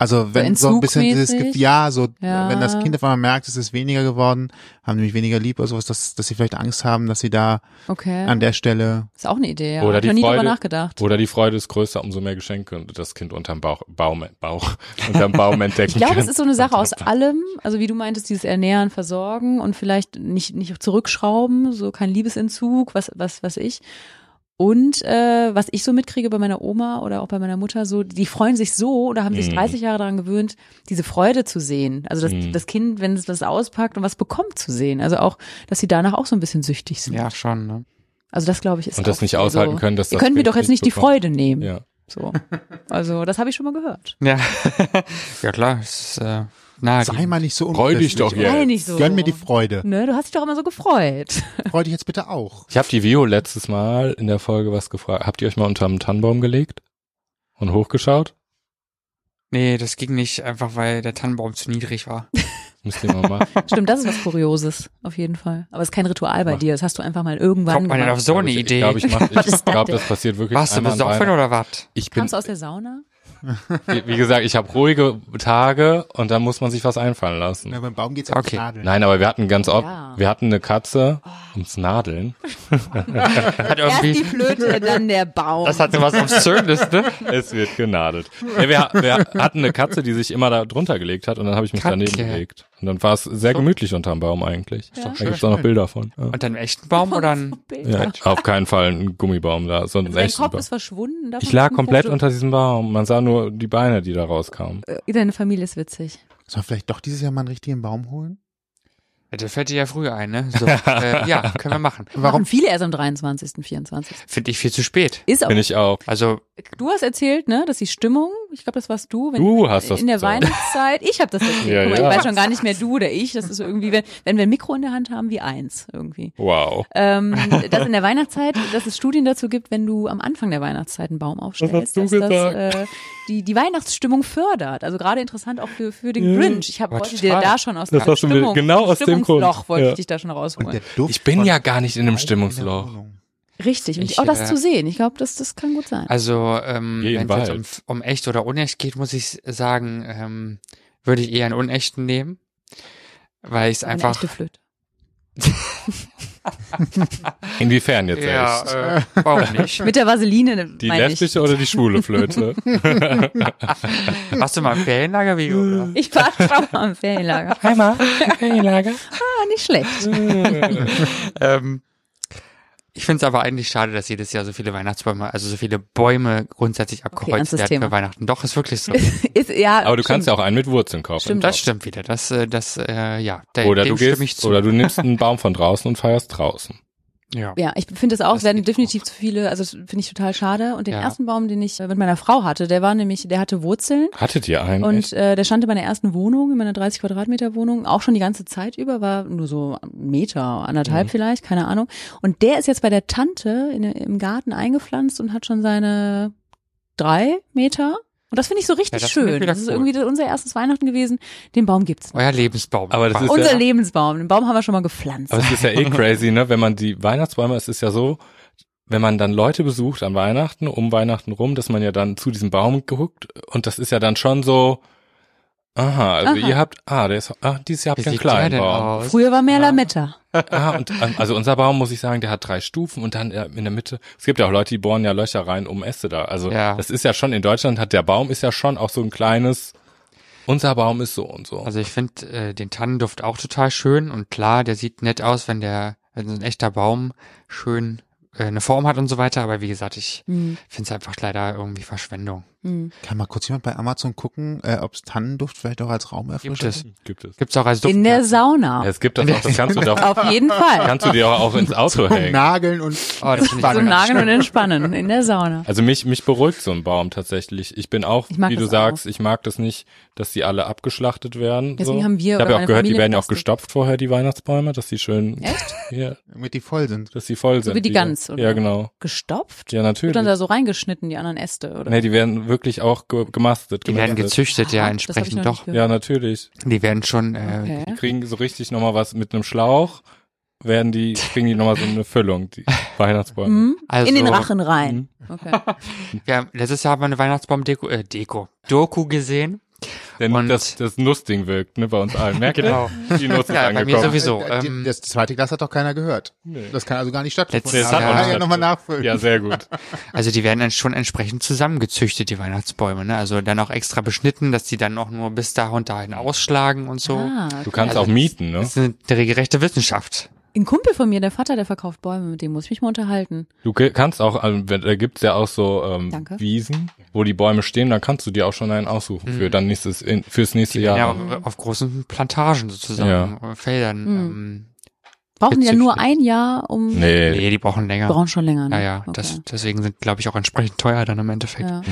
Speaker 4: Also wenn so ein bisschen dieses
Speaker 2: entzugmäßig?
Speaker 4: Gef- ja, so äh,
Speaker 2: Ja.
Speaker 4: wenn das Kind auf einmal merkt, es ist weniger geworden, haben nämlich weniger lieb oder sowas, dass, dass sie vielleicht Angst haben, dass sie da
Speaker 2: Okay.
Speaker 4: an der Stelle
Speaker 2: ist auch eine Idee. Ja. Hab
Speaker 3: Oder
Speaker 2: ich
Speaker 3: die
Speaker 2: noch nie drüber
Speaker 3: Freude-
Speaker 2: nachgedacht.
Speaker 3: Oder die Freude ist größer, umso mehr Geschenke und das Kind unterm Bauch, Baum, Bauch, *laughs* unterm Baum entdecken
Speaker 2: Ich glaube,
Speaker 3: kann.
Speaker 2: es ist so eine Sache aus allem, also wie du meintest, dieses Ernähren, Versorgen und vielleicht nicht, nicht zurückschrauben, so kein Liebesentzug, was, was, was ich. Und äh, was ich so mitkriege bei meiner Oma oder auch bei meiner Mutter, so, die freuen sich so oder haben sich
Speaker 3: Mhm.
Speaker 2: 30 Jahre daran gewöhnt, diese Freude zu sehen. Also das,
Speaker 3: Mhm.
Speaker 2: das Kind, wenn es was auspackt und was bekommt zu sehen. Also auch, dass sie danach auch so ein bisschen süchtig sind.
Speaker 1: Ja, schon. Ne?
Speaker 2: Also das glaube ich ist
Speaker 3: Und das
Speaker 2: auch
Speaker 3: nicht aushalten
Speaker 2: so.
Speaker 3: können, dass
Speaker 2: Ihr
Speaker 3: das
Speaker 2: könnt mir
Speaker 3: Kind
Speaker 2: doch jetzt nicht die
Speaker 3: bekommt.
Speaker 2: Freude nehmen.
Speaker 3: Ja.
Speaker 2: So. Also das habe ich schon mal gehört.
Speaker 1: Ja. *laughs* ja, klar. Es ist, äh, na,
Speaker 4: sei mal nicht so
Speaker 3: Freu dich doch
Speaker 4: unglücklich.
Speaker 3: jetzt.
Speaker 2: Nein, nicht so.
Speaker 4: Gönn mir die Freude.
Speaker 2: *laughs* Ne, du hast dich doch immer so gefreut.
Speaker 4: Freu dich jetzt bitte auch.
Speaker 3: Ich habe die Vio letztes Mal in der Folge was gefragt. Habt ihr euch mal unterm Tannenbaum gelegt und hochgeschaut?
Speaker 1: nee, das ging nicht, einfach weil der Tannenbaum zu niedrig war.
Speaker 3: Müsst ihr mal
Speaker 1: *laughs*
Speaker 3: machen.
Speaker 2: Stimmt, das ist was Kurioses, auf jeden Fall. Aber es ist kein Ritual bei
Speaker 3: Mach.
Speaker 2: dir, das hast du einfach mal irgendwann
Speaker 1: Kommt man denn auf
Speaker 2: gemacht.
Speaker 1: so eine
Speaker 3: ich,
Speaker 1: Idee?
Speaker 3: Ich glaube, ich, mach-
Speaker 2: Was ist
Speaker 3: ich
Speaker 2: das
Speaker 3: glaub,
Speaker 2: denn?
Speaker 3: das passiert wirklich.
Speaker 1: *laughs* Warst du
Speaker 3: einmal an
Speaker 1: besoffen
Speaker 3: Weihnachten.
Speaker 1: oder was?
Speaker 3: Ich bin,
Speaker 2: Kamst du aus der Sauna?
Speaker 3: wie wie gesagt, ich habe ruhige Tage und dann muss man sich was einfallen lassen.
Speaker 4: Na, beim Baum geht's ja um
Speaker 1: Okay.
Speaker 4: Nadeln.
Speaker 3: Nein, aber wir hatten ganz oft,
Speaker 2: Ja. Oh.
Speaker 3: wir hatten eine Katze ums Nadeln.
Speaker 1: Hat
Speaker 2: Erst die *laughs*
Speaker 1: irgendwie,
Speaker 2: Flöte, dann der Baum.
Speaker 1: das hat sowas Obszönes, ne?
Speaker 3: Es wird genadelt. Nee, wir, wir hatten eine Katze, die sich immer da drunter gelegt hat und dann habe ich mich
Speaker 1: Katze.
Speaker 3: daneben gelegt. Und dann war es sehr gemütlich unterm Baum eigentlich.
Speaker 2: doch
Speaker 3: Da gibt's auch noch Bilder von. Ja.
Speaker 1: Und dann einen echten Baum oder ein,
Speaker 3: Ja,
Speaker 2: ja,
Speaker 3: auf keinen Fall ein Gummibaum da, so ein
Speaker 2: Dein
Speaker 3: echter
Speaker 2: Kopf
Speaker 3: Baum.
Speaker 2: ist verschwunden. davon
Speaker 3: Ich lag
Speaker 2: ist ein
Speaker 3: komplett
Speaker 2: Foto.
Speaker 3: unter diesem Baum. Man sah nur die Beine, die da rauskamen.
Speaker 2: Äh, Deine Familie ist witzig.
Speaker 4: Soll vielleicht doch dieses Jahr mal einen richtigen Baum holen?
Speaker 1: der fällt dir ja früher ein, ne? So, äh, ja, können wir machen.
Speaker 4: Warum?
Speaker 2: Machen viele erst am 23., 24.
Speaker 1: Finde ich viel zu spät.
Speaker 2: Ist auch.
Speaker 3: Bin ich auch.
Speaker 1: Also,
Speaker 2: Du hast erzählt, ne, dass die Stimmung, ich glaube, das warst du, wenn
Speaker 3: Du hast das
Speaker 2: in der
Speaker 3: gesagt.
Speaker 2: Weihnachtszeit, ich *laughs* habe das erzählt.
Speaker 3: Ja,
Speaker 2: Guck mal,
Speaker 3: ja.
Speaker 2: Ich weiß schon gar nicht mehr du oder ich, das ist so irgendwie, wenn, wenn wir ein Mikro in der Hand haben, wie eins irgendwie.
Speaker 3: Wow. *laughs*
Speaker 2: ähm, dass in der Weihnachtszeit, dass es Studien dazu gibt, wenn du am Anfang der Weihnachtszeit einen Baum aufstellst,
Speaker 3: hast du
Speaker 2: dass
Speaker 3: gesagt.
Speaker 2: das äh, die, die Weihnachtsstimmung fördert. Also gerade interessant auch für, für den
Speaker 3: Ja.
Speaker 2: Grinch. Ich hab,
Speaker 1: Aber
Speaker 2: wollte dir
Speaker 1: total.
Speaker 2: da schon aus
Speaker 3: Das
Speaker 2: dem
Speaker 3: hast du mir
Speaker 2: Stimmung,
Speaker 3: genau aus dem
Speaker 2: Stimmungsloch
Speaker 3: Grund.
Speaker 2: wollte
Speaker 3: Ja.
Speaker 2: ich dich da schon
Speaker 4: Und
Speaker 2: rausholen.
Speaker 4: der Duft
Speaker 3: Ich bin
Speaker 4: von
Speaker 3: ja gar nicht in einem
Speaker 4: Rauch in der
Speaker 3: Stimmungsloch.
Speaker 4: Wohnung.
Speaker 2: Richtig. Und
Speaker 1: Ich,
Speaker 2: auch das
Speaker 1: äh,
Speaker 2: zu sehen, ich glaube, das, das kann gut sein.
Speaker 1: also ähm,
Speaker 3: Geh
Speaker 1: wenn
Speaker 3: in den
Speaker 1: es
Speaker 3: Wald.
Speaker 1: um, um echt oder unecht geht, muss ich sagen, ähm, würde ich eher einen unechten nehmen. Weil ich es
Speaker 2: Eine
Speaker 1: einfach.
Speaker 2: echte Flöte.
Speaker 3: Inwiefern jetzt echt?
Speaker 1: Ja, äh,
Speaker 3: *laughs*
Speaker 1: warum nicht?
Speaker 2: Mit der Vaseline, ne,
Speaker 3: Die
Speaker 2: meine ich.
Speaker 3: lesbische oder die
Speaker 2: *laughs*
Speaker 3: schwule Flöte?
Speaker 1: Warst du mal im Ferienlager, wie,
Speaker 2: *laughs*
Speaker 1: oder?
Speaker 2: Ich war schon mal am Ferienlager.
Speaker 3: Einmal, Ferienlager.
Speaker 2: Ah, nicht
Speaker 3: *laughs*
Speaker 2: schlecht.
Speaker 1: ähm, ich finde es aber eigentlich schade, dass jedes Jahr so viele Weihnachtsbäume, also so viele Bäume grundsätzlich abgekreuzt
Speaker 2: ernstes
Speaker 1: werden
Speaker 2: Thema.
Speaker 1: für Weihnachten. Doch, ist wirklich so.
Speaker 2: Ist, ja,
Speaker 3: Aber du kannst ja
Speaker 2: stimmt.
Speaker 3: auch einen mit Wurzeln kaufen.
Speaker 2: Stimmt.
Speaker 1: Das stimmt wieder. Das, äh, das, äh, ja. De,
Speaker 3: Oder du
Speaker 1: dem stimme ich
Speaker 3: gehst,
Speaker 1: zu.
Speaker 3: oder du nimmst einen Baum von draußen und feierst draußen.
Speaker 1: ja.
Speaker 2: Ja, ich finde es auch,
Speaker 1: Das
Speaker 2: es werden
Speaker 1: geht
Speaker 2: definitiv zu viele, also das finde ich total schade. Und den
Speaker 1: Ja.
Speaker 2: ersten Baum, den ich äh, mit meiner Frau hatte, der war nämlich, der hatte Wurzeln.
Speaker 3: Hattet ihr einen?
Speaker 2: Und
Speaker 3: echt?
Speaker 2: äh, der stand in meiner ersten Wohnung, in meiner 30 Quadratmeter Wohnung, auch schon die ganze Zeit über, war nur so ein Meter, anderthalb
Speaker 1: Mhm.
Speaker 2: vielleicht, keine Ahnung. Und der ist jetzt bei der Tante in, im Garten eingepflanzt und hat schon seine drei Meter. Und das finde ich so richtig
Speaker 1: Ja, das finde ich
Speaker 2: schön.
Speaker 1: wieder
Speaker 2: Das ist
Speaker 1: cool.
Speaker 2: irgendwie unser erstes Weihnachten gewesen. Den Baum gibt's noch.
Speaker 1: Euer Lebensbaum.
Speaker 3: Aber das ist
Speaker 2: Unser
Speaker 3: ja-
Speaker 2: Lebensbaum. Den Baum haben wir schon mal gepflanzt.
Speaker 3: Aber es ist
Speaker 1: *laughs*
Speaker 3: ja eh crazy, ne? Wenn man die Weihnachtsbäume, es ist ja so, wenn man dann Leute besucht an Weihnachten, um Weihnachten rum, dass man ja dann zu diesem Baum geguckt und das ist ja dann schon so, aha, also
Speaker 2: Aha.
Speaker 3: ihr habt, ah, der ist, ah, dieses Jahr habt ihr
Speaker 1: wie
Speaker 3: einen
Speaker 1: sieht der
Speaker 3: kleinen
Speaker 1: denn
Speaker 3: Baum.
Speaker 1: aus?
Speaker 2: Früher war mehr Lametta.
Speaker 3: Ah, und, ähm, also unser Baum, muss ich sagen, der hat drei Stufen und dann äh, in der Mitte, es gibt ja auch Leute, die bohren ja Löcher rein, um Äste da, also
Speaker 1: Ja.
Speaker 3: das ist ja schon, in Deutschland hat der Baum, ist ja schon auch so ein kleines, unser Baum ist so und so.
Speaker 1: Also ich finde äh, den Tannenduft auch total schön und klar, der sieht nett aus, wenn der, wenn so ein echter Baum schön äh, eine Form hat und so weiter. Aber wie gesagt, ich
Speaker 2: Hm,
Speaker 1: finde es einfach leider irgendwie Verschwendung.
Speaker 2: hm.
Speaker 4: Kann mal kurz jemand bei Amazon gucken, äh, ob's Tannenduft vielleicht auch als
Speaker 1: Gibt
Speaker 4: Raumerfrischer
Speaker 1: es.
Speaker 3: gibt es.
Speaker 1: Gibt's auch als Duft.
Speaker 2: In der Sauna.
Speaker 3: Es gibt das auch,
Speaker 1: *laughs*
Speaker 3: das kannst du dir auch,
Speaker 2: Auf jeden Fall.
Speaker 3: kannst du dir auch ins Auto
Speaker 4: Zum
Speaker 3: hängen.
Speaker 4: Nageln und
Speaker 1: Oh, das find ich
Speaker 2: Zum
Speaker 1: so
Speaker 4: Spannen.
Speaker 2: Nageln und Entspannen in der Sauna.
Speaker 3: Also mich, mich beruhigt so ein Baum tatsächlich. Ich bin auch,
Speaker 2: Ich mag
Speaker 3: wie du
Speaker 2: das
Speaker 3: sagst, ich mag das nicht, dass die alle abgeschlachtet werden.
Speaker 2: Deswegen
Speaker 3: so.
Speaker 2: haben wir
Speaker 3: ich habe
Speaker 2: oder
Speaker 3: ja auch
Speaker 2: meine
Speaker 3: gehört, die
Speaker 2: Familie
Speaker 3: werden ja auch
Speaker 2: gepflanzt.
Speaker 3: gestopft vorher, die Weihnachtsbäume, dass die schön, *laughs*
Speaker 2: Echt?
Speaker 3: ja,
Speaker 4: Damit die voll sind.
Speaker 3: dass die voll sind.
Speaker 2: wie die Gans, oder?
Speaker 3: Ja, genau.
Speaker 2: Gestopft?
Speaker 3: Ja, natürlich.
Speaker 2: Wird dann da so reingeschnitten, die anderen Äste, oder?
Speaker 3: Nee, die werden, wirklich auch ge gemastet,
Speaker 1: Die werden
Speaker 3: gemeldet.
Speaker 1: gezüchtet, ja,
Speaker 2: Aha, das hab ich
Speaker 1: entsprechend
Speaker 2: noch nicht
Speaker 1: doch.
Speaker 2: gehört.
Speaker 3: Ja, natürlich.
Speaker 1: Die werden schon, äh,
Speaker 2: Okay.
Speaker 3: Die kriegen so richtig nochmal was mit einem Schlauch, werden die, kriegen die nochmal so eine
Speaker 1: *laughs*
Speaker 3: Füllung, die Weihnachtsbäume.
Speaker 2: Mhm.
Speaker 1: also,
Speaker 2: In den Rachen rein.
Speaker 3: Mhm.
Speaker 2: Okay.
Speaker 1: Wir haben letztes Jahr haben wir eine Weihnachtsbaum-Deko, äh, Deko, Doku gesehen.
Speaker 3: Denn
Speaker 1: Und-
Speaker 3: das, das Nussding wirkt, ne, bei uns allen. Merkt ihr?
Speaker 1: Genau.
Speaker 3: Die Nuss ist
Speaker 1: Ja, bei mir
Speaker 3: angekommen.
Speaker 1: sowieso.
Speaker 4: Äh, die-
Speaker 1: Ähm,
Speaker 4: Das zweite Glas hat doch keiner gehört.
Speaker 3: Nee.
Speaker 4: Das kann also gar nicht stattfinden.
Speaker 1: Letztes Jahr-
Speaker 4: kann ja nochmal nachfüllen.
Speaker 3: Ja, sehr gut.
Speaker 1: also die werden dann schon entsprechend zusammengezüchtet, die Weihnachtsbäume. Ne? Also dann auch extra beschnitten, dass die dann auch nur bis da und dahin ausschlagen und so.
Speaker 2: Ah,
Speaker 3: Du kannst
Speaker 1: Also
Speaker 3: auch mieten, ne?
Speaker 1: Das ist eine regelrechte Wissenschaft.
Speaker 2: ein Kumpel von mir, der Vater, der verkauft Bäume, mit dem muss ich mich mal unterhalten.
Speaker 3: Du ge- kannst auch, ähm, wenn- da gibt's ja auch so ähm,
Speaker 2: Danke.
Speaker 3: Wiesen, wo die Bäume stehen, dann kannst du dir auch schon einen aussuchen für dann nächstes, in, fürs nächste
Speaker 1: Die
Speaker 3: Jahr.
Speaker 1: werden ja auf, auf großen Plantagen sozusagen, äh,
Speaker 2: Hm.
Speaker 1: Feldern. Ähm,
Speaker 2: Brauchen die ja nur
Speaker 1: Gezüchtet.
Speaker 2: ein Jahr, um.
Speaker 3: Nee,
Speaker 1: nee, die brauchen länger.
Speaker 2: Brauchen schon länger. Ne?
Speaker 1: Ja, ja,
Speaker 2: Okay.
Speaker 1: das, deswegen sind, glaube ich, auch entsprechend teuer dann im Endeffekt.
Speaker 2: Ja.
Speaker 3: Mhm.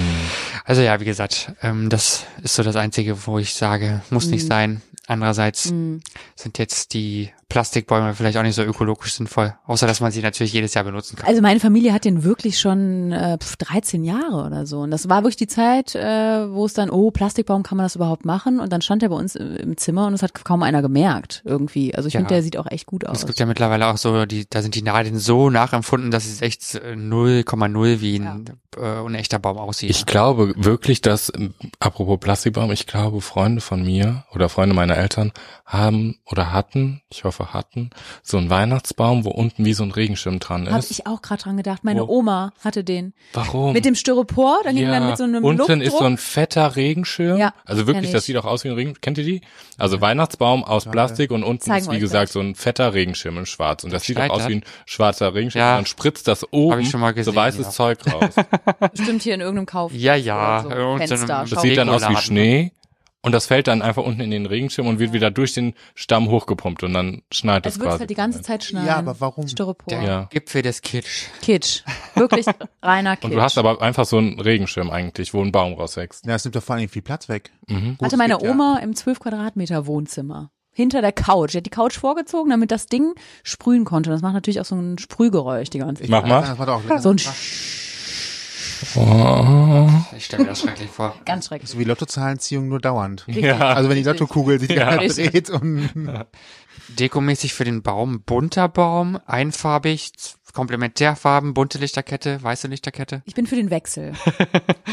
Speaker 1: Also ja, wie gesagt, ähm, das ist so das Einzige, wo ich sage, muss nicht sein. Andererseits
Speaker 2: Mhm.
Speaker 1: sind jetzt die Plastikbäume vielleicht auch nicht so ökologisch sinnvoll, außer dass man sie natürlich jedes Jahr benutzen kann.
Speaker 2: Also meine Familie hat den wirklich schon äh, pf, 13 Jahre oder so. Und das war wirklich die Zeit, äh, wo es dann, oh, Plastikbaum, kann man das überhaupt machen? Und dann stand er bei uns im im Zimmer und es hat kaum einer gemerkt irgendwie. Also ich
Speaker 1: Ja.
Speaker 2: finde, der sieht auch echt gut aus.
Speaker 1: es gibt ja mittlerweile auch so, die, da sind die Nadeln so nachempfunden, dass es echt äh, 0,0 wie ein äh, unechter Baum aussieht.
Speaker 3: Ich glaube wirklich, dass, ähm, apropos Plastikbaum, ich glaube, Freunde von mir oder Freunde meiner Eltern haben oder hatten, ich hoffe hatten, so einen Weihnachtsbaum, wo unten wie so ein Regenschirm dran
Speaker 2: Habe
Speaker 3: ist.
Speaker 2: ich auch gerade dran gedacht. Meine
Speaker 3: Wo?
Speaker 2: Oma hatte den.
Speaker 3: Warum?
Speaker 2: Mit dem Styropor, da hing dann mit so einem
Speaker 3: unten
Speaker 2: Luftdruck.
Speaker 3: ist so ein fetter Regenschirm.
Speaker 2: Ja,
Speaker 3: also wirklich,
Speaker 2: kenn
Speaker 3: das
Speaker 2: ich.
Speaker 3: sieht auch aus wie ein Regenschirm. Kennt ihr die? Also Weihnachtsbaum aus Plastik und unten
Speaker 2: Zeigen
Speaker 3: ist,
Speaker 2: wir
Speaker 3: wie
Speaker 2: euch
Speaker 3: gesagt, so ein fetter Regenschirm in schwarz. Und das sieht auch
Speaker 1: Schneidet
Speaker 3: aus wie ein schwarzer Regenschirm.
Speaker 1: Ja.
Speaker 3: Und dann spritzt das oben
Speaker 1: ich schon mal gesehen,
Speaker 3: so weißes
Speaker 1: ja.
Speaker 3: Zeug raus.
Speaker 1: *laughs*
Speaker 2: Bestimmt hier in irgendeinem Kauf.
Speaker 1: ja, ja.
Speaker 2: So,
Speaker 1: irgend so einem-
Speaker 2: Fenster,
Speaker 3: Das
Speaker 2: Schau-
Speaker 3: sieht dann aus wie
Speaker 1: Regoladen.
Speaker 3: Schnee und das fällt dann einfach unten in den Regenschirm und wird wieder durch den Stamm hochgepumpt und dann schneit es
Speaker 2: Es wird
Speaker 3: quasi.
Speaker 2: halt die ganze Zeit schneiden.
Speaker 4: Ja, aber warum?
Speaker 2: Styropor.
Speaker 1: Der
Speaker 3: Ja.
Speaker 1: Gipfel des Kitsch.
Speaker 2: Kitsch.
Speaker 3: *laughs*
Speaker 2: Wirklich reiner Kitsch.
Speaker 3: und du hast aber einfach so einen Regenschirm eigentlich, wo ein Baum rauswächst.
Speaker 4: Ja, es nimmt doch vor allem viel Platz weg.
Speaker 1: Mhm.
Speaker 4: Gut,
Speaker 2: hatte
Speaker 4: es
Speaker 2: meine
Speaker 4: gibt ja-
Speaker 2: Oma im 12 Quadratmeter Wohnzimmer. Hinter der Couch. Die hat die Couch vorgezogen, damit das Ding sprühen konnte. Das macht natürlich auch so ein Sprühgeräusch die ganze Zeit.
Speaker 3: Mach mal.
Speaker 4: Ah, Das war doch auch
Speaker 2: So ein
Speaker 4: Ach,
Speaker 1: Oh. Ich stelle mir das schrecklich vor.
Speaker 2: ganz schrecklich.
Speaker 4: *laughs* so wie Lottozahlenziehung nur dauernd.
Speaker 3: Ja.
Speaker 4: Also wenn die Lottokugel sich
Speaker 3: Ja.
Speaker 4: gerade *laughs* dreht und
Speaker 1: Dekomäßig für den Baum bunter Baum, einfarbig, z- Komplementärfarben, bunte Lichterkette, weiße Lichterkette.
Speaker 2: Ich bin für den Wechsel.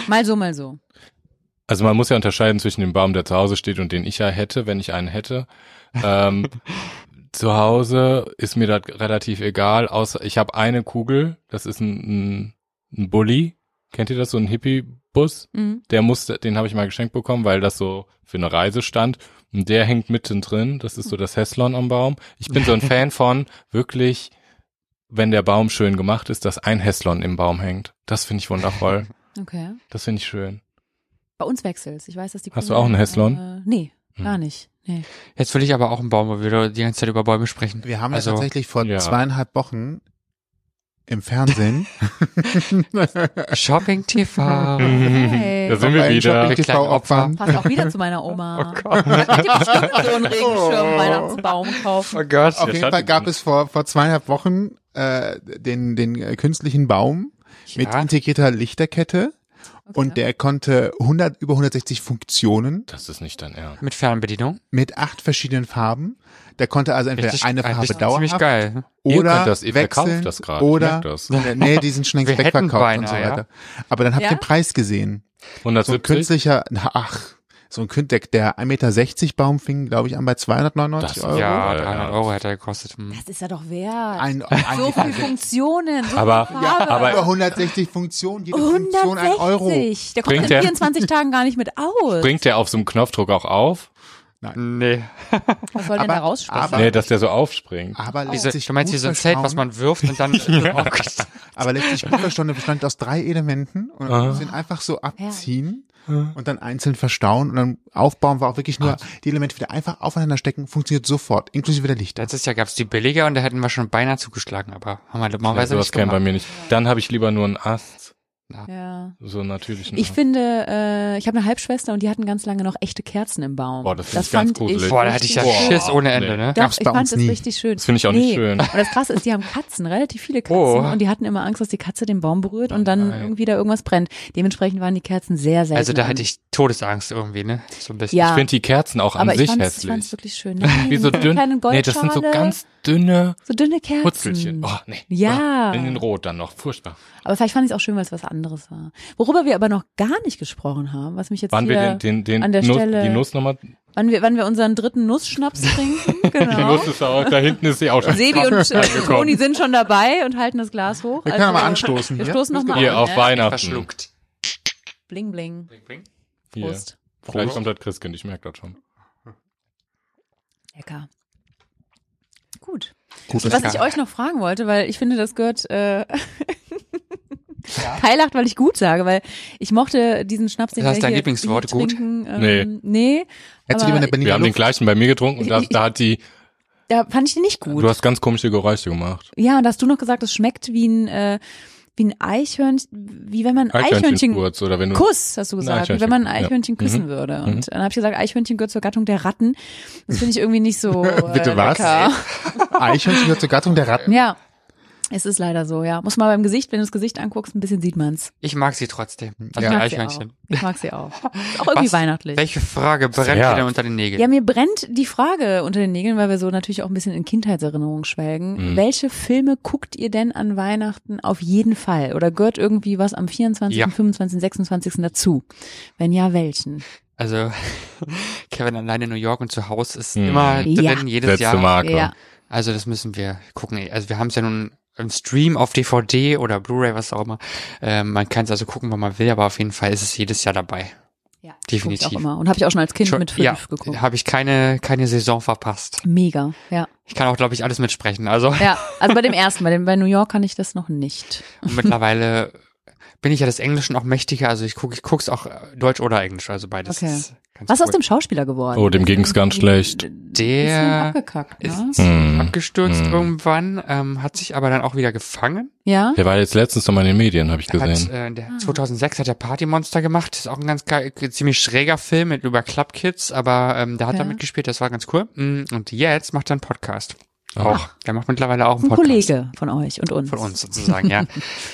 Speaker 2: Mal so, mal so.
Speaker 3: Also man muss ja unterscheiden zwischen dem Baum, der zu Hause steht und den ich ja hätte, wenn ich einen hätte. Ähm, zu Hause ist mir das relativ egal, außer ich habe eine Kugel, das ist ein, ein, ein Bulli. Kennt ihr das, so ein Hippie-Bus?
Speaker 2: Mhm.
Speaker 3: Der musste, den habe ich mal geschenkt bekommen, weil das so für eine Reise stand. Und der hängt mittendrin. Das ist so das Heslon am Baum. Ich bin so ein Fan von wirklich, wenn der Baum schön gemacht ist, dass ein Heslon im Baum hängt. Das finde ich wundervoll.
Speaker 2: Okay.
Speaker 3: Das finde ich schön.
Speaker 2: Bei uns wechselst. Ich weiß, dass die
Speaker 3: Hast
Speaker 2: Kunden-
Speaker 3: du auch einen Heslon?
Speaker 2: Äh, nee, gar nicht. Nee.
Speaker 1: Jetzt will ich aber auch einen Baum, wo wir die ganze Zeit über Bäume sprechen.
Speaker 4: wir haben
Speaker 1: also,
Speaker 4: ja tatsächlich vor
Speaker 3: ja.
Speaker 4: zweieinhalb Wochen
Speaker 1: *laughs*
Speaker 4: im Fernsehen
Speaker 1: Shopping
Speaker 4: *laughs*
Speaker 1: TV.
Speaker 2: Hey.
Speaker 3: Da sind wir
Speaker 4: Ein
Speaker 3: wieder.
Speaker 1: Shopping-
Speaker 4: Shopping TV Opfer.
Speaker 2: Passt auch wieder zu meiner Oma. Oh *laughs* Gott. Ich hätte bestimmt so einen Regenschirm Weihnachtsbaum kaufen.
Speaker 1: oh Gott.
Speaker 4: Auf jeden Fall gab es vor, vor zweieinhalb Wochen äh, den, den äh, künstlichen Baum mit
Speaker 1: Ja.
Speaker 4: integrierter Lichterkette und der konnte 100, über 160 Funktionen
Speaker 3: Das ist nicht dein Ernst.
Speaker 1: Mit Fernbedienung.
Speaker 4: mit acht verschiedenen Farben. Der konnte also entweder
Speaker 1: Richtig-
Speaker 4: eine
Speaker 1: eigentlich
Speaker 4: Farbe
Speaker 1: Ziemlich
Speaker 4: dauerhaft
Speaker 1: geil.
Speaker 3: Ihr
Speaker 4: oder
Speaker 3: könnt das- ihr verkauft
Speaker 4: wechseln
Speaker 3: das gerade, ich
Speaker 4: oder
Speaker 3: merk das.
Speaker 4: *laughs* nee, diesen Schlenk
Speaker 1: Wir hätten
Speaker 4: wegverkauft und so
Speaker 1: beinahe,
Speaker 4: weiter. Aber dann habt ihr
Speaker 2: Ja?
Speaker 4: den Preis gesehen. So ein
Speaker 3: 170?
Speaker 4: künstlicher, na, ach, so ein Kün- der, der 1,60 Meter Baum fing, glaube ich, an bei 299
Speaker 3: Das-
Speaker 4: Euro.
Speaker 1: Ja,
Speaker 3: Ja,
Speaker 1: 300
Speaker 3: ja.
Speaker 1: Euro hätte er gekostet. Hm.
Speaker 2: Das ist ja doch wert.
Speaker 4: Ein, ein
Speaker 2: so viele
Speaker 4: Meter-
Speaker 2: Funktionen. So
Speaker 3: Aber-
Speaker 2: viele
Speaker 4: Ja,
Speaker 2: Farbe.
Speaker 4: aber
Speaker 3: aber-
Speaker 4: über 160 Funktionen, jede Funktion ein
Speaker 2: 160.
Speaker 4: Euro.
Speaker 2: Der kommt
Speaker 3: Bringt
Speaker 2: in
Speaker 3: der-
Speaker 2: 24 Tagen gar nicht mit aus.
Speaker 3: Bringt der auf so einem Knopfdruck auch auf?
Speaker 1: Nee.
Speaker 2: Was soll denn
Speaker 4: aber-
Speaker 2: da rausspringen?
Speaker 4: aber-
Speaker 3: Nee, dass der so
Speaker 1: Ah,
Speaker 3: aufspringt.
Speaker 4: Aber lässt
Speaker 1: Diese,
Speaker 4: sich
Speaker 1: du meinst
Speaker 4: gut
Speaker 1: wie so ein Zelt,
Speaker 4: verstauen.
Speaker 1: was man wirft und
Speaker 4: *laughs*
Speaker 1: dann. oh Gott.
Speaker 4: Aber lässt
Speaker 2: *laughs*
Speaker 4: sich gut verstauen, der bestand aus drei Elementen und
Speaker 1: Ah.
Speaker 4: man muss ihn einfach so abziehen und dann einzeln verstauen und dann aufbauen war auch wirklich nur die Elemente wieder einfach aufeinander stecken, funktioniert sofort, inklusive der Lichter.
Speaker 1: Letztes Jahr gab es die billiger und da hätten wir schon beinahe zugeschlagen, aber haben wir
Speaker 3: Ja,
Speaker 1: dummerweise
Speaker 3: sowas
Speaker 1: nicht
Speaker 3: käme bei
Speaker 1: gemacht.
Speaker 3: mir nicht. Dann habe ich lieber nur einen Ast.
Speaker 2: Ja. Ja.
Speaker 3: so natürlich.
Speaker 2: Ich finde, äh, ich habe eine Halbschwester und die hatten ganz lange noch echte Kerzen im Baum.
Speaker 3: Boah, das find ich ganz
Speaker 2: fand
Speaker 3: gruselig.
Speaker 1: Boah, da hatte ich ja
Speaker 2: richtig
Speaker 3: Boah.
Speaker 1: Schiss ohne Ende,
Speaker 3: Nee.
Speaker 1: ne?
Speaker 2: Doch,
Speaker 4: Gab's
Speaker 2: ich
Speaker 4: bei
Speaker 2: fand
Speaker 4: uns
Speaker 2: das
Speaker 4: nie.
Speaker 2: richtig schön.
Speaker 3: Das finde ich auch nicht schön.
Speaker 2: Und das Krasse ist, die haben Katzen, relativ viele Katzen.
Speaker 1: Oh.
Speaker 2: Und die hatten immer Angst, dass die Katze den Baum berührt und dann
Speaker 3: nein.
Speaker 2: irgendwie da irgendwas brennt. Dementsprechend waren die Kerzen sehr selten.
Speaker 1: Also da hatte ich Todesangst irgendwie, ne? So ein bisschen.
Speaker 2: Ja.
Speaker 3: Ich finde die Kerzen auch an
Speaker 2: Aber ich
Speaker 3: sich
Speaker 2: fand's, ich fand's
Speaker 3: hässlich.
Speaker 2: wirklich schön. Nein,
Speaker 3: *laughs* Wie so
Speaker 2: mit einer
Speaker 3: dünn.
Speaker 2: kleinen
Speaker 3: Nee, das sind so
Speaker 2: Goldschale,
Speaker 3: ganz dünne
Speaker 2: so dünne Kerzen.
Speaker 3: Putzelchen. Oh, nee.
Speaker 2: Ja.
Speaker 3: Ah, In den Rot dann noch. Furchtbar.
Speaker 2: Aber vielleicht fand ich es auch schön, weil es was anderes war. Worüber wir aber noch gar nicht gesprochen haben, was mich jetzt
Speaker 3: Waren
Speaker 2: hier,
Speaker 3: wir den, den, den
Speaker 2: an der
Speaker 3: Nuss,
Speaker 2: Stelle-
Speaker 3: die Nuss nochmal?
Speaker 2: wann wir, wann wir unseren dritten Nussschnaps
Speaker 3: *laughs*
Speaker 2: trinken,
Speaker 3: Die
Speaker 2: genau.
Speaker 3: Nuss ist auch, da hinten ist sie auch schon. *laughs*
Speaker 2: Sebi und äh, Toni sind schon dabei und halten das Glas hoch. Also,
Speaker 4: Wir können mal anstoßen,
Speaker 2: Wir
Speaker 4: ja?
Speaker 2: stoßen nochmal
Speaker 3: Hier
Speaker 2: an.
Speaker 3: auf
Speaker 2: ne?
Speaker 3: Weihnachten.
Speaker 1: Verschluckt.
Speaker 2: Bling, bling.
Speaker 3: Hier.
Speaker 2: Prost.
Speaker 3: Vielleicht kommt das Christkind, ich merke das schon.
Speaker 2: Lecker. Gut.
Speaker 4: Gut,
Speaker 2: Was
Speaker 4: das-
Speaker 2: ich euch noch fragen wollte, weil ich finde, das gehört. Äh, *laughs* Kai lacht, weil ich gut sage, weil ich mochte diesen Schnaps, den
Speaker 1: Ist das
Speaker 2: wir
Speaker 1: dein
Speaker 2: hier,
Speaker 1: Lieblingswort,
Speaker 2: hier
Speaker 1: gut?
Speaker 2: trinken. Ähm, nee.
Speaker 4: Hättest du lieber
Speaker 2: aber
Speaker 4: eine Berliner
Speaker 3: Wir haben den
Speaker 4: Luft?
Speaker 3: gleichen bei mir
Speaker 2: *laughs*
Speaker 3: getrunken und da, da hat die,
Speaker 2: Da fand ich den nicht gut.
Speaker 3: du hast ganz komische Geräusche gemacht.
Speaker 2: Ja, und da hast du noch gesagt, es schmeckt wie ein, äh, wie ein Eichhörnchen, wie wenn man ein Eichhörnchen,
Speaker 3: Eichhörnchengurz oder wenn du
Speaker 2: Kuss, hast du gesagt, wie
Speaker 3: Eichhörnchen-
Speaker 2: wenn man ein Eichhörnchen
Speaker 3: ja.
Speaker 2: küssen
Speaker 3: Mhm.
Speaker 2: würde. Und dann habe ich gesagt, Eichhörnchen gehört zur Gattung der Ratten. Das finde ich irgendwie nicht
Speaker 3: *laughs*
Speaker 2: so äh,
Speaker 4: Bitte was?
Speaker 2: lecker.
Speaker 4: Eichhörnchen gehört zur Gattung der Ratten.
Speaker 2: Ja, es ist leider so, ja. Muss man beim Gesicht, wenn du das Gesicht anguckst, ein bisschen sieht man's.
Speaker 1: Ich mag sie trotzdem. Also
Speaker 4: Ja.
Speaker 1: die
Speaker 2: mag sie
Speaker 1: Eichhörnchen.
Speaker 2: Auch. Ich mag sie
Speaker 1: *laughs*
Speaker 2: auch. Ist auch irgendwie
Speaker 1: Was-
Speaker 2: weihnachtlich.
Speaker 1: Welche Frage brennt
Speaker 3: Ja.
Speaker 1: dir denn unter den Nägeln?
Speaker 2: Ja, mir brennt die Frage unter den Nägeln, weil wir so natürlich auch ein bisschen in Kindheitserinnerungen schwelgen.
Speaker 3: Mhm.
Speaker 2: Welche Filme guckt ihr denn an Weihnachten auf jeden Fall? Oder gehört irgendwie was am 24.,
Speaker 1: Ja.
Speaker 2: 25., 26. dazu? Wenn ja, welchen?
Speaker 1: Also *laughs* Kevin alleine in New York und zu Hause ist
Speaker 3: Hm.
Speaker 1: immer drin,
Speaker 2: Ja.
Speaker 1: jedes
Speaker 3: letzte
Speaker 1: Jahr.
Speaker 3: Marke.
Speaker 2: Ja.
Speaker 1: Also das müssen wir gucken. Also wir haben es ja nun im Stream auf DVD oder Blu-ray, was auch immer. Ähm, man kann es also gucken, wenn man will, aber auf jeden Fall ist es jedes Jahr dabei.
Speaker 2: ja.
Speaker 1: Definitiv.
Speaker 2: Guck ich auch immer. Und habe ich auch schon als Kind
Speaker 1: Schon-
Speaker 2: mit fünf
Speaker 1: ja,
Speaker 2: geguckt.
Speaker 1: habe ich keine, keine Saison verpasst.
Speaker 2: Mega, ja.
Speaker 1: Ich kann auch, glaube ich, alles mitsprechen. Also
Speaker 2: Ja, also bei dem ersten, bei, dem, bei New York kann ich das noch nicht.
Speaker 1: und mittlerweile bin ich ja des Englischen auch mächtiger. Also ich gucke ich guck's auch äh, Deutsch oder Englisch, also beides.
Speaker 2: Okay.
Speaker 1: Ist ganz
Speaker 2: Was ist aus
Speaker 1: cool.
Speaker 2: dem Schauspieler geworden?
Speaker 3: Oh, dem ging's ganz schlecht.
Speaker 2: Bisschen
Speaker 1: Der
Speaker 2: abgekackt, ne?
Speaker 1: ist
Speaker 3: Hm.
Speaker 1: abgestürzt
Speaker 3: Hm.
Speaker 1: irgendwann, ähm, hat sich aber dann auch wieder gefangen.
Speaker 2: Ja?
Speaker 3: Der war jetzt letztens noch mal in den Medien, habe ich
Speaker 1: Hat,
Speaker 3: gesehen.
Speaker 1: äh, der
Speaker 2: Ah.
Speaker 1: 2006 hat er Partymonster gemacht. Ist auch ein ganz geil, äh, ziemlich schräger Film mit über Club Kids, aber ähm, da hat
Speaker 2: Ja.
Speaker 1: er mitgespielt. Das war ganz cool. Mm, Und jetzt macht er einen Podcast.
Speaker 3: Auch.
Speaker 1: Der macht mittlerweile auch einen
Speaker 2: Ein
Speaker 1: Podcast.
Speaker 2: Kollege von euch und uns. Ah
Speaker 1: Von uns sozusagen,
Speaker 2: *laughs*
Speaker 1: ja.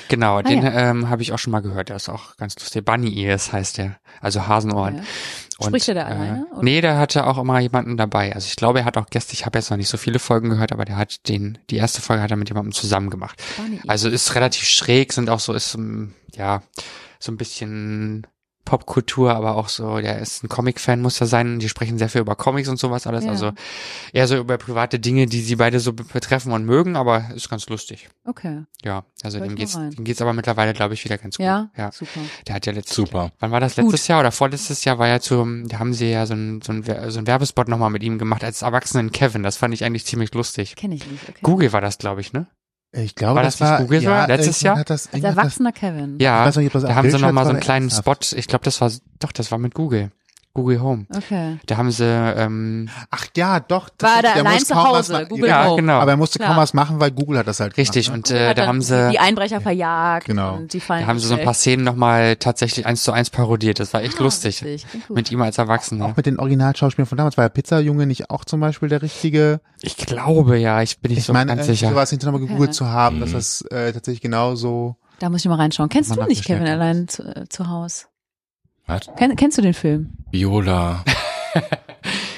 Speaker 1: genau, den
Speaker 2: ja.
Speaker 1: ähm, habe ich auch schon mal gehört. Der ist auch ganz lustig. Bunny Ears heißt der. Also Hasenohren.
Speaker 2: Ja. Spricht er da alleine,
Speaker 1: Äh,
Speaker 2: oder?
Speaker 1: nee, der hatte auch immer jemanden dabei. Also ich glaube, er hat auch Gäste, ich habe jetzt noch nicht so viele Folgen gehört, aber der hat den, die erste Folge hat er mit jemandem zusammen gemacht.
Speaker 2: Bunny.
Speaker 1: Also ist relativ schräg, sind auch so, ist mm, ja so ein bisschen Popkultur, aber auch so, der ist ein Comic-Fan, muss er sein. Die sprechen sehr viel über Comics und sowas alles.
Speaker 2: Ja.
Speaker 1: Also eher so über private Dinge, die sie beide so be- betreffen und mögen, aber ist ganz lustig.
Speaker 2: Okay.
Speaker 1: Ja, also
Speaker 2: Hör ich
Speaker 1: dem
Speaker 2: mal
Speaker 1: geht's,
Speaker 2: rein.
Speaker 1: dem geht's aber mittlerweile, glaube ich, wieder ganz gut.
Speaker 2: Ja?
Speaker 1: ja.
Speaker 2: Super.
Speaker 1: Der hat ja letztes
Speaker 3: Super.
Speaker 1: Wann war das? Letztes Jahr oder vorletztes Jahr war ja zum, da haben sie ja so ein, so ein, Wer- so ein Werbespot nochmal mit ihm gemacht als erwachsenen Kevin. Das fand ich eigentlich ziemlich lustig.
Speaker 2: Kenne ich nicht. Okay.
Speaker 1: Google war das, glaube ich, ne?
Speaker 4: Ich glaube,
Speaker 1: War das
Speaker 4: das,
Speaker 1: nicht
Speaker 4: war
Speaker 1: Google
Speaker 4: ja,
Speaker 1: sogar? Letztes
Speaker 4: irgendwann
Speaker 1: Jahr?
Speaker 4: Hat das,
Speaker 2: Als
Speaker 4: irgendwann hat
Speaker 2: erwachsener Kevin.
Speaker 4: Ich
Speaker 1: Ja,
Speaker 4: weiß noch nicht, ob das
Speaker 1: da
Speaker 4: auf
Speaker 1: haben sie
Speaker 4: Bildschirm
Speaker 1: nochmal
Speaker 4: war
Speaker 1: so einen
Speaker 4: oder
Speaker 1: kleinen Spot.
Speaker 4: ernsthaft.
Speaker 1: Ich glaube, das war, doch, das war mit Google. Google Home.
Speaker 2: Okay.
Speaker 1: Da haben sie, ähm,
Speaker 4: das, ach ja, doch. das-
Speaker 2: War der
Speaker 4: der muss
Speaker 2: allein zu
Speaker 4: kaum was
Speaker 2: Hause,
Speaker 4: machen.
Speaker 2: Google
Speaker 1: ja,
Speaker 2: Home.
Speaker 1: genau.
Speaker 4: Aber er musste kaum
Speaker 2: Klar.
Speaker 4: was machen, weil Google hat das halt
Speaker 1: richtig. Und
Speaker 4: gemacht.
Speaker 1: äh, da haben sie,
Speaker 2: die Einbrecher verjagt
Speaker 4: Genau.
Speaker 2: und die fallen.
Speaker 1: da haben sie so ein paar Szenen nochmal tatsächlich eins zu eins parodiert. Das war
Speaker 2: Ah,
Speaker 1: echt lustig. Mit
Speaker 2: Mit
Speaker 1: ihm als
Speaker 4: Ne?
Speaker 1: Erwachsener.
Speaker 4: Auch mit den Originalschauspielern von damals war der Pizzajunge nicht auch zum Beispiel der richtige.
Speaker 1: Ich glaube ja, ich bin nicht
Speaker 4: Ich
Speaker 1: so
Speaker 4: meine,
Speaker 1: ganz
Speaker 4: irgendwie
Speaker 1: sicher.
Speaker 4: sowas hinterher nochmal gegoogelt
Speaker 2: Okay.
Speaker 4: zu haben,
Speaker 3: Mhm.
Speaker 4: dass das äh, tatsächlich genauso.
Speaker 2: da muss ich mal reinschauen. Kennst
Speaker 4: Mal
Speaker 2: du nicht
Speaker 4: nachgeschnitten.
Speaker 2: Kevin allein zu, äh, zu Haus?
Speaker 3: Was?
Speaker 2: Kenn, kennst du den Film?
Speaker 1: *laughs*
Speaker 3: Viola.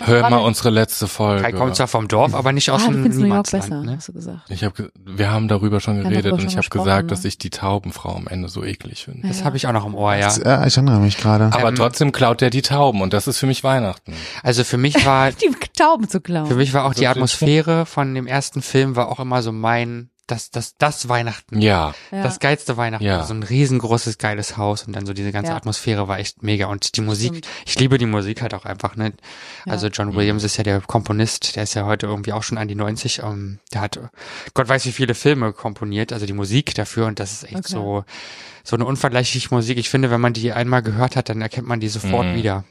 Speaker 3: Hör mal unsere letzte Folge.
Speaker 1: Kai kommt zwar vom Dorf, aber nicht aus
Speaker 2: ah, du
Speaker 1: dem
Speaker 2: findest New York
Speaker 1: Niemandsland.
Speaker 2: besser,
Speaker 1: ne?
Speaker 2: hast du gesagt.
Speaker 3: Ich hab, ge- wir haben darüber schon
Speaker 2: haben
Speaker 3: geredet
Speaker 2: darüber
Speaker 3: und
Speaker 2: schon
Speaker 3: ich habe
Speaker 2: gesprochen,
Speaker 3: gesagt,
Speaker 2: ne?
Speaker 3: dass ich die Taubenfrau am Ende so eklig finde.
Speaker 1: Das
Speaker 2: Ja.
Speaker 1: habe ich auch noch im Ohr, ja.
Speaker 4: Das, äh, ich erinnere mich gerade.
Speaker 3: Aber
Speaker 1: Ähm,
Speaker 3: trotzdem klaut er die Tauben und das ist für mich Weihnachten.
Speaker 1: Also für mich
Speaker 2: *laughs* *laughs*
Speaker 1: war
Speaker 2: Die Tauben zu klauen.
Speaker 1: für mich war auch die
Speaker 3: So
Speaker 1: Atmosphäre von dem ersten Film war auch immer so mein das das das Weihnachten.
Speaker 3: Ja,
Speaker 2: ja.
Speaker 1: Das geilste Weihnachten,
Speaker 3: Ja.
Speaker 1: so ein riesengroßes, geiles Haus und dann so diese ganze
Speaker 2: Ja.
Speaker 1: Atmosphäre war echt mega. Und die Musik,
Speaker 2: Stimmt.
Speaker 1: ich liebe die Musik halt auch einfach, ne?
Speaker 2: Ja.
Speaker 1: Also John Williams ist ja der Komponist, der ist ja heute irgendwie auch schon an die 90. ähm, der hat äh, Gott weiß wie viele Filme komponiert, also die Musik dafür und das ist echt
Speaker 2: Okay.
Speaker 1: so, so eine unvergleichliche Musik. Ich finde, wenn man die einmal gehört hat, dann erkennt man die sofort
Speaker 3: Mhm.
Speaker 1: wieder.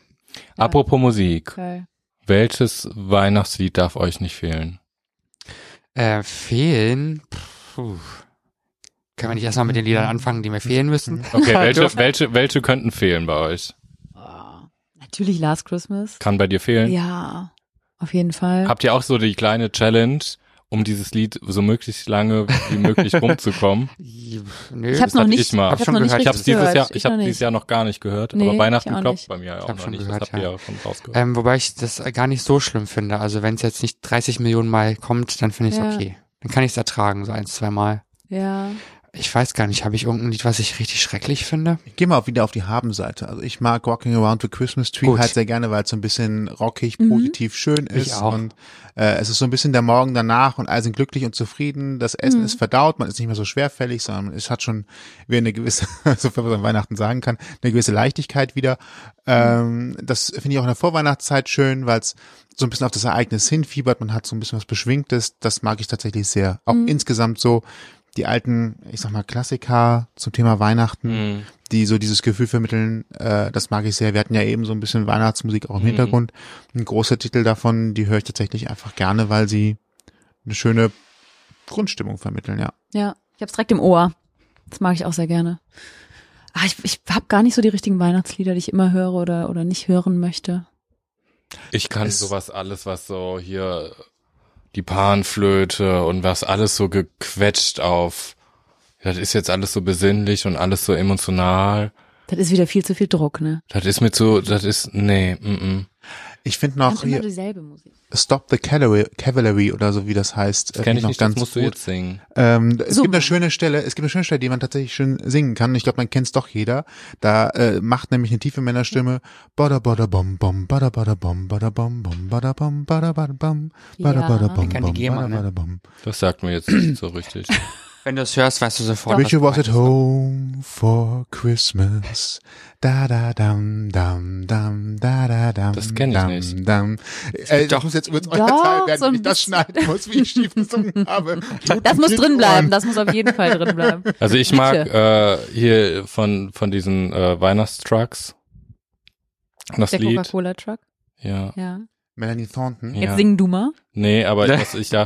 Speaker 3: Apropos Musik.
Speaker 2: Geil.
Speaker 3: Welches Weihnachtslied darf euch nicht fehlen?
Speaker 1: Äh, fehlen. Puh. Können wir nicht erstmal mit den Liedern anfangen, die mir fehlen müssen?
Speaker 2: *laughs*
Speaker 3: Okay, welche, welche, welche könnten fehlen bei euch?
Speaker 2: Oh,
Speaker 1: Ah.
Speaker 2: natürlich Last Christmas.
Speaker 3: Kann bei dir fehlen?
Speaker 2: Ja, auf jeden Fall.
Speaker 3: Habt ihr auch so die kleine Challenge, um dieses Lied so möglichst lange wie möglich rumzukommen?
Speaker 1: Nö,
Speaker 2: ich hab's
Speaker 3: das
Speaker 2: noch
Speaker 3: hatte
Speaker 2: nicht.
Speaker 3: ich mal.
Speaker 2: Ich
Speaker 1: Hab schon
Speaker 2: noch nicht
Speaker 1: gehört.
Speaker 3: Ich habe
Speaker 2: richtig
Speaker 3: dieses
Speaker 2: gehört.
Speaker 3: Jahr, ich
Speaker 2: noch
Speaker 3: habe
Speaker 2: nicht.
Speaker 3: dieses Jahr noch gar nicht gehört,
Speaker 2: Nee,
Speaker 3: aber Weihnachten
Speaker 2: ich auch
Speaker 3: klopft
Speaker 2: nicht.
Speaker 3: bei mir
Speaker 1: Ich
Speaker 3: auch
Speaker 1: hab
Speaker 3: noch
Speaker 1: schon
Speaker 3: nicht.
Speaker 1: gehört,
Speaker 3: das habt
Speaker 1: ja.
Speaker 3: ihr ja schon rausgehört.
Speaker 1: ähm, wobei ich das gar nicht so schlimm finde. Also wenn es jetzt nicht 30 Millionen Mal kommt, dann finde ich es
Speaker 2: Ja.
Speaker 1: okay. Dann kann ich es ertragen, so ein, zwei Mal.
Speaker 2: Ja.
Speaker 1: Ich weiß gar nicht, habe ich irgendein Lied, was ich richtig schrecklich finde?
Speaker 4: Ich gehe mal auch wieder auf die Haben-Seite. Also ich mag Walking Around the Christmas Tree
Speaker 1: Gut.
Speaker 4: halt sehr gerne, weil es so ein bisschen rockig,
Speaker 2: Mhm.
Speaker 4: positiv, schön
Speaker 1: Ich
Speaker 4: ist.
Speaker 1: auch.
Speaker 4: Und äh, es ist so ein bisschen der Morgen danach und alle sind glücklich und zufrieden. Das Essen
Speaker 2: Mhm.
Speaker 4: ist verdaut, man ist nicht mehr so schwerfällig, sondern es hat schon wie eine gewisse, *laughs* so viel man an Weihnachten sagen kann, eine gewisse Leichtigkeit wieder. Ähm, das finde ich auch in der Vorweihnachtszeit schön, weil es so ein bisschen auf das Ereignis hinfiebert, man hat so ein bisschen was Beschwingtes, das mag ich tatsächlich sehr. Auch insgesamt so die alten, ich sag mal, Klassiker zum Thema Weihnachten
Speaker 3: Mhm.
Speaker 4: die so dieses Gefühl vermitteln, äh, das mag ich sehr. Wir hatten ja eben so ein bisschen Weihnachtsmusik auch im Hintergrund. Ein großer Titel davon, die höre ich tatsächlich einfach gerne, weil sie eine schöne Grundstimmung vermitteln, ja.
Speaker 2: Ja, ich hab's direkt im Ohr. Das mag ich auch sehr gerne. Ah, ich ich habe gar nicht so die richtigen Weihnachtslieder, die ich immer höre oder, oder nicht hören möchte.
Speaker 3: Ich kann
Speaker 4: Es-
Speaker 3: sowas alles, was so hier die Panflöte und was alles so gequetscht auf. Das ist jetzt alles so besinnlich und alles so emotional.
Speaker 2: Das ist wieder viel zu viel Druck, ne?
Speaker 3: Das ist mir zu, das ist, nee, mm,
Speaker 4: Ich finde
Speaker 2: Ach,
Speaker 4: noch
Speaker 2: immer
Speaker 4: hier
Speaker 2: dieselbe Musik.
Speaker 4: Stop the Cavalry, Cavalry oder so, wie das heißt. äh,
Speaker 3: mm. kenne ich
Speaker 4: noch
Speaker 3: nicht, das
Speaker 4: ganz
Speaker 3: musst du
Speaker 4: gut.
Speaker 3: jetzt singen.
Speaker 4: Ähm, es
Speaker 2: So.
Speaker 4: gibt eine schöne Stelle, es gibt eine schöne Stelle, die man tatsächlich schön singen kann. Ich glaube, man kennt es doch jeder. Da äh, macht nämlich eine tiefe Männerstimme bada bada bom bom bada bada bom bada bom bom bada bom bada bada bom bada
Speaker 2: Ja.
Speaker 4: bada bom
Speaker 1: Kann die
Speaker 4: bom
Speaker 1: GEMA,
Speaker 4: bada
Speaker 1: ne?
Speaker 4: bada bom.
Speaker 3: Das sagt mir jetzt nicht so richtig.
Speaker 1: Wenn du es hörst, weißt du sofort. was
Speaker 4: Richie was
Speaker 1: gemeint
Speaker 4: at
Speaker 1: ist.
Speaker 4: home for Christmas. Da da dam dam dam da da dam.
Speaker 3: Das kenn ich
Speaker 4: dam,
Speaker 3: nicht.
Speaker 4: Dam. Äh,
Speaker 1: doch-
Speaker 4: das muss jetzt übrigens euer
Speaker 2: Doch,
Speaker 4: Teil werden,
Speaker 2: so
Speaker 4: wenn
Speaker 2: ein
Speaker 4: ich das
Speaker 2: bisschen.
Speaker 4: schneiden muss, wie
Speaker 2: *laughs*
Speaker 4: ich schief gesungen habe. Tut
Speaker 2: Das
Speaker 4: mir
Speaker 2: muss
Speaker 4: die
Speaker 2: drin bleiben,
Speaker 4: Ohren.
Speaker 2: das muss auf jeden Fall drin
Speaker 1: *laughs*
Speaker 2: bleiben.
Speaker 3: Also ich mag äh, hier von, von diesen äh, Weihnachtstrucks. Das
Speaker 2: Der
Speaker 3: Lied.
Speaker 2: Coca-Cola-Truck,
Speaker 3: Ja.
Speaker 2: ja.
Speaker 4: Melanie Thornton.
Speaker 3: Ja.
Speaker 2: Jetzt sing du mal.
Speaker 3: Nee, aber
Speaker 1: *laughs*
Speaker 3: was ich da,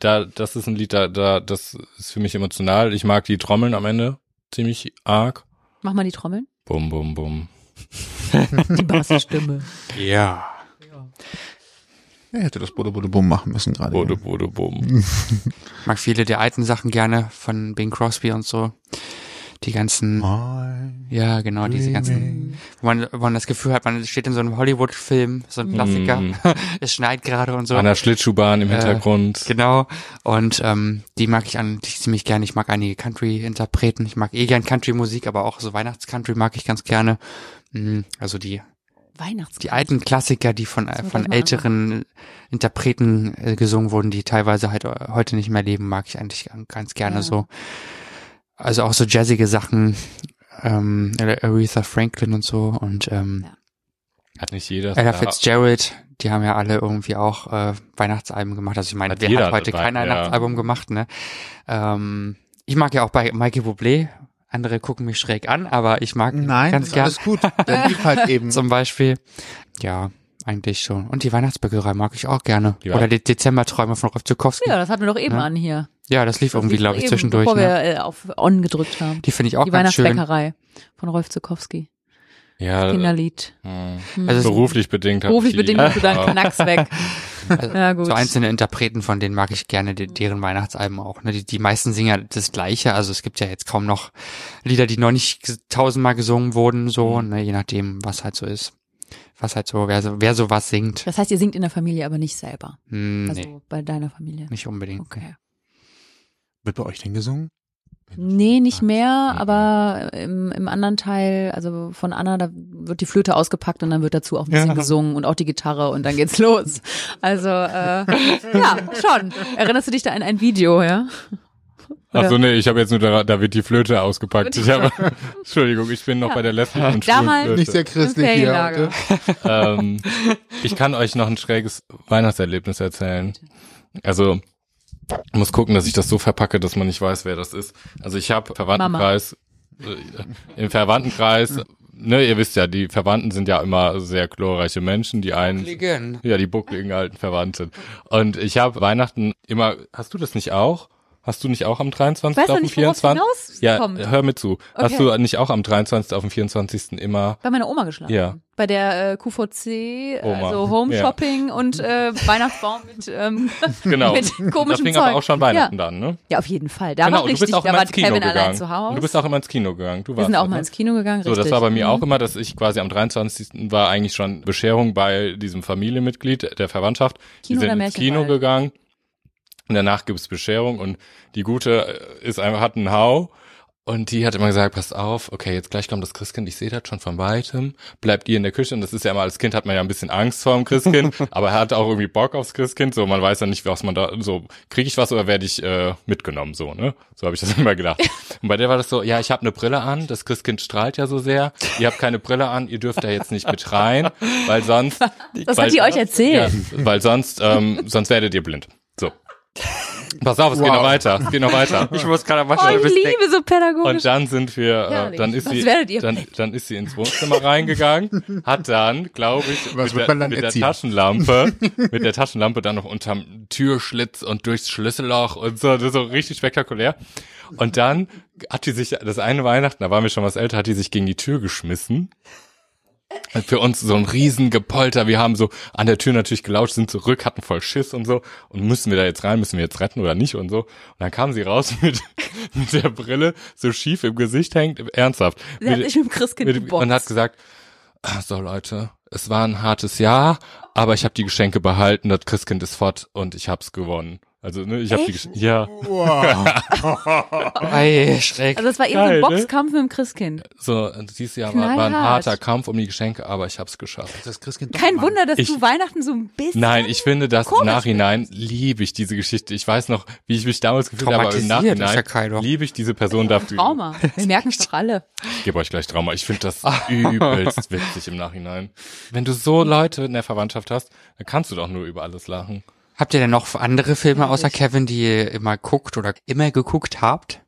Speaker 3: da, das ist ein Lied, da, da, das ist für mich emotional. Ich mag die Trommeln am Ende ziemlich arg.
Speaker 2: Mach mal die Trommeln.
Speaker 3: Bum, bum, bum.
Speaker 2: Die Bassstimme.
Speaker 1: Ja.
Speaker 4: Er hätte das Bude Bude Bum machen müssen gerade.
Speaker 3: Bode,
Speaker 4: Bude.
Speaker 3: bode,
Speaker 1: *laughs*
Speaker 3: bum.
Speaker 1: Ich mag viele der alten Sachen gerne von Bing Crosby und so. Die ganzen,
Speaker 4: Oh.
Speaker 1: ja genau, diese ganzen, wo man, wo man das Gefühl hat, man steht in so einem Hollywood-Film, so ein Klassiker,
Speaker 3: Mhm.
Speaker 1: *laughs* es schneit gerade und so.
Speaker 3: An der Schlittschuhbahn im
Speaker 1: Also, Äh,
Speaker 3: Hintergrund.
Speaker 1: Genau. Und ähm, die mag ich an die ziemlich gerne. Ich mag einige Country-Interpreten. Ich mag eh gern Country-Musik, aber auch so Weihnachts-Country mag ich ganz gerne. Mm, Also die,
Speaker 2: Weihnachts.
Speaker 1: die alten Klassiker, die von, äh,
Speaker 2: Muss man
Speaker 1: von
Speaker 2: gleich mal
Speaker 1: älteren Interpreten äh, gesungen wurden, die teilweise halt äh, heute nicht mehr leben, mag ich eigentlich gan- ganz gerne
Speaker 2: Ja.
Speaker 1: so. Also auch so jazzige Sachen. Ähm, Aretha Franklin und so und ähm,
Speaker 3: Hat nicht jeder.
Speaker 1: Ella
Speaker 3: Ja.
Speaker 1: Fitzgerald, die haben ja alle irgendwie auch äh, Weihnachtsalben gemacht. Also ich meine,
Speaker 3: Hat
Speaker 1: wer
Speaker 3: jeder
Speaker 1: hat heute
Speaker 3: dabei,
Speaker 1: kein
Speaker 3: ja.
Speaker 1: Weihnachtsalbum gemacht, ne? Ähm, ich mag ja auch bei Michael Bublé, andere gucken mich schräg an, aber ich mag ihn
Speaker 4: Nein,
Speaker 1: ganz
Speaker 4: ist
Speaker 1: gern
Speaker 4: alles gut. Der lief halt
Speaker 1: *laughs*
Speaker 4: eben.
Speaker 1: zum Beispiel. Ja, eigentlich schon. Und die Weihnachtsbäckerei mag ich auch gerne.
Speaker 3: Ja.
Speaker 1: Oder die Dezemberträume von Rolf Zukowski.
Speaker 2: Ja,
Speaker 1: Ja,
Speaker 2: das hatten wir doch eben
Speaker 1: Ja.
Speaker 2: an hier.
Speaker 1: das lief irgendwie,
Speaker 2: Das
Speaker 1: glaube ich,
Speaker 2: eben,
Speaker 1: zwischendurch.
Speaker 2: Bevor
Speaker 1: Ne?
Speaker 2: wir äh, auf On gedrückt haben.
Speaker 1: Die finde ich auch
Speaker 2: die
Speaker 1: ganz schön. Äh,
Speaker 2: Weihnachtsbäckerei von Rolf Zukowski.
Speaker 3: Ja,
Speaker 2: Kinderlied.
Speaker 3: mh.
Speaker 1: Also es-
Speaker 3: beruflich bedingt. hab
Speaker 2: Beruflich
Speaker 3: ich
Speaker 2: bedingt
Speaker 1: *laughs*
Speaker 3: die- *laughs*
Speaker 2: bist du dann Knacks weg.
Speaker 1: Also,
Speaker 2: Ja, gut.
Speaker 1: So einzelne Interpreten von denen mag ich gerne, die, deren Weihnachtsalben auch. Ne? Die, die meisten singen ja das Gleiche. Also es gibt ja jetzt kaum noch Lieder, die noch nicht ges- tausendmal gesungen wurden, so, ne? je nachdem, was halt so ist. Was halt so, wer so, wer so was singt.
Speaker 2: Das heißt, ihr singt in der Familie, aber nicht selber.
Speaker 1: Hm,
Speaker 2: Also
Speaker 1: nee,
Speaker 2: bei deiner Familie.
Speaker 1: nicht unbedingt.
Speaker 2: Okay.
Speaker 4: Wird bei euch denn gesungen?
Speaker 2: Nee, nicht mehr,
Speaker 3: Mhm.
Speaker 2: aber im, im anderen Teil, also von Anna, da wird die Flöte ausgepackt und dann wird dazu auch ein bisschen
Speaker 4: Ja.
Speaker 2: gesungen und auch die Gitarre und dann geht's los. Also, äh, ja, schon. Erinnerst du dich da an ein Video, ja?
Speaker 3: Ach so, nee, ich habe jetzt nur, da, da wird die Flöte ausgepackt. Ich habe, *laughs* Entschuldigung, ich bin noch
Speaker 2: Ja. halt
Speaker 3: bei der lesbischen
Speaker 2: Damals-
Speaker 3: Schwulenflöte.
Speaker 4: Nicht sehr christlich
Speaker 2: Im
Speaker 4: hier
Speaker 2: Ferienlager.
Speaker 4: heute.
Speaker 3: ähm, ich kann euch noch ein schräges Weihnachtserlebnis erzählen. Also ich muss gucken, dass ich das so verpacke, dass man nicht weiß, wer das ist. Also ich habe Verwandtenkreis, äh, im
Speaker 2: Hm.
Speaker 3: Verwandtenkreis, ne, ihr wisst ja, die Verwandten sind ja immer sehr glorreiche Menschen, die einen ja, die buckligen alten Verwandten. Und ich habe Weihnachten immer, hast du das nicht auch? Hast du nicht auch am 23.
Speaker 2: Weißt du
Speaker 3: auf dem
Speaker 2: nicht, worauf es
Speaker 3: 24. Ja,
Speaker 2: hinauskommt?
Speaker 3: hör mir zu. Hast
Speaker 2: Okay.
Speaker 3: du nicht auch am 23. auf dem 24. immer
Speaker 2: Bei meiner Oma geschlafen.
Speaker 3: Ja.
Speaker 2: Bei der äh, QVC,
Speaker 3: Oma.
Speaker 2: also Home
Speaker 3: Ja.
Speaker 2: Shopping und äh, Weihnachtsbaum mit, ähm,
Speaker 3: genau.
Speaker 2: mit
Speaker 3: das
Speaker 2: komischem
Speaker 3: fing
Speaker 2: Zeug.
Speaker 3: aber auch schon Weihnachten dann, ne?
Speaker 2: Ja. ja, auf jeden Fall. Da
Speaker 3: genau,
Speaker 2: war
Speaker 3: und du
Speaker 2: richtig,
Speaker 3: bist auch
Speaker 2: da
Speaker 3: immer
Speaker 2: war
Speaker 3: ins Kino
Speaker 2: Kevin allein
Speaker 3: gegangen.
Speaker 2: zu Hause.
Speaker 3: Und du bist auch immer ins Kino gegangen. Du
Speaker 2: Wir
Speaker 3: warst
Speaker 2: sind auch
Speaker 3: das,
Speaker 2: mal
Speaker 3: ne?
Speaker 2: ins Kino gegangen,
Speaker 3: So,
Speaker 2: richtig.
Speaker 3: das war bei mir
Speaker 2: Mhm.
Speaker 3: auch immer, dass ich quasi am 23. war eigentlich schon Bescherung bei diesem Familienmitglied der Verwandtschaft.
Speaker 2: Kino
Speaker 3: Die sind
Speaker 2: oder
Speaker 3: ins Kino
Speaker 2: Märchenwald?
Speaker 3: gegangen und danach gibt's Bescherung und die Gute äh, ist einfach, hat einen Hau und die hat immer gesagt, passt auf, okay, jetzt gleich kommt das Christkind, ich sehe das schon von Weitem, bleibt ihr in der Küche und das ist ja immer, als Kind hat man ja ein bisschen Angst vor dem
Speaker 2: *laughs*
Speaker 3: Christkind, aber hat auch irgendwie Bock aufs Christkind, so man weiß ja nicht, was man da, so kriege ich was oder werde ich äh, mitgenommen, so, ne? So habe ich das *laughs* immer gedacht. Und bei der war das so, ja, ich habe eine Brille an, das Christkind strahlt ja so sehr, ihr habt keine Brille an, ihr dürft da jetzt nicht mit rein, weil sonst...
Speaker 2: *laughs* Das hat die euch erzählt.
Speaker 3: Ja, weil sonst, ähm, sonst werdet ihr blind. So. Pass auf, es geht
Speaker 4: Wow.
Speaker 3: noch weiter, es geht noch weiter.
Speaker 1: Ich muss gerade
Speaker 2: Oh,
Speaker 1: waschen.
Speaker 2: ich liebe so
Speaker 3: Und
Speaker 2: pädagogisch.
Speaker 3: dann sind wir, äh,
Speaker 2: Herrlich.
Speaker 3: dann ist
Speaker 2: Was
Speaker 3: sie,
Speaker 2: werdet ihr
Speaker 3: dann, dann ist sie ins Wohnzimmer
Speaker 2: *laughs*
Speaker 3: reingegangen, hat dann, glaube ich,
Speaker 4: Was wird
Speaker 3: mit, der,
Speaker 4: man dann
Speaker 3: mit der
Speaker 4: erziehen? *laughs*
Speaker 3: Taschenlampe, mit der Taschenlampe dann noch unterm Türschlitz und durchs Schlüsselloch und so, das ist so richtig spektakulär. Und dann hat die sich, das eine Weihnachten, da waren wir schon was älter, hat die sich gegen die Tür geschmissen. Für uns so ein Riesengepolter. Wir haben so an der Tür natürlich gelauscht, sind zurück, hatten voll Schiss und so. Und müssen wir da jetzt rein, müssen wir jetzt retten oder nicht und so. Und dann kam sie raus *laughs* mit, mit der Brille, so schief im Gesicht hängt, ernsthaft.
Speaker 2: Sie hat
Speaker 3: Mit-
Speaker 2: sich mit dem Christkind
Speaker 3: mit, und hat
Speaker 2: geboxt.
Speaker 3: gesagt, "Ah, so Leute, es war ein hartes Jahr, aber ich habe die Geschenke behalten, das Christkind ist fort und ich hab's gewonnen. Also, ne, ich habe die Geschenke. Ja,
Speaker 4: Wow.
Speaker 1: Ei, schräg.
Speaker 2: Also es war eben so
Speaker 3: Geil,
Speaker 2: ein
Speaker 3: ne? Oh
Speaker 2: Boxkampf mit dem Christkind.
Speaker 3: so dieses Jahr war, war ein
Speaker 2: Knallhart.
Speaker 3: harter Kampf um die Geschenke, aber ich hab's geschafft.
Speaker 4: Das Christkind doch,
Speaker 2: Kein
Speaker 4: Mann.
Speaker 2: Wunder, dass
Speaker 3: Ich-
Speaker 2: du Weihnachten so ein bisschen.
Speaker 3: Nein, ich finde das im
Speaker 2: Komisch
Speaker 3: Nachhinein liebe ich diese Geschichte. Ich weiß noch, wie ich mich damals gefühlt habe, aber im
Speaker 1: Traumatisiert ist ja
Speaker 3: Nachhinein
Speaker 1: keiner.
Speaker 3: liebe ich diese Person dafür.
Speaker 2: Trauma. Wir merken es doch alle.
Speaker 3: Ich gebe euch gleich Trauma. Ich
Speaker 1: *laughs*
Speaker 3: finde das
Speaker 1: Ah.
Speaker 3: übelst witzig im Nachhinein. Wenn du so Leute in der Verwandtschaft hast, dann kannst du doch nur über alles lachen.
Speaker 1: Habt ihr denn noch andere Filme außer Kevin, die ihr immer guckt oder immer geguckt habt?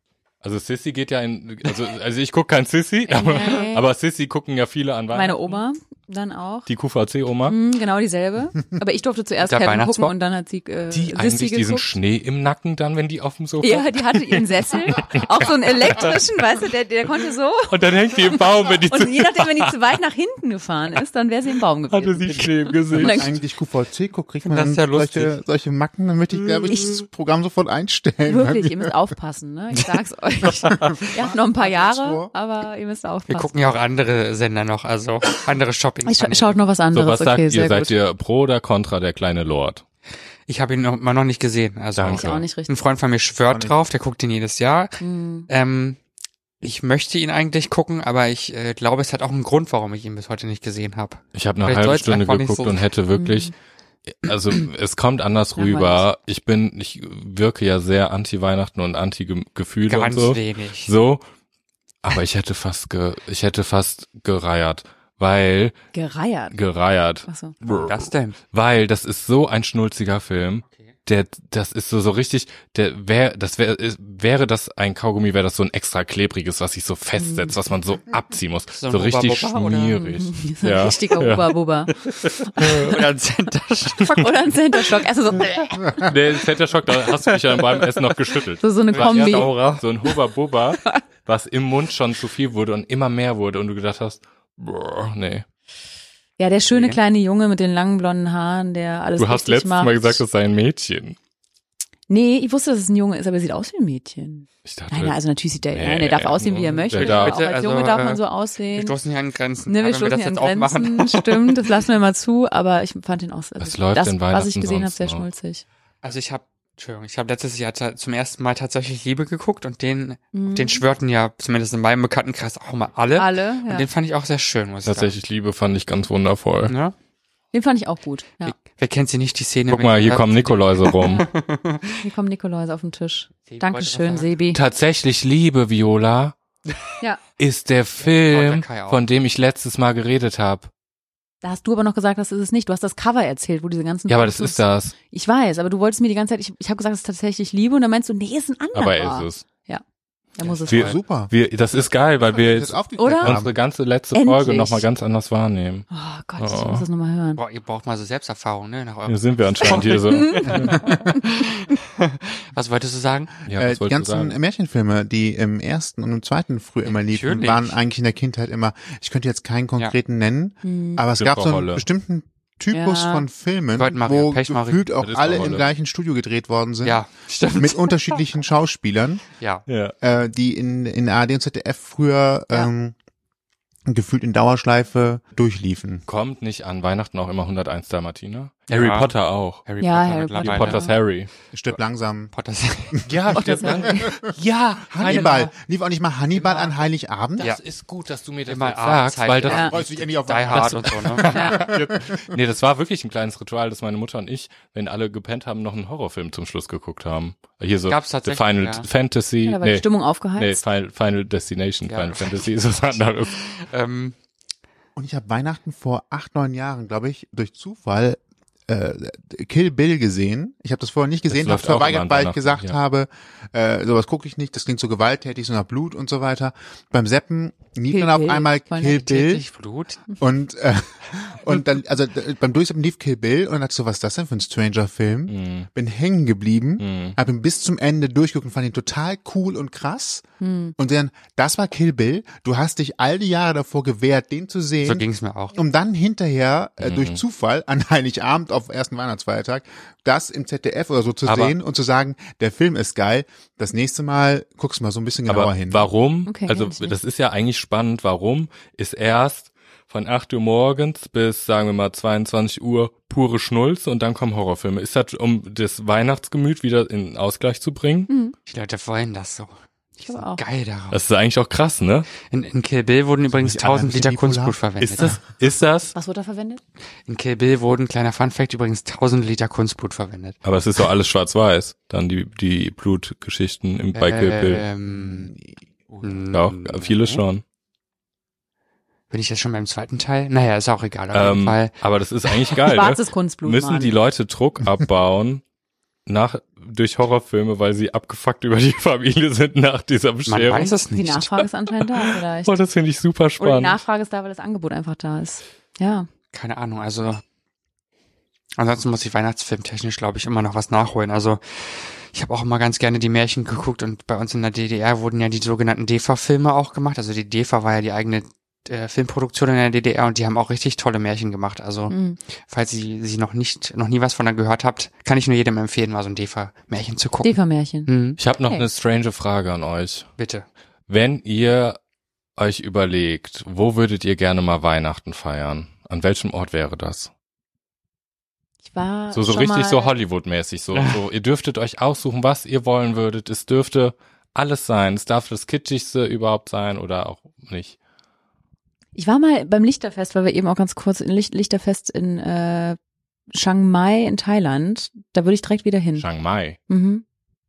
Speaker 3: Also Sissy geht ja in, also, also ich guck kein
Speaker 2: *laughs*
Speaker 3: Sissy, aber,
Speaker 2: Ey.
Speaker 3: aber Sissy gucken ja viele an Weihnachten.
Speaker 2: Meine Oma dann auch.
Speaker 3: Die QVC-Oma.
Speaker 2: Hm, genau dieselbe. Aber ich durfte
Speaker 3: *laughs*
Speaker 2: zuerst
Speaker 1: Der
Speaker 2: Kevin gucken
Speaker 1: Weihnachtsbaum?
Speaker 2: und dann hat sie äh,
Speaker 3: Die
Speaker 2: Sissy
Speaker 3: eigentlich diesen
Speaker 2: geguckt.
Speaker 3: Schnee im Nacken dann, wenn die auf dem Sofa.
Speaker 2: ja, die hatte ihren Sessel, auch so einen elektrischen, weißt du, der, der konnte so.
Speaker 3: Und dann hängt die im Baum, wenn die
Speaker 2: *laughs* Und
Speaker 3: zu,
Speaker 2: je nachdem, wenn die zu weit nach hinten gefahren ist, dann wäre sie im Baum
Speaker 3: hatte
Speaker 2: gewesen.
Speaker 3: sie Schnee im
Speaker 4: Wenn man
Speaker 3: Gesicht.
Speaker 4: eigentlich QVC guckt, kriegt
Speaker 1: Das
Speaker 4: man
Speaker 1: ist ja lustig.
Speaker 4: solche, solche Macken, dann möchte ich, glaube ich, das Programm sofort einstellen.
Speaker 2: Mhm. Wirklich, ihr müsst aufpassen, ne? Ich
Speaker 1: *laughs*
Speaker 2: sag's euch. Ihr habt noch ein paar Jahre, aber ihr müsst
Speaker 1: Wir
Speaker 2: aufpassen.
Speaker 1: gucken ja auch andere Sender noch, also andere shopping
Speaker 2: Ich scha schaut noch was
Speaker 3: So,
Speaker 2: anderes.
Speaker 3: was sagt
Speaker 2: okay,
Speaker 3: ihr?
Speaker 2: sehr
Speaker 3: Seid
Speaker 2: gut.
Speaker 3: ihr pro oder contra der kleine Lord?
Speaker 1: Ich habe ihn noch, mal noch nicht gesehen. Also
Speaker 3: Danke.
Speaker 2: ich auch nicht
Speaker 1: ein
Speaker 2: richtig.
Speaker 1: Freund von mir schwört drauf, der guckt ihn jedes Jahr.
Speaker 2: Hm.
Speaker 1: Ähm, ich möchte ihn eigentlich gucken, aber ich äh, glaube, es hat auch einen Grund, warum ich ihn bis heute nicht gesehen habe.
Speaker 3: Ich habe eine
Speaker 1: Vielleicht
Speaker 3: halbe
Speaker 1: soll's
Speaker 3: Stunde
Speaker 1: einfach nicht
Speaker 3: geguckt
Speaker 1: so
Speaker 3: und hätte wirklich, also es kommt anders
Speaker 2: Langweilig.
Speaker 3: rüber. Ich bin, ich wirke ja sehr anti-Weihnachten und anti-Gefühle und
Speaker 1: Ganz
Speaker 3: so.
Speaker 1: wenig.
Speaker 3: So, aber ich hätte fast ge, ich hätte fast gereiert, weil
Speaker 2: Gereiert.
Speaker 3: gereiert,
Speaker 2: Ach so.
Speaker 1: Das
Speaker 2: *laughs*
Speaker 1: denn?
Speaker 3: weil das ist so ein schnulziger Film. Der, das ist so so richtig, der wär, das wär, ist- wäre das ein Kaugummi, wäre das so ein extra klebriges, was sich so festsetzt, was man so
Speaker 2: Mhm.
Speaker 3: abziehen muss, so,
Speaker 1: ein
Speaker 3: richtig
Speaker 1: Hubba-Bubba, oder?
Speaker 2: *laughs*
Speaker 3: schmierig.
Speaker 2: Ja.
Speaker 3: Ja.
Speaker 2: Richtiger
Speaker 3: Ja.
Speaker 2: Oberbuba.
Speaker 1: Oder ein Center
Speaker 2: Oder ein Center Shock. Also
Speaker 3: *laughs*
Speaker 2: so,
Speaker 3: *laughs* Nee, fetter Schock, da hast du mich ja beim Essen noch geschüttelt.
Speaker 2: so, so eine
Speaker 3: Das war
Speaker 2: *laughs* Kombi.
Speaker 3: erst auch So ein Hubba-Bubba, was im Mund schon zu viel wurde und immer mehr wurde und du gedacht hast, boah, nee.
Speaker 2: Ja, der schöne
Speaker 1: Nee.
Speaker 2: kleine Junge mit den langen blonden Haaren, der alles
Speaker 3: Du hast
Speaker 2: richtig
Speaker 3: letztes
Speaker 2: macht.
Speaker 3: Mal gesagt, das sei ein Mädchen.
Speaker 2: nee, ich wusste, dass es ein Junge ist, aber er sieht aus wie ein Mädchen.
Speaker 3: Ich dachte,
Speaker 2: Nein, nein, also natürlich sieht der,
Speaker 3: Nee.
Speaker 2: nein, der darf aussehen, wie er möchte.
Speaker 3: Der darf-
Speaker 2: auch als
Speaker 1: Also,
Speaker 2: Junge darf man
Speaker 1: äh,
Speaker 2: so
Speaker 1: Wir
Speaker 2: aussehen.
Speaker 1: stoßen hier an Grenzen.
Speaker 2: Ne, wir
Speaker 1: Aber wenn wir
Speaker 2: stoßen
Speaker 1: das
Speaker 2: hier an
Speaker 1: jetzt aufmachen.
Speaker 2: Grenzen, *laughs* stimmt, das lassen wir mal zu, aber ich fand den auch, also
Speaker 3: Was läuft
Speaker 2: das,
Speaker 3: denn
Speaker 2: was ich
Speaker 3: Weihnachten
Speaker 2: gesehen habe,
Speaker 3: sonst
Speaker 2: sehr
Speaker 3: noch?
Speaker 2: schmulzig.
Speaker 1: Also ich habe, Entschuldigung, ich habe letztes Jahr ta- zum ersten Mal tatsächlich Liebe geguckt und den, den schwörten ja zumindest in meinem Bekanntenkreis auch mal alle.
Speaker 2: Mhm. Alle,
Speaker 1: Und
Speaker 2: ja.
Speaker 1: den
Speaker 2: Den,
Speaker 1: fand ich auch sehr schön, muss ich sagen.
Speaker 3: tatsächlich Liebe fand ich ganz wundervoll.
Speaker 1: Ne?
Speaker 2: fand ich auch gut, ja.
Speaker 1: Wer, wer kennt sie nicht, die Szene?
Speaker 3: Guck
Speaker 1: mit-
Speaker 3: mal, hier kommen Nikoläuse rum.
Speaker 2: Hier kommen Nikoläuse auf den Tisch.
Speaker 1: Sebi wollte
Speaker 2: Dankeschön,
Speaker 1: was sagen.
Speaker 2: Sebi.
Speaker 3: tatsächlich Liebe, Viola,
Speaker 2: Ja,
Speaker 3: ist der
Speaker 1: Ja,
Speaker 3: Film,
Speaker 1: der Kai auch.
Speaker 3: von dem ich letztes Mal geredet habe.
Speaker 2: da hast du aber noch gesagt, das ist es nicht. Du hast das Cover erzählt, wo diese ganzen
Speaker 3: Ja, aber das ist das.
Speaker 2: Ich weiß, aber du wolltest mir die ganze Zeit, ich, ich habe gesagt, es ist tatsächlich Liebe und dann meinst du, nee, ist ein anderer.
Speaker 3: Aber er ist es.
Speaker 2: Er muss es
Speaker 3: Wir-
Speaker 2: sein.
Speaker 4: Super.
Speaker 3: Wir, das ist geil, weil wir jetzt
Speaker 4: aufgeklärt
Speaker 2: Oder?
Speaker 4: haben.
Speaker 3: unsere ganze letzte
Speaker 2: Endlich.
Speaker 3: Folge nochmal ganz anders wahrnehmen.
Speaker 2: Oh Gott, ich
Speaker 3: Oh.
Speaker 2: muss das nochmal hören. *laughs*
Speaker 1: Boah, ihr braucht mal so Selbsterfahrung, ne? Nach eurem
Speaker 3: Hier sind wir anscheinend hier so.
Speaker 1: Was wolltest du sagen?
Speaker 3: Ja,
Speaker 4: äh,
Speaker 3: was wolltest
Speaker 4: die
Speaker 3: du
Speaker 4: ganzen
Speaker 3: sagen?
Speaker 4: Märchenfilme, die im ersten und im zweiten früh immer liefen,
Speaker 1: Natürlich.
Speaker 4: waren eigentlich in der Kindheit immer, ich könnte jetzt keinen konkreten nennen,
Speaker 2: Hm.
Speaker 4: aber es gab so einen
Speaker 3: Silberrolle.
Speaker 4: bestimmten Typus
Speaker 2: Ja.
Speaker 4: von Filmen,
Speaker 1: Goldmarie,
Speaker 4: wo
Speaker 1: Pechmarie.
Speaker 4: gefühlt auch
Speaker 3: Das ist
Speaker 4: alle im
Speaker 3: Silberrolle.
Speaker 4: gleichen Studio gedreht worden sind.
Speaker 1: Ja, stimmt.
Speaker 4: Mit unterschiedlichen Schauspielern,
Speaker 1: ja.
Speaker 3: Ja.
Speaker 4: äh, die in, in ARD und ZDF früher
Speaker 2: Ja.
Speaker 4: ähm, gefühlt in Dauerschleife durchliefen.
Speaker 3: Kommt nicht an Weihnachten auch immer 101 Dalmatiner?
Speaker 1: Harry Ja. Potter
Speaker 3: auch.
Speaker 1: Harry
Speaker 2: Ja, Harry
Speaker 1: Potter.
Speaker 2: Potter.
Speaker 1: mittlerweile.
Speaker 3: Potters Harry.
Speaker 4: Stirb langsam.
Speaker 3: *laughs*
Speaker 1: Potters.
Speaker 3: Ja,
Speaker 2: Oh, das *laughs*
Speaker 3: ja,
Speaker 4: Hannibal. Lief auch nicht mal Hannibal an
Speaker 2: Genau.
Speaker 4: Heiligabend?
Speaker 3: Das
Speaker 1: Ja.
Speaker 3: ist gut, dass du mir das
Speaker 1: Immer
Speaker 3: jetzt sagst,
Speaker 1: Abzeichen.
Speaker 3: weil das,
Speaker 2: Ja.
Speaker 4: Freust du dich endlich auf
Speaker 1: Die Hard und so, ne?
Speaker 3: nee, das war wirklich ein kleines Ritual, dass meine Mutter und ich, wenn alle gepennt haben, noch einen Horrorfilm zum Schluss geguckt haben. Hier so
Speaker 1: Gab's
Speaker 3: The
Speaker 1: tatsächlich,
Speaker 3: Final
Speaker 1: ja.
Speaker 3: Fantasy.
Speaker 2: Ja, da war die
Speaker 3: nee,
Speaker 2: Stimmung
Speaker 3: nee
Speaker 2: aufgeheizt.
Speaker 3: Final, Final Destination,
Speaker 1: Ja.
Speaker 3: Final Fantasy ist was anderes.
Speaker 1: *laughs* ähm,
Speaker 4: Und ich habe Weihnachten vor acht, neun Jahren, glaube ich, durch Zufall äh, Kill Bill gesehen. Ich habe das vorher nicht gesehen, habe
Speaker 3: läuft auch immer
Speaker 4: verweigert,
Speaker 3: an
Speaker 4: weil ich
Speaker 3: Weihnachten,
Speaker 4: gesagt
Speaker 3: ja.
Speaker 4: habe, äh, sowas gucke ich nicht, das klingt so gewalttätig, so nach Blut und so weiter. Beim Seppen lief
Speaker 2: Kill
Speaker 4: dann auf
Speaker 2: Bill.
Speaker 4: einmal
Speaker 2: Wollen
Speaker 4: Kill
Speaker 2: wir
Speaker 4: Bill
Speaker 1: täglich Blut.
Speaker 4: und äh, *laughs* und dann, also d- beim Durchseppen lief Kill Bill und dachte so, was ist das denn für ein Stranger-Film?
Speaker 3: Mhm.
Speaker 4: Bin hängen geblieben,
Speaker 3: Mhm.
Speaker 4: habe ihn bis zum Ende durchgeguckt und fand ihn total cool und krass. Und dann, das war Kill Bill, du hast dich all die Jahre davor gewehrt, den zu sehen
Speaker 1: So ging's mir auch.
Speaker 4: um dann hinterher
Speaker 3: Mhm.
Speaker 4: äh, durch Zufall an *laughs* Heiligabend auf ersten Weihnachtsfeiertag das im ZDF oder so zu
Speaker 3: Aber-
Speaker 4: sehen und zu sagen, der Film ist geil, das nächste Mal guckst du mal so ein bisschen genauer
Speaker 3: Aber
Speaker 4: hin.
Speaker 3: warum?
Speaker 2: Okay,
Speaker 3: also
Speaker 2: kenn ich nicht.
Speaker 3: das ist ja eigentlich spannend. Warum ist erst von 8 Uhr morgens bis, sagen wir mal, 22 Uhr pure Schnulze und dann kommen Horrorfilme. Ist das, um das Weihnachtsgemüt wieder in Ausgleich zu bringen?
Speaker 1: Die Leute wollen das so. Die
Speaker 2: Ich glaube
Speaker 1: sind
Speaker 2: auch.
Speaker 1: geil darauf.
Speaker 3: Das ist eigentlich auch krass, ne?
Speaker 1: In, in Kill Bill wurden übrigens
Speaker 4: die anderen
Speaker 1: 1000
Speaker 4: nicht
Speaker 1: Liter
Speaker 4: bipolar?
Speaker 1: Kunstblut verwendet.
Speaker 3: Ist das, ist das,
Speaker 2: Was wurde da verwendet?
Speaker 1: In Kill Bill wurden, kleiner Funfact, übrigens 1000 Liter Kunstblut verwendet.
Speaker 3: aber es ist doch alles schwarz-weiß. Dann die, die Blutgeschichten
Speaker 1: Äh,
Speaker 3: im, bei Kill Bill.
Speaker 1: Ähm,
Speaker 3: Auch,
Speaker 1: mh,
Speaker 3: viele schon.
Speaker 1: Bin ich jetzt schon beim zweiten Teil? Naja, ist auch egal. Auf jeden
Speaker 3: Ähm,
Speaker 1: Fall.
Speaker 3: aber das ist eigentlich geil, ne?
Speaker 2: Schwarzes Kunstblut.
Speaker 3: Müssen
Speaker 2: Mann.
Speaker 3: die
Speaker 2: *laughs*
Speaker 3: Leute Druck abbauen nach, durch Horrorfilme, weil sie abgefuckt über die Familie sind nach dieser
Speaker 1: Man
Speaker 3: Bescherung?
Speaker 1: weiß es
Speaker 2: die
Speaker 1: nicht.
Speaker 2: Nachfrage ist anscheinend da vielleicht.
Speaker 3: Oh, das finde ich super
Speaker 2: Oder die
Speaker 3: spannend.
Speaker 2: Nachfrage ist da, weil das Angebot einfach da ist. Ja.
Speaker 1: Keine Ahnung. Also ansonsten muss ich Weihnachtsfilmtechnisch, glaube ich, immer noch was nachholen. Also ich habe auch immer ganz gerne die Märchen geguckt und bei uns in der DDR wurden ja die sogenannten DEFA-Filme auch gemacht. Also die DEFA war ja die eigene äh, Filmproduktion in der DDR und die haben auch richtig tolle Märchen gemacht. Also
Speaker 2: Mhm.
Speaker 1: falls ihr sie noch nicht, noch nie was von da gehört habt, kann ich nur jedem empfehlen, mal so ein DEFA-Märchen zu gucken.
Speaker 2: Defa-Märchen.
Speaker 1: Hm,
Speaker 3: Ich habe noch
Speaker 2: Okay.
Speaker 3: eine strange Frage an euch.
Speaker 1: bitte.
Speaker 3: Wenn ihr euch überlegt, wo würdet ihr gerne mal Weihnachten feiern? An welchem Ort wäre das?
Speaker 2: Ich war
Speaker 3: So, so
Speaker 2: Äh, schon
Speaker 3: richtig
Speaker 2: mal,
Speaker 3: so Hollywood-mäßig. So,
Speaker 2: *laughs*
Speaker 3: so, ihr dürftet euch aussuchen, was ihr wollen würdet. Es dürfte alles sein. Es darf das Kitschigste überhaupt sein oder auch nicht.
Speaker 2: Ich war mal beim Lichterfest, weil wir eben auch ganz kurz in Licht, Lichterfest in äh, Chiang Mai in Thailand. Da würde ich direkt wieder hin.
Speaker 3: Chiang Mai.
Speaker 2: Mhm.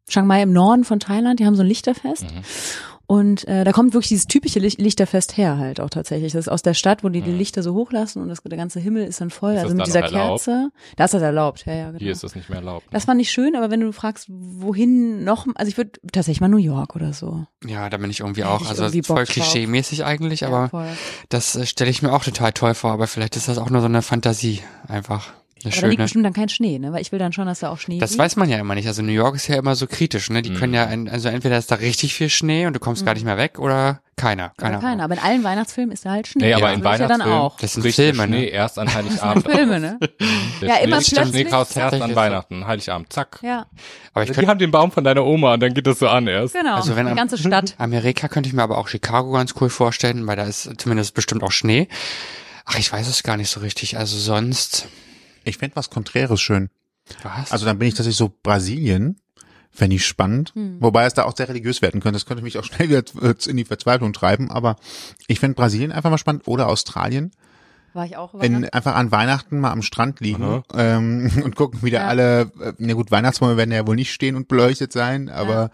Speaker 2: Chiang Mai im Norden von Thailand, die haben so ein Lichterfest.
Speaker 3: Mhm.
Speaker 2: Und äh, da kommt wirklich dieses typische Licht Lichterfest her halt auch tatsächlich. Das ist aus der Stadt, wo die die
Speaker 3: Mhm.
Speaker 2: Lichter so hochlassen und das, der ganze Himmel ist dann voll.
Speaker 3: Ist das
Speaker 2: also mit
Speaker 3: da
Speaker 2: dieser
Speaker 3: noch erlaubt?
Speaker 2: Kerze. Da ist das erlaubt, ja, ja, genau.
Speaker 3: Hier ist das nicht mehr erlaubt. ne?
Speaker 2: Das war nicht schön, aber wenn du fragst, wohin noch, also ich würde tatsächlich mal New York oder so.
Speaker 1: Ja, da bin ich irgendwie
Speaker 2: Da
Speaker 1: auch.
Speaker 2: hätte ich
Speaker 1: Also
Speaker 2: irgendwie Bock
Speaker 1: voll
Speaker 2: drauf.
Speaker 1: klischee-mäßig eigentlich, aber
Speaker 2: ja, voll.
Speaker 1: Das äh, stelle ich mir auch total toll vor, aber vielleicht ist das auch nur so eine Fantasie einfach. Eine
Speaker 2: aber da liegt
Speaker 1: schöne.
Speaker 2: bestimmt dann kein Schnee, ne? Weil ich will dann schon, dass da auch Schnee
Speaker 1: Das
Speaker 2: liegt.
Speaker 1: weiß man ja immer nicht. Also New York ist ja immer so kritisch, ne? Die können ja, ein, also entweder ist da richtig viel Schnee und du kommst gar nicht mehr weg oder keiner.
Speaker 2: aber
Speaker 1: Keiner.
Speaker 2: Mhm. keiner. Aber in allen Weihnachtsfilmen ist da halt Schnee.
Speaker 3: Nee, aber
Speaker 2: Das
Speaker 3: in
Speaker 2: will ich ja dann
Speaker 3: Weihnachtsfilmen,
Speaker 2: auch.
Speaker 1: Das sind
Speaker 3: bricht
Speaker 1: Filme,
Speaker 3: der Schnee
Speaker 1: ne?
Speaker 3: erst an Heiligabend.
Speaker 2: Filme, ne? Ja,
Speaker 3: Der Schnee-
Speaker 2: immer
Speaker 3: der
Speaker 2: plötzlich.
Speaker 3: Schneekraus erst
Speaker 1: Tatsächlich
Speaker 3: an
Speaker 1: so.
Speaker 3: Weihnachten, Heiligabend, zack.
Speaker 2: Ja,
Speaker 1: Aber ich
Speaker 3: Die
Speaker 1: könnte,
Speaker 3: haben den Baum von deiner Oma und dann geht das so an erst.
Speaker 2: genau.
Speaker 1: Also wenn
Speaker 2: die
Speaker 1: am-
Speaker 2: ganze Stadt.
Speaker 1: Amerika könnte ich mir aber auch Chicago ganz cool vorstellen, weil da ist zumindest bestimmt auch Schnee. Ach, ich weiß es gar nicht so richtig. Also sonst,
Speaker 4: Ich fänd was Konträres schön.
Speaker 1: was?
Speaker 4: Also dann bin ich tatsächlich so Brasilien, fänd ich spannend.
Speaker 2: Hm.
Speaker 4: Wobei es da auch sehr religiös werden könnte. Das könnte mich auch *laughs* schnell wieder äh, in die Verzweiflung treiben. Aber ich fänd Brasilien einfach mal spannend oder Australien.
Speaker 2: War ich auch
Speaker 4: In, einfach an Weihnachten mal am Strand liegen
Speaker 3: Aha.
Speaker 4: ähm, *laughs* und gucken, wie da
Speaker 2: Ja.
Speaker 4: alle, äh, na gut, Weihnachtsbäume werden ja wohl nicht stehen und beleuchtet sein, aber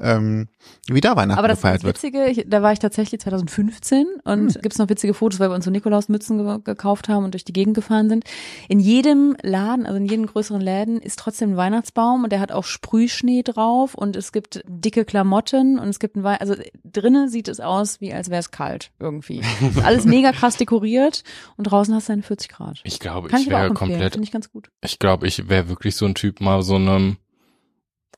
Speaker 4: ähm, wie da Weihnachten
Speaker 2: Aber das,
Speaker 4: gefeiert
Speaker 2: das
Speaker 4: wird.
Speaker 2: Witzige, ich, da war ich tatsächlich 2015 und
Speaker 3: Hm.
Speaker 2: gibt's noch witzige Fotos, weil wir uns so Nikolausmützen ge gekauft haben und durch die Gegend gefahren sind. In jedem Laden, also in jedem größeren Laden, ist trotzdem ein Weihnachtsbaum und der hat auch Sprühschnee drauf und es gibt dicke Klamotten und es gibt ein Wei also drinnen sieht es aus, wie als wäre es kalt
Speaker 3: *laughs*
Speaker 2: irgendwie. Ist alles mega krass dekoriert und draußen hast du dann 40 Grad.
Speaker 3: Ich glaube,
Speaker 2: Kann
Speaker 3: ich
Speaker 2: ich aber auch
Speaker 3: wäre
Speaker 2: empfehlen,
Speaker 3: komplett
Speaker 2: finde ich ganz gut.
Speaker 3: Ich glaube, ich wäre wirklich so ein Typ, mal so einem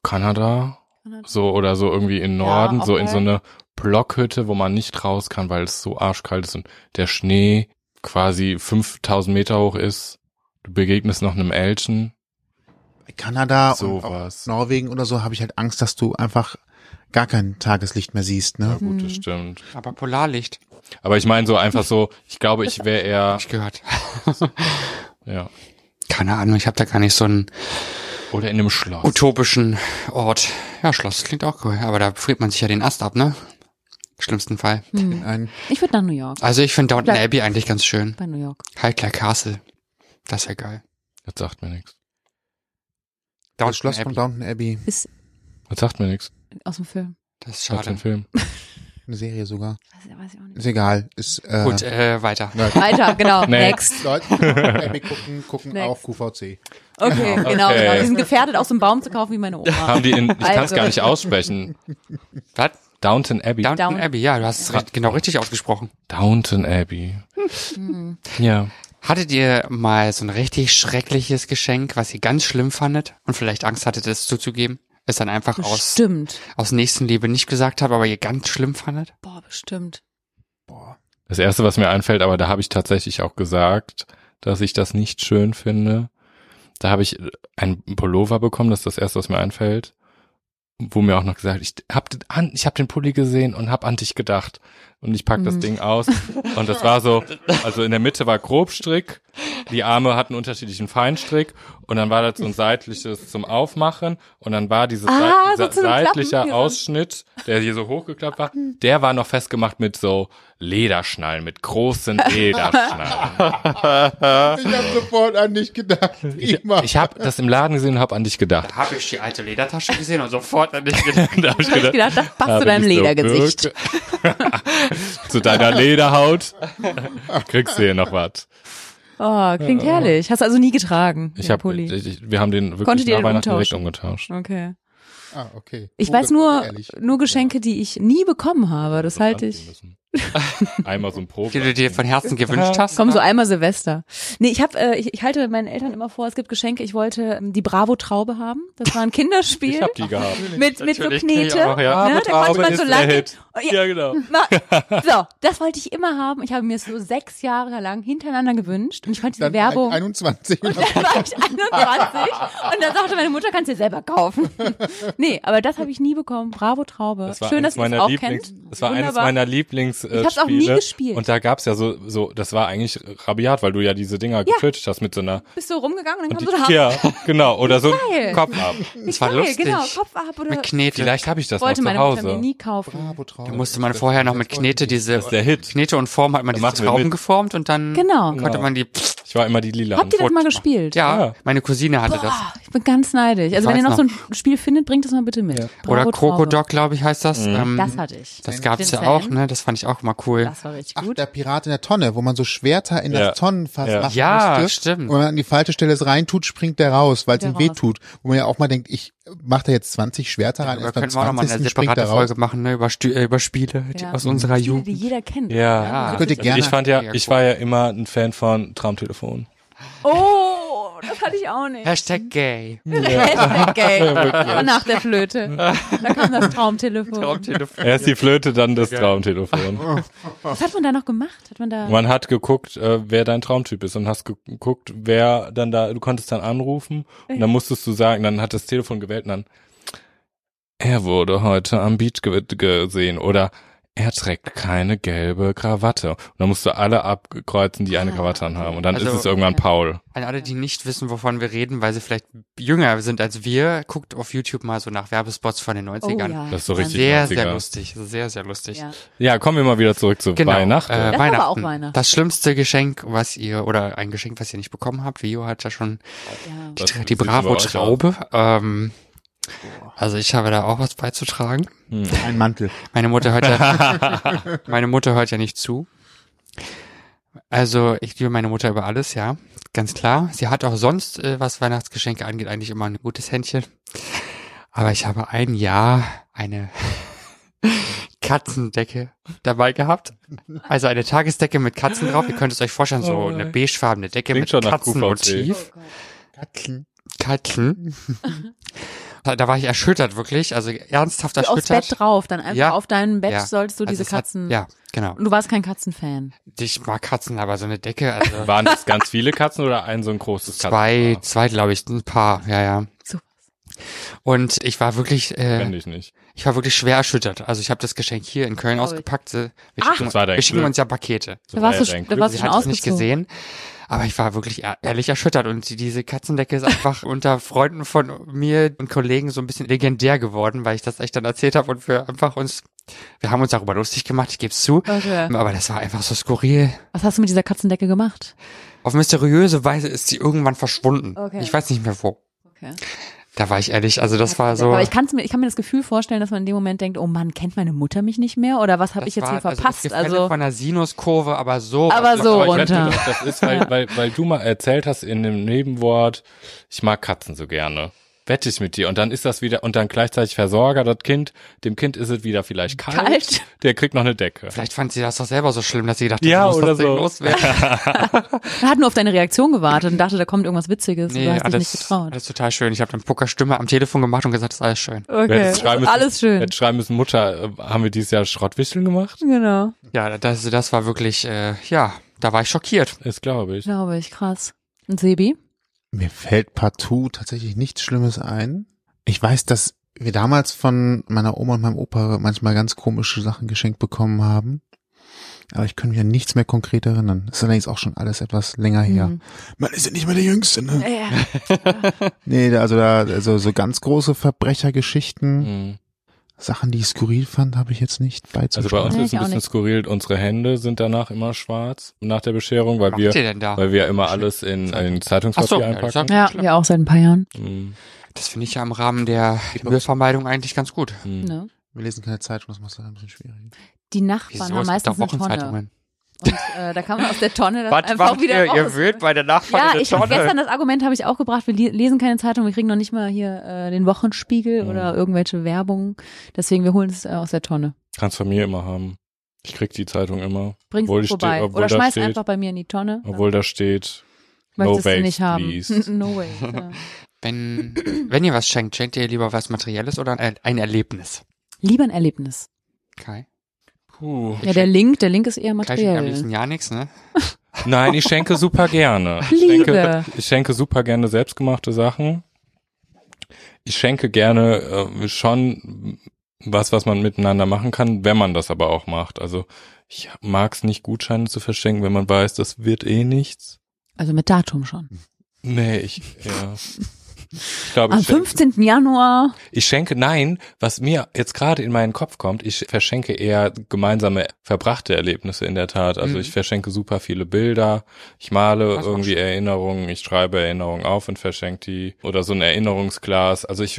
Speaker 3: Kanada, so oder so irgendwie in Norden, so in so eine Blockhütte, wo man nicht raus kann, weil es so arschkalt ist und der Schnee quasi 5000 Meter hoch ist. Du begegnest noch einem Elchen.
Speaker 4: Kanada und auch
Speaker 3: Sowas.
Speaker 4: Norwegen oder so habe ich halt Angst, dass du einfach gar kein Tageslicht mehr siehst,
Speaker 3: Ja
Speaker 4: ne?
Speaker 3: gut, das
Speaker 2: Mhm.
Speaker 3: stimmt.
Speaker 1: Aber Polarlicht,
Speaker 3: Aber ich meine so einfach so, ich glaube, ich wäre eher,
Speaker 1: hab ich gehört.
Speaker 3: ja,
Speaker 1: Keine Ahnung, ich habe da gar nicht so einen
Speaker 3: oder in einem Schloss.
Speaker 1: utopischen Ort. Ja, Schloss klingt auch cool, aber da friert man sich ja den Ast ab, ne? Schlimmsten Fall.
Speaker 4: Ein,
Speaker 2: Hm. Ich würde nach New York.
Speaker 1: Also ich finde Downton
Speaker 2: Bleib-
Speaker 1: Abbey eigentlich ganz schön.
Speaker 2: Bei New York.
Speaker 1: Heidler Castle. Das ist ja geil.
Speaker 3: Das sagt mir nichts.
Speaker 4: das Schloss von Downton Abbey,
Speaker 2: Ist
Speaker 3: Das sagt mir nichts.
Speaker 2: aus dem Film.
Speaker 1: Das ist
Speaker 3: Schade.
Speaker 1: schade.
Speaker 3: Den Film.
Speaker 4: eine Serie sogar.
Speaker 2: Weiß, ich- weiß ich auch nicht.
Speaker 4: Ist egal. Ist, äh,
Speaker 1: Gut, äh, weiter. *laughs*
Speaker 2: Weiter, genau.
Speaker 3: Next.
Speaker 2: Next.
Speaker 4: Leute, Downton Abbey gucken, gucken
Speaker 2: Next.
Speaker 4: auch QVC.
Speaker 2: Okay, genau,
Speaker 3: Okay.
Speaker 2: genau. Die sind gefährdet, aus dem Baum zu kaufen wie meine Oma.
Speaker 3: Haben die in, ich kann es
Speaker 2: Also.
Speaker 3: gar nicht aussprechen.
Speaker 1: Was?
Speaker 3: Downton Abbey.
Speaker 1: Downton
Speaker 2: Down-
Speaker 1: Abbey, ja, du hast es ri- genau richtig ausgesprochen.
Speaker 3: Downton Abbey. ja.
Speaker 1: Hattet ihr mal so ein richtig schreckliches Geschenk, was ihr ganz schlimm fandet und vielleicht Angst hattet, es zuzugeben? Es dann einfach aus,
Speaker 2: Bestimmt.
Speaker 1: aus Nächstenliebe nicht gesagt habt, aber ihr ganz schlimm fandet?
Speaker 2: Boah, bestimmt.
Speaker 3: Das erste, was mir einfällt, aber da habe ich tatsächlich auch gesagt, dass ich das nicht schön finde. Da habe ich einen Pullover bekommen, das ist das erste, was mir einfällt. Wo mir auch noch gesagt, ich habe ich hab den Pulli gesehen und habe an dich gedacht. Und ich pack das Ding aus. Und das war so, also in der Mitte war Grobstrick, die Arme hatten unterschiedlichen Feinstrick und dann war das so ein seitliches zum Aufmachen und dann war dieses
Speaker 2: Ah,
Speaker 3: seit-
Speaker 2: so zum
Speaker 3: seitlicher
Speaker 2: Klappen, ja.
Speaker 3: Ausschnitt, der hier so hochgeklappt war, der war noch festgemacht mit so Lederschnallen, mit großen
Speaker 2: *laughs*
Speaker 3: Lederschnallen.
Speaker 4: Ich habe sofort an dich gedacht. Immer.
Speaker 3: Ich habe das im Laden gesehen und habe an dich gedacht.
Speaker 1: Habe ich die alte Ledertasche gesehen und sofort an *laughs* dich gedacht.
Speaker 3: Da hab ich
Speaker 2: Ich gedacht, das passt zu deinem
Speaker 3: ich so
Speaker 2: Ledergesicht.
Speaker 3: wirke- *laughs* zu deiner Lederhaut. Kriegst du hier noch was.
Speaker 2: Oh, klingt herrlich. Hast du also nie getragen,
Speaker 3: Ich
Speaker 2: den
Speaker 3: hab,
Speaker 2: Pulli.
Speaker 3: ich, ich, wir haben den
Speaker 2: Konntet
Speaker 3: wirklich
Speaker 2: ihr
Speaker 3: nach
Speaker 2: den
Speaker 3: Weihnachten direkt
Speaker 2: umtauschen?
Speaker 3: umgetauscht.
Speaker 2: okay.
Speaker 4: ah, okay.
Speaker 2: Ich
Speaker 4: Oh,
Speaker 2: weiß
Speaker 4: das war
Speaker 2: nur,
Speaker 4: ehrlich.
Speaker 2: nur Geschenke, die ich nie bekommen habe. Das halte ich.
Speaker 3: Anziehen müssen. Einmal so ein Probe.
Speaker 1: Die du dir von Herzen gewünscht hast.
Speaker 2: Komm, so einmal Silvester. Nee, ich, hab, äh, ich, ich halte meinen Eltern immer vor, es gibt Geschenke. Ich wollte ähm, die Bravo-Traube haben. Das
Speaker 3: *laughs*
Speaker 2: war ein Kinderspiel.
Speaker 3: Ich hab die gehabt.
Speaker 2: mit, mit so
Speaker 1: Natürlich krieg ich
Speaker 2: Knete.
Speaker 1: auch, ja.
Speaker 2: ne? Da konnte man so lange. Oh, ja.
Speaker 3: Ja, genau.
Speaker 2: Ma- So, das wollte ich immer haben. Ich habe mir es so sechs Jahre lang hintereinander gewünscht und ich fand diese
Speaker 4: Dann
Speaker 2: Werbung. *laughs*
Speaker 4: 21 oder
Speaker 2: Dann war ich 21 und dann sagte meine Mutter, kannst du dir selber kaufen. Nee, aber das habe ich nie bekommen. Bravo Traube.
Speaker 3: Das war
Speaker 2: Schön, dass
Speaker 3: eines
Speaker 2: ihr es
Speaker 3: meiner
Speaker 2: auch
Speaker 3: Lieblings,
Speaker 2: kennt.
Speaker 3: das war eines
Speaker 2: Wunderbar.
Speaker 3: meiner Lieblings äh,
Speaker 2: Ich hab's auch nie
Speaker 3: Spiele.
Speaker 2: gespielt.
Speaker 3: Und da gab's ja so so das war eigentlich rabiat, weil du ja diese Dinger getötet hast mit so einer
Speaker 2: Bist du rumgegangen und dann
Speaker 3: die,
Speaker 2: kam so da.
Speaker 3: Ja, genau, oder so
Speaker 2: Geil.
Speaker 3: Kopf ab.
Speaker 1: Das war
Speaker 2: Geil,
Speaker 1: lustig.
Speaker 2: Genau, Kopf ab oder
Speaker 1: Mit Knete.
Speaker 3: Vielleicht habe ich das noch
Speaker 2: wollte
Speaker 3: zu
Speaker 2: meine Mutter mir
Speaker 3: Hause.
Speaker 2: nie kaufen.
Speaker 4: Bravo Traum.
Speaker 1: Da musste man vorher noch mit Knete diese
Speaker 3: ist der Hit.
Speaker 1: Knete und Form hat man diese
Speaker 3: machen wir
Speaker 1: Trauben
Speaker 3: mit.
Speaker 1: geformt und dann
Speaker 2: Genau.
Speaker 1: konnte man die
Speaker 3: Ich war immer die lila.
Speaker 2: Habt ihr das mal gespielt?
Speaker 1: ja,
Speaker 3: Ja.
Speaker 1: meine Cousine hatte das.
Speaker 2: Boah, ich bin ganz neidisch. Also wenn ihr noch
Speaker 1: weiß
Speaker 2: so ein Spiel findet, bringt es mal bitte mit. Bravo
Speaker 1: Oder
Speaker 2: Traube.
Speaker 1: Krokodok, glaube ich, heißt
Speaker 3: Mhm.
Speaker 1: das. Ähm,
Speaker 2: Das hatte ich.
Speaker 1: das gab's ja
Speaker 2: Den
Speaker 1: auch,
Speaker 2: Fan.
Speaker 1: ne? Das fand ich auch mal cool.
Speaker 2: Das war richtig
Speaker 4: Ach,
Speaker 2: gut.
Speaker 4: der Pirat in der Tonne, wo man so Schwerter in
Speaker 3: Ja.
Speaker 4: das Tonnenfass
Speaker 3: Ja.
Speaker 4: machen
Speaker 1: Ja,
Speaker 4: musste.
Speaker 1: stimmt.
Speaker 4: Und wenn man an die falsche Stelle es reintut, springt der raus, weil es
Speaker 2: Der
Speaker 4: ihm weh
Speaker 2: raus.
Speaker 4: tut. Wo man ja auch mal denkt, ich mache da jetzt 20 Schwerter rein,
Speaker 1: Da
Speaker 4: erst beim
Speaker 1: können wir auch noch mal
Speaker 4: 20.
Speaker 1: eine
Speaker 4: springt
Speaker 1: separate
Speaker 4: er raus.
Speaker 1: Folge machen, ne? Über, Stü äh, über Spiele die
Speaker 2: Ja.
Speaker 1: aus unserer
Speaker 2: Spiele,
Speaker 1: Jugend.
Speaker 2: die jeder kennt.
Speaker 3: Ja.
Speaker 4: Könnt ihr
Speaker 3: Also
Speaker 4: gerne.
Speaker 3: ich fand ja,
Speaker 1: Ja,
Speaker 3: ich
Speaker 1: cool.
Speaker 3: war ja immer ein Fan von Traumtelefon.
Speaker 2: Oh, das hatte ich auch nicht.
Speaker 1: Hashtag gay.
Speaker 2: Hashtag gay. Aber nach der Flöte. Da kam das Traumtelefon.
Speaker 3: Erst die Flöte, dann das Traumtelefon.
Speaker 2: Was hat man da noch gemacht? Hat man da
Speaker 3: Man hat geguckt, äh, wer dein Traumtyp ist und hast ge- geguckt, wer dann da, du konntest dann anrufen und dann musstest du sagen, dann hat das Telefon gewählt und dann, er wurde heute am Beach ge gesehen oder er trägt keine gelbe Krawatte. Und dann musst du alle abkreuzen, die
Speaker 2: Ah.
Speaker 3: eine Krawatte anhaben und dann
Speaker 1: Also-
Speaker 3: ist es irgendwann Paul.
Speaker 1: An alle, die nicht wissen, wovon wir reden, weil sie vielleicht jünger sind als wir, guckt auf YouTube mal so nach Werbespots von den 90ern.
Speaker 3: Das ist so richtig
Speaker 1: Sehr,
Speaker 3: 90er.
Speaker 1: sehr lustig. Sehr, sehr lustig.
Speaker 2: Oh Ja.
Speaker 3: Ja, kommen wir mal wieder zurück zu
Speaker 1: Genau.
Speaker 3: Weihnachten.
Speaker 1: Äh,
Speaker 2: Das war aber
Speaker 1: Weihnachten.
Speaker 2: auch Weihnachten.
Speaker 1: Das schlimmste Geschenk, was ihr, oder ein Geschenk, was ihr nicht bekommen habt, Vio hat ja schon
Speaker 4: Genau.
Speaker 2: Ja.
Speaker 3: Was
Speaker 1: die
Speaker 3: sieht's bei euch aus?
Speaker 1: Bravo-Traube. Ähm, also ich habe da auch was beizutragen.
Speaker 4: Ein Mantel.
Speaker 1: Meine Mutter hört ja, meine Mutter hört ja nicht zu. Also ich liebe meine Mutter über alles, ja, ganz klar. Sie hat auch sonst, äh, was Weihnachtsgeschenke angeht, eigentlich immer ein gutes Händchen. Aber ich habe ein Jahr eine *laughs* Katzendecke dabei gehabt. Also eine Tagesdecke mit Katzen drauf. Ihr könnt es euch vorstellen, so
Speaker 3: Oh nein.
Speaker 1: eine beigefarbene Decke
Speaker 3: Klingt
Speaker 1: mit
Speaker 3: schon nach QVC.
Speaker 1: Katzenmotiv.
Speaker 4: Katzen.
Speaker 1: Katzen. Da, da war ich erschüttert wirklich, also ernsthaft
Speaker 2: So aufs
Speaker 1: erschüttert.
Speaker 2: Bett drauf, dann einfach
Speaker 1: Ja.
Speaker 2: auf deinem Bett
Speaker 1: Ja.
Speaker 2: solltest du
Speaker 1: Also
Speaker 2: diese
Speaker 1: es hat-
Speaker 2: Katzen.
Speaker 1: ja, genau.
Speaker 2: Und du warst kein Katzenfan.
Speaker 1: Ich mag Katzen, aber so eine Decke, also
Speaker 3: Waren das ganz viele Katzen oder ein so ein großes
Speaker 1: zwei,
Speaker 3: Katzenpaar?
Speaker 1: zwei glaube ich, ein paar, ja, ja.
Speaker 2: So.
Speaker 1: Und ich war wirklich,
Speaker 3: Kenn
Speaker 1: äh,
Speaker 3: ich nicht.
Speaker 1: ich war wirklich schwer erschüttert. Also ich habe das Geschenk hier in Köln
Speaker 2: Glaub ich.
Speaker 1: ausgepackt. äh, Wir
Speaker 2: Ach.
Speaker 1: schicken,
Speaker 3: Das war dein
Speaker 1: wir schicken
Speaker 3: Glück.
Speaker 1: uns ja Pakete.
Speaker 3: So
Speaker 2: da warst
Speaker 3: war
Speaker 2: du,
Speaker 3: ja dein
Speaker 2: da
Speaker 3: Glück.
Speaker 2: warst du
Speaker 1: Sie
Speaker 2: schon
Speaker 1: hat es nicht
Speaker 2: ausgezogen.
Speaker 1: gesehen. Aber ich war wirklich ehr- ehrlich erschüttert und die- diese Katzendecke
Speaker 2: *laughs*
Speaker 1: ist einfach unter Freunden von mir und Kollegen so ein bisschen legendär geworden, weil ich das echt dann erzählt habe und wir einfach uns, wir haben uns darüber lustig gemacht, ich gebe es zu.
Speaker 2: Okay.
Speaker 1: Aber das war einfach so skurril.
Speaker 2: Was hast du mit dieser Katzendecke gemacht?
Speaker 1: Auf mysteriöse Weise ist sie irgendwann verschwunden.
Speaker 2: Okay.
Speaker 1: Ich weiß nicht mehr wo.
Speaker 2: Okay.
Speaker 1: Da war ich ehrlich, also das war so.
Speaker 2: Aber ich, kann's mir, ich kann mir das Gefühl vorstellen, dass man in dem Moment denkt, oh Mann, kennt meine Mutter mich nicht mehr? Oder was habe
Speaker 1: das
Speaker 2: ich jetzt
Speaker 1: war-
Speaker 2: hier
Speaker 1: Also,
Speaker 2: verpasst?
Speaker 1: das Gefälle
Speaker 2: Also,
Speaker 1: von der Sinuskurve, aber so.
Speaker 2: Aber
Speaker 1: Also,
Speaker 2: so
Speaker 3: Aber ich wette,
Speaker 2: runter.
Speaker 3: das, das
Speaker 2: *laughs*
Speaker 3: ist, weil, weil, weil du mal erzählt hast in dem Nebenwort, ich mag Katzen so gerne. Wette ich mit dir. Und dann ist das wieder, und dann gleichzeitig Versorger, das Kind, dem Kind ist es wieder vielleicht kalt.
Speaker 2: Kalt.
Speaker 3: Der kriegt noch eine Decke.
Speaker 1: Vielleicht fand sie das doch selber so schlimm, dass sie gedacht hat,
Speaker 3: Ja,
Speaker 1: ich muss
Speaker 3: oder
Speaker 1: das Ding
Speaker 2: *laughs*
Speaker 3: so.
Speaker 1: loswerden.
Speaker 2: er hat nur auf deine Reaktion gewartet und dachte, da kommt irgendwas Witziges.
Speaker 1: Nee,
Speaker 2: du hast dich
Speaker 1: alles,
Speaker 2: nicht getraut.
Speaker 1: alles total schön. Ich habe dann Pokerstimme am Telefon gemacht und gesagt, das ist alles schön.
Speaker 3: Du
Speaker 2: Okay,
Speaker 3: hättest schreiben müssen-
Speaker 2: alles schön.
Speaker 3: Hättest schreiben müssen, Mutter, äh, haben wir dieses Jahr Schrottwichteln gemacht?
Speaker 2: Genau,
Speaker 1: Ja, das, das war wirklich, äh, ja, da war ich schockiert.
Speaker 3: Ist, glaube ich.
Speaker 2: glaube ich, krass. Und Sebi?
Speaker 4: Mir fällt partout tatsächlich nichts Schlimmes ein. Ich weiß, dass wir damals von meiner Oma und meinem Opa manchmal ganz komische Sachen geschenkt bekommen haben. Aber ich kann mich an nichts mehr konkret erinnern. Ist allerdings auch schon alles etwas länger her.
Speaker 2: Hm.
Speaker 4: Man ist Ah, ja nicht mehr der Jüngste, ne?
Speaker 2: Ja.
Speaker 4: Nee, da- also da, also so ganz große Verbrechergeschichten,
Speaker 3: Mhm.
Speaker 4: Sachen, die ich skurril fand, habe ich jetzt nicht
Speaker 3: Also bei
Speaker 4: beizutragen.
Speaker 3: uns
Speaker 2: Nee,
Speaker 3: ist
Speaker 2: ich
Speaker 3: ein
Speaker 2: auch
Speaker 3: bisschen
Speaker 2: nicht.
Speaker 3: skurril, unsere Hände sind danach immer schwarz nach der Bescherung, weil
Speaker 1: Was
Speaker 3: wir
Speaker 1: macht ihr denn da?
Speaker 3: weil wir immer alles in, in
Speaker 1: Ach so,
Speaker 3: Zeitungspapier
Speaker 1: ja, das,
Speaker 3: einpacken.
Speaker 1: ja.
Speaker 2: ja, wir auch seit ein paar Jahren.
Speaker 3: Mhm.
Speaker 1: das finde ich ja im Rahmen der Müllvermeidung eigentlich ganz gut.
Speaker 3: Mhm.
Speaker 2: Ne?
Speaker 4: Wir lesen keine Zeitung, das macht es ein bisschen schwierig.
Speaker 2: Die Nachbarn
Speaker 1: Wieso?
Speaker 2: haben
Speaker 1: Es gibt
Speaker 2: meistens
Speaker 1: doch
Speaker 2: eine Tonne.
Speaker 1: Wochenzeitungen.
Speaker 2: Und äh, da kann man aus der Tonne das
Speaker 1: Was
Speaker 2: einfach
Speaker 1: macht
Speaker 2: wieder
Speaker 1: ihr?
Speaker 2: raus.
Speaker 1: Ihr wühlt bei der Nachbarn
Speaker 2: ja,
Speaker 1: eine
Speaker 2: ich habe
Speaker 1: Tonne.
Speaker 2: gestern das Argument habe ich auch gebracht, wir li- lesen keine Zeitung, wir kriegen noch nicht mal hier äh, den Wochenspiegel
Speaker 3: Mhm.
Speaker 2: oder irgendwelche Werbung. Deswegen, wir holen es äh, aus der Tonne.
Speaker 3: Kannst von mir immer haben. Ich krieg die Zeitung immer.
Speaker 2: Bring's
Speaker 3: Obwohl ich
Speaker 2: vorbei.
Speaker 3: stehe- obwohl
Speaker 2: oder
Speaker 3: da
Speaker 2: schmeiß
Speaker 3: steht-
Speaker 2: einfach bei mir in die Tonne.
Speaker 3: Obwohl da steht,
Speaker 2: Möchtest
Speaker 3: no
Speaker 2: du nicht
Speaker 3: waste,
Speaker 2: haben.
Speaker 3: please.
Speaker 2: *laughs* no way. Ja.
Speaker 1: Wenn, wenn ihr was schenkt, schenkt ihr lieber was Materielles oder ein, ein Erlebnis?
Speaker 2: Lieber ein Erlebnis.
Speaker 1: Kai?
Speaker 3: Puh.
Speaker 2: Ja, der Link, der Link ist eher
Speaker 1: Kai schenkt am liebsten
Speaker 2: materiell.
Speaker 1: ja
Speaker 2: *laughs*
Speaker 1: nichts, ne?
Speaker 3: Nein, ich schenke super gerne. Ich
Speaker 2: Liebe.
Speaker 3: schenke, ich schenke super gerne selbstgemachte Sachen. Ich schenke gerne äh, schon was, was man miteinander machen kann, wenn man das aber auch macht. Also ich mag es nicht, Gutscheine zu verschenken, wenn man weiß, das wird eh nichts.
Speaker 2: Also mit Datum schon.
Speaker 3: Nee, ich, ja. Ich glaube,
Speaker 2: Am
Speaker 3: ich schenke,
Speaker 2: 15. Januar.
Speaker 3: ich schenke, nein, was mir jetzt gerade in meinen Kopf kommt, ich verschenke eher gemeinsame verbrachte Erlebnisse in der Tat. Also
Speaker 1: Mhm.
Speaker 3: ich verschenke super viele Bilder, ich male
Speaker 1: Das ist auch
Speaker 3: irgendwie
Speaker 1: schön.
Speaker 3: Erinnerungen, ich schreibe Erinnerungen auf und verschenke die oder so ein Erinnerungsglas. Also ich,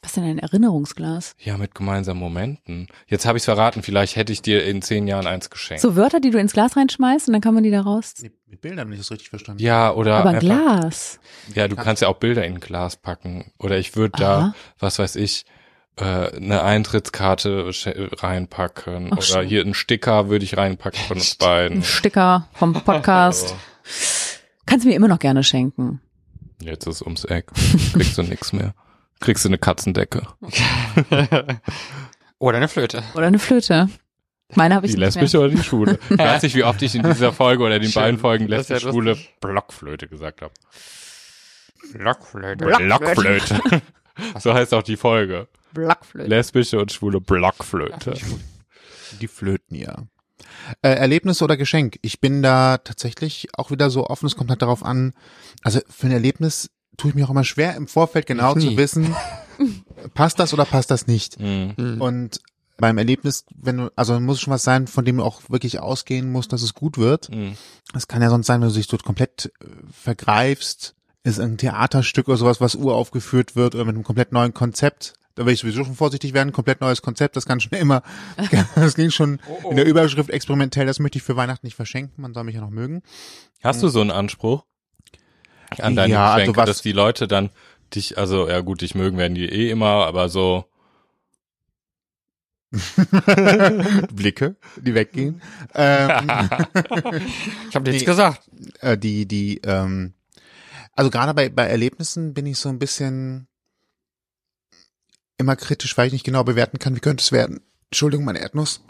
Speaker 2: Was ist denn ein Erinnerungsglas?
Speaker 3: ja, mit gemeinsamen Momenten. Jetzt habe ich es verraten, vielleicht hätte ich dir in zehn Jahren eins geschenkt.
Speaker 2: So Wörter, die du ins Glas reinschmeißt und dann kann man die da raus.
Speaker 4: Mit Bildern, wenn ich das richtig verstanden
Speaker 3: Ja, oder
Speaker 2: Aber ein
Speaker 3: einfach-
Speaker 2: Glas.
Speaker 3: Ja, du kannst ja auch Bilder in ein Glas packen. Oder ich würde
Speaker 2: Aha.
Speaker 3: da, was weiß ich, äh, eine Eintrittskarte sch- reinpacken.
Speaker 2: Ach,
Speaker 3: oder
Speaker 2: schön.
Speaker 3: hier einen Sticker würde ich reinpacken von uns
Speaker 2: Ein *laughs*
Speaker 3: beiden.
Speaker 2: Sticker vom
Speaker 3: *laughs*
Speaker 2: Podcast.
Speaker 3: Oh.
Speaker 2: Kannst du mir immer noch gerne schenken.
Speaker 3: Jetzt ist ums Eck. Kriegst du nix mehr. Kriegst du eine Katzendecke.
Speaker 1: oder eine Flöte.
Speaker 2: Oder eine Flöte. Meine habe ich
Speaker 3: Die
Speaker 2: nicht mehr.
Speaker 3: lesbische oder die Schule? *laughs* Ich weiß nicht, wie oft ich in dieser Folge oder den
Speaker 1: Schön.
Speaker 3: beiden Folgen
Speaker 1: Das ist ja
Speaker 3: lesbisch Schule Blockflöte gesagt habe.
Speaker 1: Blockflöte.
Speaker 3: Blockflöte.
Speaker 2: *laughs*
Speaker 3: so heißt auch die Folge.
Speaker 2: Blockflöte.
Speaker 3: Lesbische und schwule Blockflöte.
Speaker 4: Die Flöten, ja. Äh, Erlebnis oder Geschenk? Ich bin da tatsächlich auch wieder so offen, es kommt halt darauf an. Also für ein Erlebnis tue ich mir auch immer schwer, im Vorfeld genau
Speaker 1: Ich nie.
Speaker 4: zu wissen, passt das oder passt das nicht.
Speaker 3: Mhm.
Speaker 4: Und beim Erlebnis, wenn du, also muss schon was sein, von dem du auch wirklich ausgehen musst, dass es gut wird.
Speaker 3: Mhm.
Speaker 4: Es kann ja sonst sein, wenn du dich dort komplett äh, vergreifst, ist ein Theaterstück oder sowas, was uraufgeführt wird oder mit einem komplett neuen Konzept. Da will ich sowieso schon vorsichtig werden, komplett neues Konzept, das kann schon immer, *laughs* das ging schon in der Überschrift experimentell, das möchte ich für Weihnachten nicht verschenken, man soll mich ja noch mögen.
Speaker 3: Hast
Speaker 1: Hm.
Speaker 3: du so einen Anspruch an deine
Speaker 4: Ja, also
Speaker 3: Geschenke,
Speaker 4: was-
Speaker 3: dass die Leute dann dich, also ja gut, dich mögen werden die eh immer, aber so,
Speaker 4: Blicke, die weggehen. Ähm,
Speaker 1: Ich habe nichts
Speaker 4: Nee.
Speaker 1: gesagt.
Speaker 4: äh, die, die, ähm, also gerade bei, bei Erlebnissen bin ich so ein bisschen, immer kritisch, weil ich nicht genau bewerten kann, wie könnte es werden. Entschuldigung, meine Erdnuss.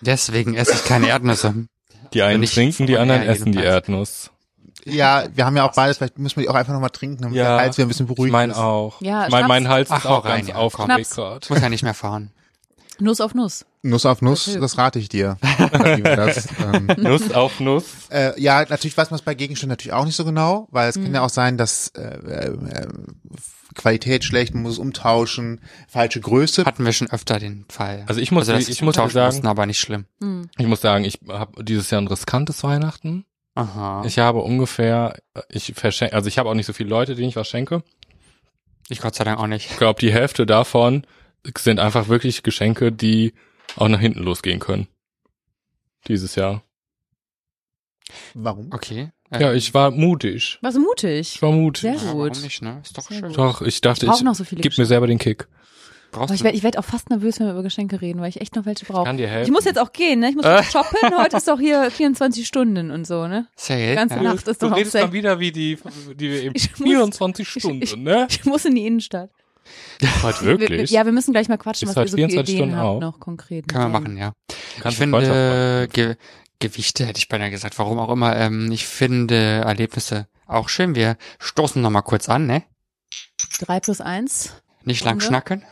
Speaker 1: Deswegen esse ich keine Erdnüsse.
Speaker 3: Die einen
Speaker 1: Wenn ich
Speaker 3: trinken, die
Speaker 1: von
Speaker 3: anderen
Speaker 1: her
Speaker 3: essen die
Speaker 1: jedenfalls.
Speaker 3: Erdnuss.
Speaker 4: Ja, wir haben ja auch beides, vielleicht müssen wir die auch einfach nochmal trinken, damit
Speaker 3: Ja,
Speaker 4: der Hals wieder ein bisschen beruhigt
Speaker 3: Ich mein
Speaker 4: ist.
Speaker 3: auch.
Speaker 2: Ja,
Speaker 3: ich mein, mein Hals
Speaker 1: Ach,
Speaker 3: ist
Speaker 1: hau
Speaker 3: auch
Speaker 1: rein,
Speaker 3: ganz
Speaker 1: ja,
Speaker 3: auf
Speaker 1: komm.
Speaker 3: Record.
Speaker 1: Muss ja nicht mehr fahren.
Speaker 2: Nuss auf Nuss.
Speaker 4: Nuss auf Nuss,
Speaker 2: Das hilft.
Speaker 4: das rate ich *laughs* dir. Wie wir das, ähm,
Speaker 3: Nuss auf Nuss.
Speaker 4: äh, ja, natürlich weiß man es bei Gegenständen natürlich auch nicht so genau, weil es
Speaker 3: Mhm.
Speaker 4: kann ja auch sein, dass äh, äh, Qualität schlecht, man muss es umtauschen, falsche Größe.
Speaker 1: Hatten wir schon öfter den Fall.
Speaker 3: Also ich muss-
Speaker 1: also das
Speaker 3: ich muss
Speaker 1: tauschen
Speaker 3: sagen-
Speaker 1: mussten, aber nicht schlimm.
Speaker 2: Hm.
Speaker 3: Ich muss sagen, ich habe dieses Jahr ein riskantes Weihnachten.
Speaker 1: Aha. Ich,
Speaker 3: Ich habe ungefähr, ich verschenke, also ich habe auch nicht so viele Leute, denen ich was schenke.
Speaker 1: Gott sei Dank auch nicht.
Speaker 3: Ich glaube, die Hälfte davon sind einfach wirklich Geschenke, die auch nach hinten losgehen können. Dieses Jahr.
Speaker 4: Warum?
Speaker 1: Okay.
Speaker 3: Ja, ich war mutig.
Speaker 2: Was mutig.
Speaker 3: Ich war mutig.
Speaker 2: Sehr
Speaker 1: ja,
Speaker 2: gut.
Speaker 1: Warum nicht, ne? Ist doch
Speaker 2: Sehr
Speaker 1: schön.
Speaker 2: gut.
Speaker 3: Doch, ich dachte,
Speaker 2: Ich brauche
Speaker 3: ich,
Speaker 2: noch so viele
Speaker 3: gib mir selber den Kick.
Speaker 2: Aber
Speaker 1: Brauchst
Speaker 2: ich
Speaker 1: du.
Speaker 2: werde ich werd auch fast nervös, wenn wir über Geschenke reden, weil ich echt noch welche brauche.
Speaker 3: Kann dir helfen.
Speaker 2: Ich muss jetzt auch gehen,
Speaker 3: *laughs*
Speaker 2: ne? Ich muss
Speaker 3: Äh.
Speaker 2: shoppen. Heute ist doch hier 24 Stunden und so, ne?
Speaker 1: Sale.
Speaker 2: Ganz
Speaker 1: ja.
Speaker 2: nach- Nacht ist
Speaker 3: du
Speaker 2: doch auch
Speaker 3: redest
Speaker 2: sehr-
Speaker 3: dann wieder wie die, die
Speaker 2: *laughs*
Speaker 3: wir eben
Speaker 2: Ich muss-
Speaker 3: 24
Speaker 2: ich-
Speaker 3: Stunden,
Speaker 2: ich- *laughs*
Speaker 3: ne?
Speaker 2: Ich muss in die Innenstadt.
Speaker 3: Halt
Speaker 2: Wir, wir,
Speaker 3: wirklich.
Speaker 2: ja, wir müssen gleich mal quatschen, was
Speaker 3: Ist
Speaker 2: wir
Speaker 3: heute
Speaker 2: so für
Speaker 3: 24
Speaker 2: Ideen
Speaker 3: Stunden
Speaker 2: haben
Speaker 3: auf.
Speaker 2: noch konkret.
Speaker 1: Können wir
Speaker 2: mit
Speaker 1: machen,
Speaker 2: denen.
Speaker 1: ja.
Speaker 3: Kannst
Speaker 1: ich
Speaker 3: du Freundschaft
Speaker 1: finde, Ge Gewichte hätte ich beinahe gesagt, warum auch immer. Ähm, ich finde Erlebnisse auch schön. Wir stoßen nochmal kurz an, ne?
Speaker 2: Drei plus eins.
Speaker 1: Nicht lang
Speaker 2: Runde.
Speaker 1: schnacken.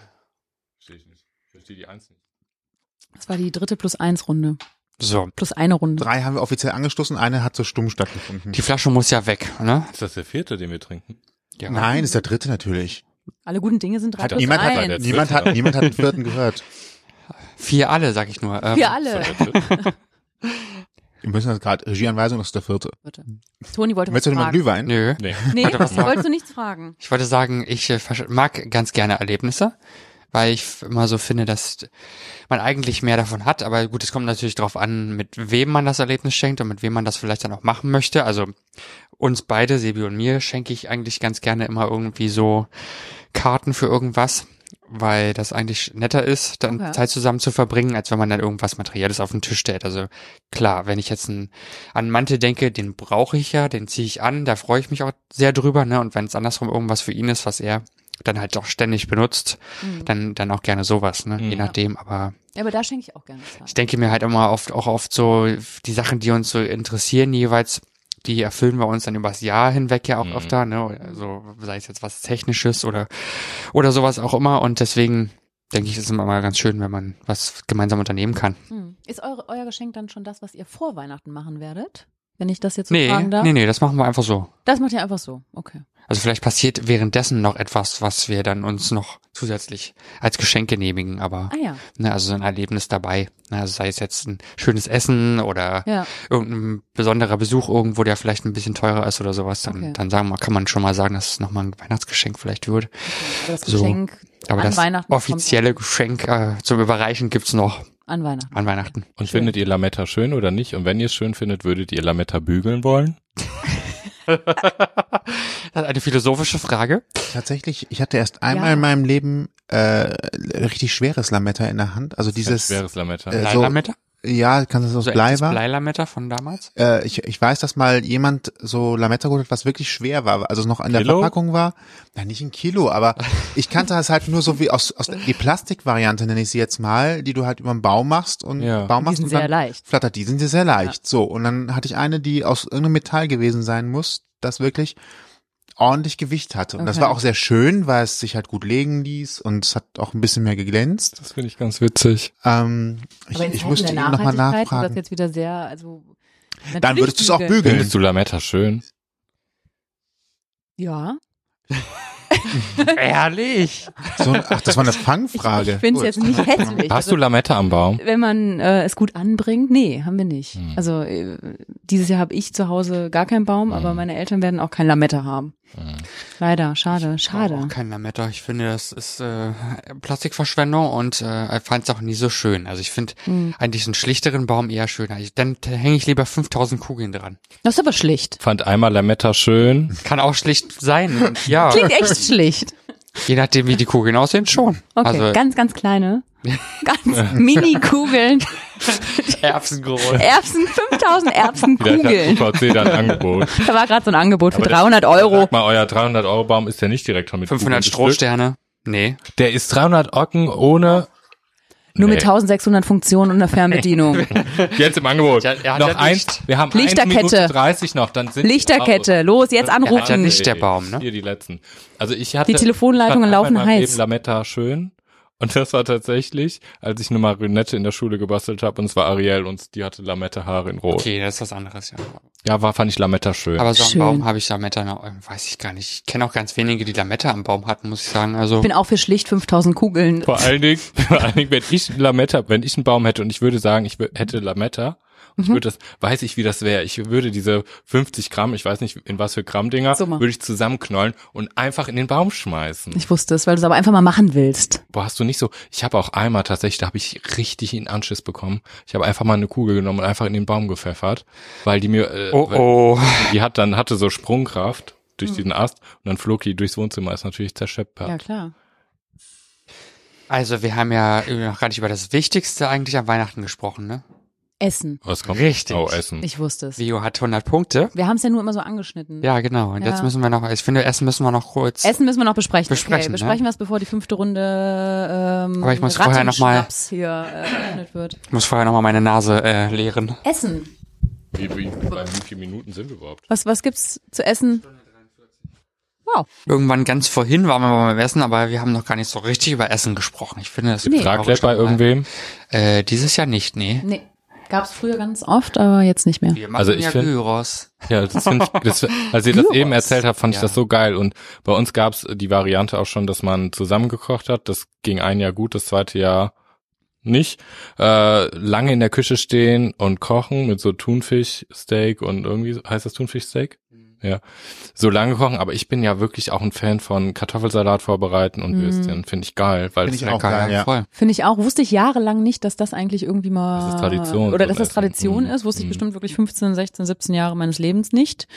Speaker 3: Verstehe ich nicht. Ich verstehe die Eins nicht.
Speaker 2: Das war die dritte plus eins Runde.
Speaker 1: So.
Speaker 2: Plus eine Runde.
Speaker 4: Drei haben wir offiziell angestoßen, eine hat so stumm stattgefunden.
Speaker 1: Die Flasche muss ja weg, ne?
Speaker 3: Ist das der vierte, den wir trinken?
Speaker 1: Ja.
Speaker 4: Nein, ist der dritte natürlich.
Speaker 2: Alle guten Dinge sind drei
Speaker 3: Hat
Speaker 2: plus
Speaker 4: niemand
Speaker 3: hat
Speaker 2: eins.
Speaker 3: Der
Speaker 4: Niemand
Speaker 3: vierte.
Speaker 4: hat, niemand hat den vierten gehört.
Speaker 1: Vier alle, sag ich nur. Ähm,
Speaker 2: Für alle.
Speaker 3: Ist das der
Speaker 2: *laughs*
Speaker 3: dritte?
Speaker 4: Wir müssen das gerade, Regieanweisung, das ist der vierte.
Speaker 2: Bitte. Toni wollte
Speaker 4: Möchtest
Speaker 2: was
Speaker 4: du nochmal
Speaker 2: fragen.
Speaker 4: Glühwein?
Speaker 1: Nö.
Speaker 3: Nee.
Speaker 2: Nee,
Speaker 1: Warte,
Speaker 2: *laughs*
Speaker 1: was
Speaker 2: wolltest du nichts fragen?
Speaker 1: Ich wollte sagen, ich äh, versch- mag ganz gerne Erlebnisse, weil ich f- immer so finde, dass man eigentlich mehr davon hat. Aber gut, es kommt natürlich darauf an, mit wem man das Erlebnis schenkt und mit wem man das vielleicht dann auch machen möchte. Also uns beide, Sebi und mir, schenke ich eigentlich ganz gerne immer irgendwie so Karten für irgendwas, weil das eigentlich netter ist, dann
Speaker 2: Okay.
Speaker 1: Zeit zusammen zu verbringen, als wenn man dann irgendwas Materielles auf den Tisch stellt. Also klar, wenn ich jetzt ein, an einen Mantel denke, den brauche ich ja, den ziehe ich an, da freue ich mich auch sehr drüber, ne? Und wenn es andersrum irgendwas für ihn ist, was er dann halt auch ständig benutzt,
Speaker 2: Mhm.
Speaker 1: dann, dann auch gerne sowas, ne?
Speaker 3: Mhm.
Speaker 1: Je
Speaker 3: Ja.
Speaker 1: nachdem, aber
Speaker 2: Ja, aber da schenke ich auch gerne was. ein.
Speaker 1: ich denke mir halt immer oft auch oft so die Sachen, die uns so interessieren jeweils, die erfüllen wir uns dann übers Jahr hinweg ja auch
Speaker 3: Mhm.
Speaker 1: öfter, ne? Also sei es jetzt was Technisches oder oder sowas auch immer und deswegen denke ich, ist es immer mal ganz schön, wenn man was gemeinsam unternehmen kann.
Speaker 2: Hm. Ist eure, euer Geschenk dann schon das, was ihr vor Weihnachten machen werdet? Wenn ich das jetzt so
Speaker 1: Nee,
Speaker 2: fragen darf?
Speaker 1: nee, nee, das machen wir einfach so.
Speaker 2: Das macht ihr einfach so. Okay.
Speaker 1: Also vielleicht passiert währenddessen noch etwas, was wir dann uns noch zusätzlich als Geschenk genehmigen, aber
Speaker 2: Ah ja.
Speaker 1: ne, also so ein Erlebnis dabei. Ne, also sei es jetzt ein schönes Essen oder
Speaker 2: Ja.
Speaker 1: irgendein besonderer Besuch irgendwo, der vielleicht ein bisschen teurer ist oder sowas, dann,
Speaker 2: Okay.
Speaker 1: dann sagen wir, kann man schon mal sagen, dass es nochmal ein Weihnachtsgeschenk vielleicht wird.
Speaker 2: Aber das
Speaker 1: So.
Speaker 2: Geschenk
Speaker 1: Aber
Speaker 2: An
Speaker 1: das
Speaker 2: Weihnachten
Speaker 1: offizielle Geschenk äh, zum Überreichen gibt's noch
Speaker 2: an Weihnachten.
Speaker 1: an *laughs* Weihnachten.
Speaker 3: Und findet ihr Lametta schön oder nicht? Und wenn ihr es schön findet, würdet ihr Lametta bügeln wollen?
Speaker 1: Das ist eine philosophische Frage.
Speaker 4: Tatsächlich, ich hatte erst einmal
Speaker 2: Ja.
Speaker 4: in meinem Leben äh, richtig schweres Lametta in der Hand. Also
Speaker 3: Ein
Speaker 4: dieses,
Speaker 3: schweres Lametta.
Speaker 4: Äh, so-
Speaker 1: Bleilametta?
Speaker 4: ja, kannst du das aus
Speaker 1: So
Speaker 4: Blei
Speaker 1: echtes
Speaker 4: war?
Speaker 1: Bleilametta von damals?
Speaker 4: Äh, ich, ich weiß, dass mal jemand so Lametta geholt hat, was wirklich schwer war, also es noch in der
Speaker 3: Kilo?
Speaker 4: Verpackung war. Na, nicht ein Kilo, aber ich kannte das halt nur so wie aus, aus die Plastikvariante, nenne ich sie jetzt mal, die du halt über den Baum machst und
Speaker 3: Ja.
Speaker 2: Die
Speaker 4: Baum machst
Speaker 2: sind
Speaker 4: und dann
Speaker 2: sehr leicht.
Speaker 4: flattert, die sind ja sehr leicht. So, und dann hatte ich eine, die aus irgendeinem Metall gewesen sein muss, das wirklich ordentlich Gewicht hatte. Und das
Speaker 2: Okay.
Speaker 4: war auch sehr schön, weil es sich halt gut legen ließ und es hat auch ein bisschen mehr geglänzt.
Speaker 3: Das finde ich ganz witzig.
Speaker 4: Ähm, ich
Speaker 2: Aber in
Speaker 4: ich
Speaker 2: Zeiten der
Speaker 4: musste ihn
Speaker 2: Nachhaltigkeit
Speaker 4: nochmal
Speaker 2: ist Das
Speaker 4: nachfragen.
Speaker 2: jetzt wieder sehr, also.
Speaker 4: Dann
Speaker 2: natürlich
Speaker 4: würdest du es auch
Speaker 2: bügeln.
Speaker 4: bügeln.
Speaker 3: Findest du Lametta schön?
Speaker 2: Ja.
Speaker 1: Ehrlich?
Speaker 4: So, ach, das
Speaker 2: *laughs*
Speaker 4: war eine
Speaker 2: Ich,
Speaker 4: Fangfrage.
Speaker 2: ich finde es jetzt
Speaker 4: Gut. *laughs*
Speaker 2: nicht hässlich.
Speaker 3: Hast du Lametta am Baum?
Speaker 2: wenn man äh, es gut anbringt, nee, haben wir nicht.
Speaker 3: Hm.
Speaker 2: Also äh, dieses Jahr habe ich zu Hause gar keinen Baum, aber
Speaker 3: Hm.
Speaker 2: meine Eltern werden auch kein Lametta haben.
Speaker 3: Hm.
Speaker 2: Leider, schade,
Speaker 1: Ich
Speaker 2: schade.
Speaker 1: brauch kein Lametta. Ich finde, das ist äh, Plastikverschwendung und äh, fand es auch nie so schön. Also ich finde
Speaker 2: Hm.
Speaker 1: eigentlich so einen schlichteren Baum eher schöner. Ich, dann hänge ich lieber 5000 Kugeln dran.
Speaker 2: Das ist aber schlicht.
Speaker 3: Fand einmal Lametta schön.
Speaker 1: Kann auch schlicht sein.
Speaker 2: *laughs*
Speaker 3: Ah.
Speaker 1: Ja,
Speaker 2: Klingt
Speaker 1: *laughs*
Speaker 3: *laughs*
Speaker 2: echt schlicht.
Speaker 1: je nachdem, wie die Kugeln aussehen, schon.
Speaker 2: Okay,
Speaker 1: Also
Speaker 2: ganz, ganz kleine,
Speaker 3: *laughs*
Speaker 2: ganz Mini-Kugeln, *laughs*
Speaker 1: Erbsengroll.
Speaker 2: Erbsen, 5000
Speaker 3: Vielleicht
Speaker 2: Erbsenkugeln.
Speaker 3: hat UVC da ein Angebot.
Speaker 2: Da war gerade so ein Angebot für
Speaker 3: Aber das-
Speaker 2: 300 Euro.
Speaker 3: Sag mal, euer 300 Euro Baum ist ja nicht direkt schon mit
Speaker 1: 500
Speaker 3: Kugeln bestückt.
Speaker 1: Strohsterne. Nee.
Speaker 3: Der ist 300 Ocken ohne.
Speaker 2: Nur mit
Speaker 3: Nee.
Speaker 2: 1600 Funktionen und einer
Speaker 3: *laughs*
Speaker 2: Fernbedienung.
Speaker 3: Jetzt im Angebot.
Speaker 1: Ja, er hat
Speaker 3: noch
Speaker 1: ja
Speaker 3: eins. Wir haben
Speaker 2: Lichterkette.
Speaker 3: 1 Minute 30 noch. Dann sind wir
Speaker 2: Lichterkette, los, jetzt
Speaker 3: raus.
Speaker 1: Ja,
Speaker 2: anrufen.
Speaker 1: nicht der Baum, ne?
Speaker 3: Hier die letzten. Also ich hatte.
Speaker 2: Die Telefonleitungen
Speaker 3: ich hatte
Speaker 2: laufen
Speaker 3: einmal in meinem
Speaker 2: heiß.
Speaker 3: Leben Lametta schön. Und das war tatsächlich, als ich eine Marionette in der Schule gebastelt habe, und es war Ariel und die hatte Lametta Haare in Rot.
Speaker 1: Okay, das ist was anderes, ja.
Speaker 3: Ja, war, fand ich Lametta schön.
Speaker 1: Aber so am
Speaker 2: Schön.
Speaker 1: Baum habe ich Lametta noch, äh, weiß ich gar nicht. Ich kenne auch ganz wenige, die Lametta am Baum hatten, muss ich sagen. Also
Speaker 2: Ich bin auch für schlicht 5000 Kugeln.
Speaker 3: Vor allen Dingen, *laughs* vor allen Dingen, wenn ich einen Lametta, wenn ich einen Baum hätte und ich würde sagen, ich wür- hätte Lametta, und
Speaker 2: Mhm.
Speaker 3: ich würde das, weiß ich, wie das wäre. Ich würde diese 50 Gramm, ich weiß nicht, in was für Gramm Dinger,
Speaker 2: Summe.
Speaker 3: würde ich zusammenknollen und einfach in den Baum schmeißen.
Speaker 2: Ich wusste es, weil du es aber einfach mal machen willst.
Speaker 3: Boah, hast du nicht so, ich habe auch einmal tatsächlich, da habe ich richtig in Anschiss bekommen. Ich habe einfach mal eine Kugel genommen und einfach in den Baum gepfeffert, weil die mir, äh,
Speaker 1: Oh oh.
Speaker 3: die hat dann, hatte so Sprungkraft durch diesen Ast und dann flog die durchs Wohnzimmer, ist natürlich zerscheppert.
Speaker 2: Hm. Ja, klar.
Speaker 1: Also wir haben ja noch gar nicht über das Wichtigste eigentlich an Weihnachten gesprochen, ne?
Speaker 2: Essen.
Speaker 3: Was kommt?
Speaker 1: Richtig.
Speaker 3: Oh, Essen.
Speaker 2: Ich wusste es.
Speaker 1: Vio hat 100 Punkte.
Speaker 2: Wir haben es ja nur immer so angeschnitten.
Speaker 1: Ja, genau. Und jetzt
Speaker 2: Ja.
Speaker 1: müssen wir noch, ich finde, Essen müssen wir noch kurz.
Speaker 2: Essen müssen wir noch besprechen.
Speaker 1: Besprechen,
Speaker 2: okay,
Speaker 1: ne?
Speaker 2: besprechen wir es, bevor die fünfte Runde ähm,
Speaker 1: Aber ich muss vorher noch mal-
Speaker 2: Rattenschnaps hier äh, eröffnet wird.
Speaker 1: Ich muss vorher nochmal meine Nase äh, leeren.
Speaker 2: Essen.
Speaker 3: Wie, wie, bei wie vielen Minuten sind wir überhaupt?
Speaker 2: Was, was gibt's zu essen? Wow.
Speaker 1: Irgendwann ganz vorhin waren wir beim Essen, aber wir haben noch gar nicht so richtig über Essen gesprochen. Ich finde, das
Speaker 2: Nee.
Speaker 3: Raclette bei
Speaker 1: Mal.
Speaker 3: irgendwem?
Speaker 1: Äh, dieses Jahr nicht, nee.
Speaker 2: Nee. Gab's früher ganz oft, aber jetzt nicht mehr.
Speaker 1: Wir machen
Speaker 3: Also ich
Speaker 1: ja
Speaker 3: find-
Speaker 1: Gyros.
Speaker 3: Ja, das
Speaker 2: *laughs*
Speaker 3: find ich, das, als ihr das
Speaker 2: Gyros.
Speaker 3: eben erzählt habt, fand ich
Speaker 1: Ja.
Speaker 3: das so geil. Und bei uns gab's die Variante auch schon, dass man zusammengekocht hat. Das ging ein Jahr gut, das zweite Jahr nicht. Äh, lange in der Küche stehen und kochen mit so Thunfischsteak und irgendwie, so- heißt das Thunfischsteak? Ja. So lange kochen, aber ich bin ja wirklich auch ein Fan von Kartoffelsalat vorbereiten und
Speaker 2: Mhm.
Speaker 3: Würstchen. Finde ich geil, weil
Speaker 4: Find
Speaker 3: es
Speaker 4: ich auch
Speaker 3: lecker-
Speaker 4: geil, ja.
Speaker 1: voll.
Speaker 2: Finde ich auch. Wusste ich jahrelang nicht, dass das eigentlich irgendwie mal.
Speaker 3: Das ist Tradition,
Speaker 2: Oder
Speaker 3: so
Speaker 2: dass das
Speaker 3: Essen.
Speaker 2: Tradition
Speaker 3: Mhm.
Speaker 2: ist. Wusste ich
Speaker 3: Mhm.
Speaker 2: bestimmt wirklich 15, 16, 17 Jahre meines Lebens nicht.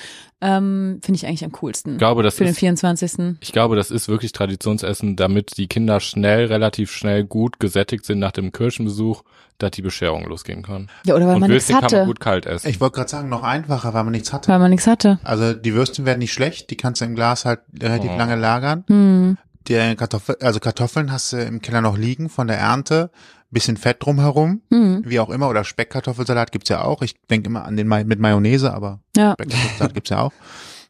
Speaker 2: Ähm, Finde ich eigentlich am coolsten.
Speaker 3: Ich glaube, das
Speaker 2: Für den
Speaker 3: ist
Speaker 2: 24.
Speaker 3: Ich glaube, das ist wirklich Traditionsessen, damit die Kinder schnell, relativ schnell gut gesättigt sind nach dem Kirchenbesuch, dass die Bescherung losgehen kann.
Speaker 2: Ja, oder weil
Speaker 3: Und
Speaker 2: man nichts
Speaker 3: Würstchen kann man
Speaker 2: hatte.
Speaker 3: gut kalt essen.
Speaker 4: Ich wollte gerade sagen, noch einfacher, weil man nichts hatte.
Speaker 2: Weil man nichts hatte.
Speaker 4: Also die Würstchen werden nicht schlecht, die kannst du im Glas halt relativ
Speaker 3: Oh.
Speaker 4: lange lagern.
Speaker 2: Hm.
Speaker 4: Die Kartoffel, also Kartoffeln hast du im Keller noch liegen von der Ernte, bisschen Fett drumherum,
Speaker 2: Hm.
Speaker 4: wie auch immer, oder Speckkartoffelsalat gibt's ja auch. Ich denke immer an den Ma mit Mayonnaise, aber
Speaker 2: Ja, ein *laughs*
Speaker 4: Speckkartoffelsalat gibt's ja auch.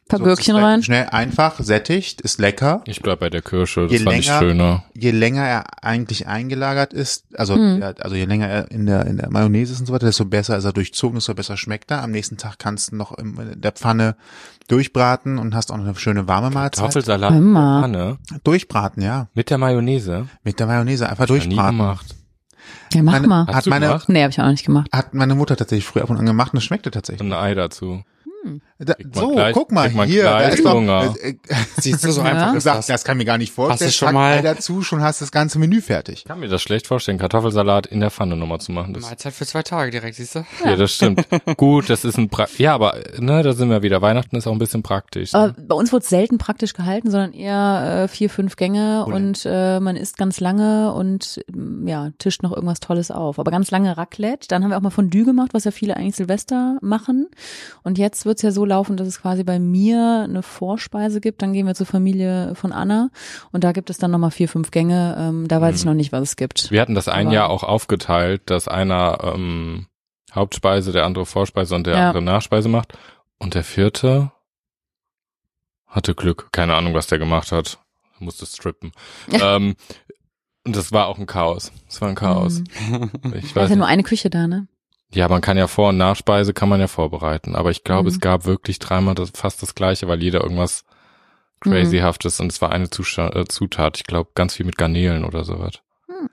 Speaker 2: paar
Speaker 4: So,
Speaker 2: Gürkchen
Speaker 4: es ist
Speaker 2: rein.
Speaker 4: Schnell, einfach, sättigt, ist lecker.
Speaker 3: Ich bleib bei der Kirsche, das
Speaker 4: Je
Speaker 3: fand ich
Speaker 4: länger-
Speaker 3: schöner.
Speaker 4: Je länger er eigentlich eingelagert ist, also,
Speaker 2: Hm.
Speaker 4: ja, also je länger er in der, in der Mayonnaise ist und so weiter, desto besser ist er durchzogen, desto besser schmeckt er. Am nächsten Tag kannst du noch in der Pfanne durchbraten und hast auch noch eine schöne warme Mahlzeit.
Speaker 3: Kartoffelsalat in der
Speaker 2: Immer.
Speaker 3: Pfanne
Speaker 4: Durchbraten, ja.
Speaker 3: mit der Mayonnaise.
Speaker 4: Mit der Mayonnaise einfach
Speaker 3: Noch Nie
Speaker 4: durchbraten.
Speaker 3: gemacht.
Speaker 2: Ja, mach
Speaker 4: Meine-
Speaker 2: mal.
Speaker 3: Hast
Speaker 4: Hat
Speaker 3: du
Speaker 4: meine-
Speaker 3: gemacht?
Speaker 2: Nee, habe ich auch nicht gemacht.
Speaker 4: Hat meine Mutter tatsächlich früher ab und an gemacht und es schmeckte tatsächlich.
Speaker 3: Ein Ei dazu.
Speaker 4: Da,
Speaker 3: Kriegt man
Speaker 4: so,
Speaker 3: gleich-
Speaker 4: guck mal,
Speaker 3: kriegt man
Speaker 4: hier, da
Speaker 3: gleich
Speaker 4: ist
Speaker 3: Hunger.
Speaker 4: doch, äh, äh,
Speaker 1: *laughs* Siehst du, so
Speaker 4: *laughs*
Speaker 2: Ja.
Speaker 1: einfach ist
Speaker 4: sagt,
Speaker 1: das.
Speaker 4: das kann mir gar nicht vorstellen.
Speaker 1: Hast du schon
Speaker 4: Pack
Speaker 1: mal-
Speaker 4: Ei dazu, schon hast du das ganze Menü fertig.
Speaker 3: Ich kann mir das schlecht vorstellen, Kartoffelsalat in der Pfanne nochmal zu machen. Das,
Speaker 1: Mahlzeit für zwei Tage direkt, siehst du?
Speaker 3: ja. das stimmt.
Speaker 2: *laughs*
Speaker 3: gut, das ist ein, pra ja, aber, ne, da sind wir wieder. Weihnachten ist auch ein bisschen praktisch.
Speaker 2: Aber
Speaker 3: Ne?
Speaker 2: bei uns wurde es selten praktisch gehalten, sondern eher äh, vier, fünf Gänge und äh, man isst ganz lange und m, ja, tischt noch irgendwas Tolles auf. Aber ganz lange Raclette. Dann haben wir auch mal Fondue gemacht, was ja viele eigentlich Silvester machen. Und jetzt wird's ja so laufen, dass es quasi bei mir eine Vorspeise gibt. Dann gehen wir zur Familie von Anna und da gibt es dann nochmal vier, fünf Gänge. Ähm, da weiß ich
Speaker 4: Mhm.
Speaker 2: noch nicht, was es gibt.
Speaker 3: Wir hatten das ein
Speaker 2: Aber-
Speaker 3: Jahr auch aufgeteilt, dass einer ähm, Hauptspeise, der andere Vorspeise und der
Speaker 2: Ja.
Speaker 3: andere Nachspeise macht. Und der vierte hatte Glück. Keine Ahnung, was der gemacht hat. Er musste strippen. ähm, und das war auch ein Chaos. Es war ein Chaos.
Speaker 2: Mhm.
Speaker 3: *laughs* Ich
Speaker 2: Da ist
Speaker 3: weiß
Speaker 2: ja
Speaker 3: nicht.
Speaker 2: nur eine Küche da, ne?
Speaker 3: Ja, man kann ja Vor- und Nachspeise kann man ja vorbereiten. Aber ich glaube,
Speaker 2: Mhm.
Speaker 3: es gab wirklich dreimal das, fast das Gleiche, weil jeder irgendwas
Speaker 2: Mhm.
Speaker 3: crazyhaftes und es war eine Zusta- äh, Zutat. Ich glaube, ganz viel mit Garnelen oder sowas.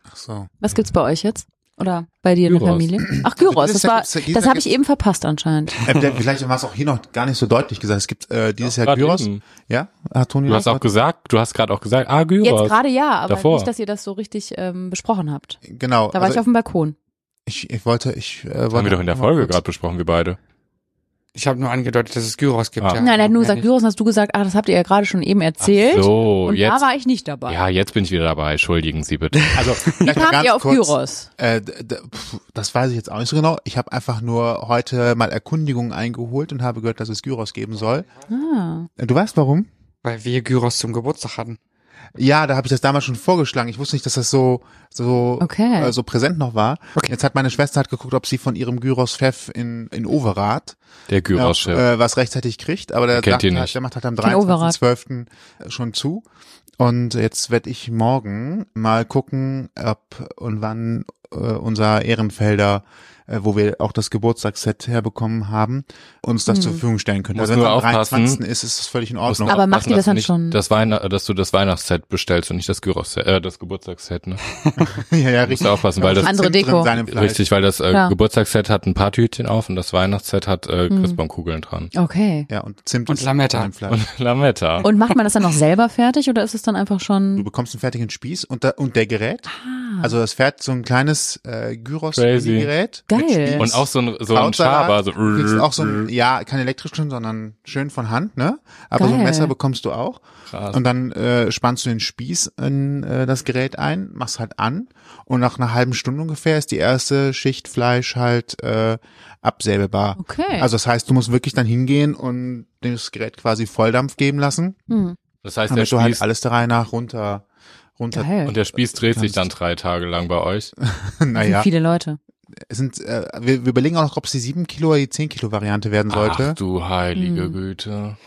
Speaker 4: Ach so.
Speaker 2: Was gibt's bei euch jetzt? Oder bei dir in der
Speaker 3: Gyros.
Speaker 2: Familie? Ach, Gyros,
Speaker 4: dieses
Speaker 2: das
Speaker 4: Jahr
Speaker 2: war,
Speaker 4: gibt's- dieses
Speaker 2: das
Speaker 4: Jahr
Speaker 2: habe ich eben verpasst anscheinend.
Speaker 4: Äh, der- vielleicht war es auch hier noch gar nicht so deutlich gesagt. Es gibt äh, dieses Jahr
Speaker 3: Gerade
Speaker 4: Gyros.
Speaker 3: eben.
Speaker 4: Ja, hat Toni
Speaker 3: Du hast auch
Speaker 4: gesagt.
Speaker 3: gesagt, du hast gerade auch gesagt, ah, Gyros.
Speaker 2: Jetzt gerade ja, aber
Speaker 3: Davor.
Speaker 2: nicht, dass ihr das so richtig ähm, besprochen habt.
Speaker 4: Genau.
Speaker 2: Da war ich auf dem Balkon.
Speaker 4: ich, ich wollte, ich äh, wollte
Speaker 3: haben wir doch in der
Speaker 4: noch mal
Speaker 3: Folge
Speaker 4: kurz-
Speaker 3: gerade besprochen, wir beide.
Speaker 1: Ich habe nur angedeutet, dass es Gyros gibt.
Speaker 3: Ah.
Speaker 1: Ja.
Speaker 2: Nein, er hat nur
Speaker 1: Ja,
Speaker 2: gesagt,
Speaker 1: nicht.
Speaker 2: Gyros, hast du gesagt, ah, das habt ihr ja gerade schon eben erzählt.
Speaker 3: Ach so,
Speaker 2: und
Speaker 3: jetzt.
Speaker 2: da war ich nicht dabei.
Speaker 3: ja, jetzt bin ich wieder dabei. Entschuldigen Sie bitte.
Speaker 4: Also,
Speaker 2: *laughs* Wie
Speaker 4: vielleicht mal
Speaker 2: kamt
Speaker 4: ganz
Speaker 2: ihr auf
Speaker 4: kurz,
Speaker 2: Gyros?
Speaker 4: Äh, d- d- pf, das weiß ich jetzt auch nicht so genau. Ich habe einfach nur heute mal Erkundigungen eingeholt und habe gehört, dass es Gyros geben soll.
Speaker 2: Ah,
Speaker 4: Äh, Du weißt warum?
Speaker 1: Weil wir Gyros zum Geburtstag hatten.
Speaker 4: Ja, da habe ich das damals schon vorgeschlagen. Ich wusste nicht, dass das so so
Speaker 2: Okay.
Speaker 4: äh, so präsent noch war. Jetzt hat meine Schwester hat geguckt, ob sie von ihrem Gyros-Chef in in Overath
Speaker 3: *laughs* Der Gyros-Chef.
Speaker 4: äh, was rechtzeitig kriegt, aber der,
Speaker 3: Kennt
Speaker 4: sagt
Speaker 3: ihn
Speaker 4: halt,
Speaker 3: nicht.
Speaker 4: der macht halt am
Speaker 2: Den Overath.
Speaker 4: 23.12. schon zu. Und jetzt werde ich morgen mal gucken, ob und wann äh, unser Ehrenfelder, äh, wo wir auch das Geburtstagsset herbekommen haben, uns
Speaker 2: Hm.
Speaker 4: das zur Verfügung stellen können.
Speaker 3: Muss
Speaker 4: Also wenn es
Speaker 3: nur
Speaker 4: am
Speaker 3: aufpassen.
Speaker 4: 23. ist, ist es völlig in
Speaker 3: Muss
Speaker 4: Ordnung.
Speaker 3: nur
Speaker 2: Aber macht
Speaker 3: aufpassen,
Speaker 2: ihr das
Speaker 3: dass du
Speaker 2: dann
Speaker 3: nicht
Speaker 2: schon?
Speaker 3: Das Weihnacht, dass du das Weihnachtsset bestellst und nicht das Gyros, äh, das Geburtsset, ne?
Speaker 4: *laughs* ja, ja,
Speaker 2: *laughs*
Speaker 3: Musst du aufpassen, weil das
Speaker 2: Andere
Speaker 4: Zimt drin
Speaker 2: Deko.
Speaker 4: sein im Fleisch.
Speaker 3: Richtig, weil das äh,
Speaker 2: Klar. Hm.
Speaker 3: Geburtstagsset hat ein paar Tütchen auf und das Weihnachtsset hat äh, Christbaumkugeln dran. *laughs*
Speaker 2: Okay.
Speaker 4: Ja, und Zimt
Speaker 1: Und
Speaker 4: ist
Speaker 1: Lametta.
Speaker 4: drin im Fleisch.
Speaker 3: Und Lametta.
Speaker 2: Und macht man das dann auch selber fertig oder ist es dann einfach
Speaker 4: Du
Speaker 2: schon?
Speaker 4: bekommst einen fertigen Spieß und, da, und der Gerät.
Speaker 2: Ah.
Speaker 4: Also das fährt so ein kleines äh,
Speaker 3: Crazy.
Speaker 4: Gyros-Gerät. mit
Speaker 2: Geil.
Speaker 4: Spieß.
Speaker 3: Und auch so ein, so ein
Speaker 4: Krautsalat
Speaker 3: Schaber. So,
Speaker 4: kriegst auch
Speaker 3: *laughs*
Speaker 4: so ein, ja, kein elektrischen, sondern schön von Hand, ne? Aber so ein
Speaker 2: Geil.
Speaker 4: Messer bekommst du auch.
Speaker 3: Krass.
Speaker 4: Und dann äh, spannst du den Spieß in äh, das Gerät ein, machst halt an und nach einer halben Stunde ungefähr ist die erste Schicht Fleisch halt äh, absäbelbar.
Speaker 2: Okay.
Speaker 4: Also das heißt, du musst wirklich dann hingehen und das Gerät quasi Volldampf geben lassen,
Speaker 2: Hm.
Speaker 3: das heißt, der
Speaker 4: damit du halt
Speaker 3: Spieß,
Speaker 4: alles der Reihe nach runter, runter, *laughs*
Speaker 2: Geil.
Speaker 3: und der Spieß dreht sich
Speaker 4: Kannst.
Speaker 3: dann drei Tage lang bei euch.
Speaker 2: Das sind
Speaker 4: naja.
Speaker 2: viele Leute.
Speaker 4: Es sind, äh, wir, wir überlegen auch noch, ob es die 7 Kilo oder die 10 Kilo Variante werden sollte.
Speaker 3: Ach du heilige
Speaker 2: Hm.
Speaker 3: Güte.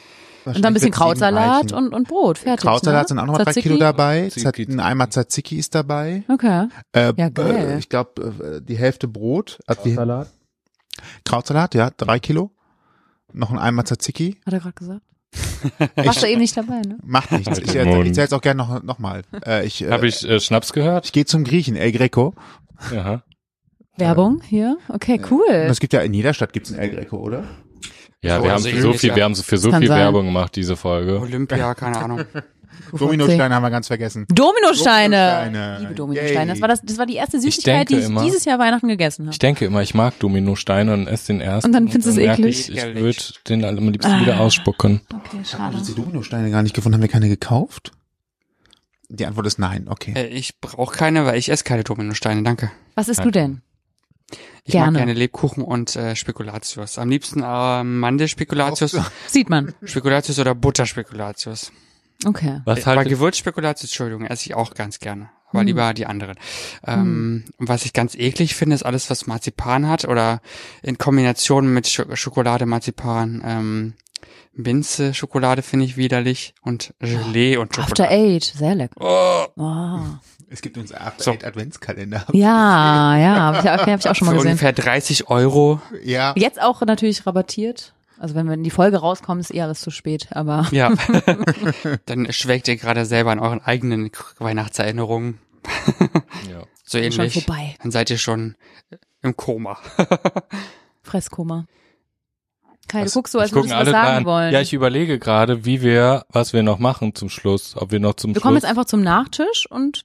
Speaker 2: Und dann ein bisschen
Speaker 4: Wahrscheinlich wird's sieben
Speaker 2: Krautsalat
Speaker 4: reichen.
Speaker 2: und, und Brot. Fertig.
Speaker 4: Krautsalat
Speaker 2: ne?
Speaker 4: sind auch nochmal drei
Speaker 2: Tzatziki?
Speaker 4: Kilo dabei.
Speaker 3: Tzatziki.
Speaker 4: Zat- Ein Eimer Tzatziki ist dabei.
Speaker 2: Okay.
Speaker 4: Äh,
Speaker 2: Ja, geil.
Speaker 4: Äh, ich glaube, äh, die Hälfte Brot. Also die, Krautsalat, ja, drei Kilo. Noch ein Eimer Tzatziki.
Speaker 2: Hat er gerade gesagt. Warst du eben nicht dabei, ne?
Speaker 4: Macht nichts.
Speaker 3: Mit
Speaker 4: Ich,
Speaker 3: dem
Speaker 4: äh,
Speaker 3: Mund.
Speaker 4: ich zähle es auch gerne noch, noch mal. Äh, ich
Speaker 3: Habe
Speaker 4: äh, ich,
Speaker 3: ich äh, Schnaps gehört?
Speaker 4: ich gehe zum Griechen, El Greco.
Speaker 3: Ja.
Speaker 2: Werbung hier. Okay,
Speaker 4: Und
Speaker 2: cool.
Speaker 4: es gibt ja, in jeder Stadt gibt es ein El Greco, oder?
Speaker 3: Ja,
Speaker 1: So,
Speaker 3: wir haben
Speaker 1: also
Speaker 3: für so
Speaker 1: ähnlich,
Speaker 3: viel,
Speaker 1: ja.
Speaker 3: wir haben so für so
Speaker 2: Kann
Speaker 3: viel
Speaker 2: sein.
Speaker 3: Werbung gemacht, diese Folge.
Speaker 1: Olympia, keine
Speaker 3: *laughs*
Speaker 1: Ahnung.
Speaker 4: Dominosteine haben wir ganz vergessen.
Speaker 2: Dominosteine.
Speaker 4: Dominosteine.
Speaker 2: Liebe Dominosteine. Das
Speaker 4: Yay.
Speaker 2: war, das, das war die erste Süßigkeit, die
Speaker 3: denke
Speaker 2: ich
Speaker 3: immer-
Speaker 2: dieses Jahr Weihnachten gegessen habe.
Speaker 3: Ich denke immer, ich mag Dominosteine und esse den ersten.
Speaker 2: Und dann findest du es
Speaker 3: merke
Speaker 2: eklig? Ah.
Speaker 3: Ich, ich würde den am liebsten wieder ausspucken.
Speaker 2: Okay,
Speaker 4: Haben wir
Speaker 2: schade.
Speaker 4: jetzt die Dominosteine gar nicht gefunden? Haben wir keine gekauft? Die Antwort ist nein. Okay.
Speaker 1: Äh, ich brauche keine, weil ich esse keine Dominosteine, danke.
Speaker 2: Was isst du denn?
Speaker 1: Ich
Speaker 2: Gerne.
Speaker 1: mag gerne Lebkuchen und äh, Spekulatius. Am liebsten äh, Mandelspekulatius,
Speaker 3: Oh.
Speaker 2: Sieht man.
Speaker 1: *laughs* Spekulatius oder Butterspekulatius.
Speaker 2: Okay.
Speaker 3: Was
Speaker 1: Bei
Speaker 3: haltet,
Speaker 1: Gewürzspekulatius, Entschuldigung, esse ich auch ganz gerne. Aber
Speaker 2: Hm.
Speaker 1: lieber die anderen. Ähm, und Was ich ganz eklig finde, ist alles, was Marzipan hat oder in Kombination mit Sch Schokolade, Marzipan, ähm, Minze, Schokolade finde ich widerlich und Gelee und
Speaker 2: After
Speaker 1: Schokolade.
Speaker 2: Eight. Sehr lecker.
Speaker 1: Oh,
Speaker 2: Oh.
Speaker 4: Es gibt uns After
Speaker 1: So.
Speaker 4: Eight Adventskalender.
Speaker 2: Ja, ja. Habe ich, hab ich auch schon
Speaker 1: *laughs* für
Speaker 2: mal gesehen.
Speaker 1: ungefähr 30 Euro.
Speaker 4: Ja.
Speaker 2: Jetzt auch natürlich rabattiert. Also wenn wir in die Folge rauskommen, ist eh alles zu spät, aber *laughs*
Speaker 1: Ja. Dann schwelgt ihr gerade selber an euren eigenen K- Weihnachtserinnerungen.
Speaker 3: ja.
Speaker 1: So
Speaker 2: schon
Speaker 1: ähnlich.
Speaker 2: vorbei.
Speaker 1: Dann seid ihr schon äh, im Koma. *laughs*
Speaker 2: Fresskoma. Kai,
Speaker 3: Was-
Speaker 2: du guckst so,
Speaker 3: ich
Speaker 2: als
Speaker 3: gucken
Speaker 2: würdest du was
Speaker 3: alle
Speaker 2: sagen
Speaker 3: dran.
Speaker 2: wollen.
Speaker 3: Ja, ich überlege gerade, wie wir, was wir noch machen zum Schluss, ob wir noch zum
Speaker 2: wir kommen
Speaker 3: Schluss.
Speaker 2: jetzt einfach zum Nachtisch und,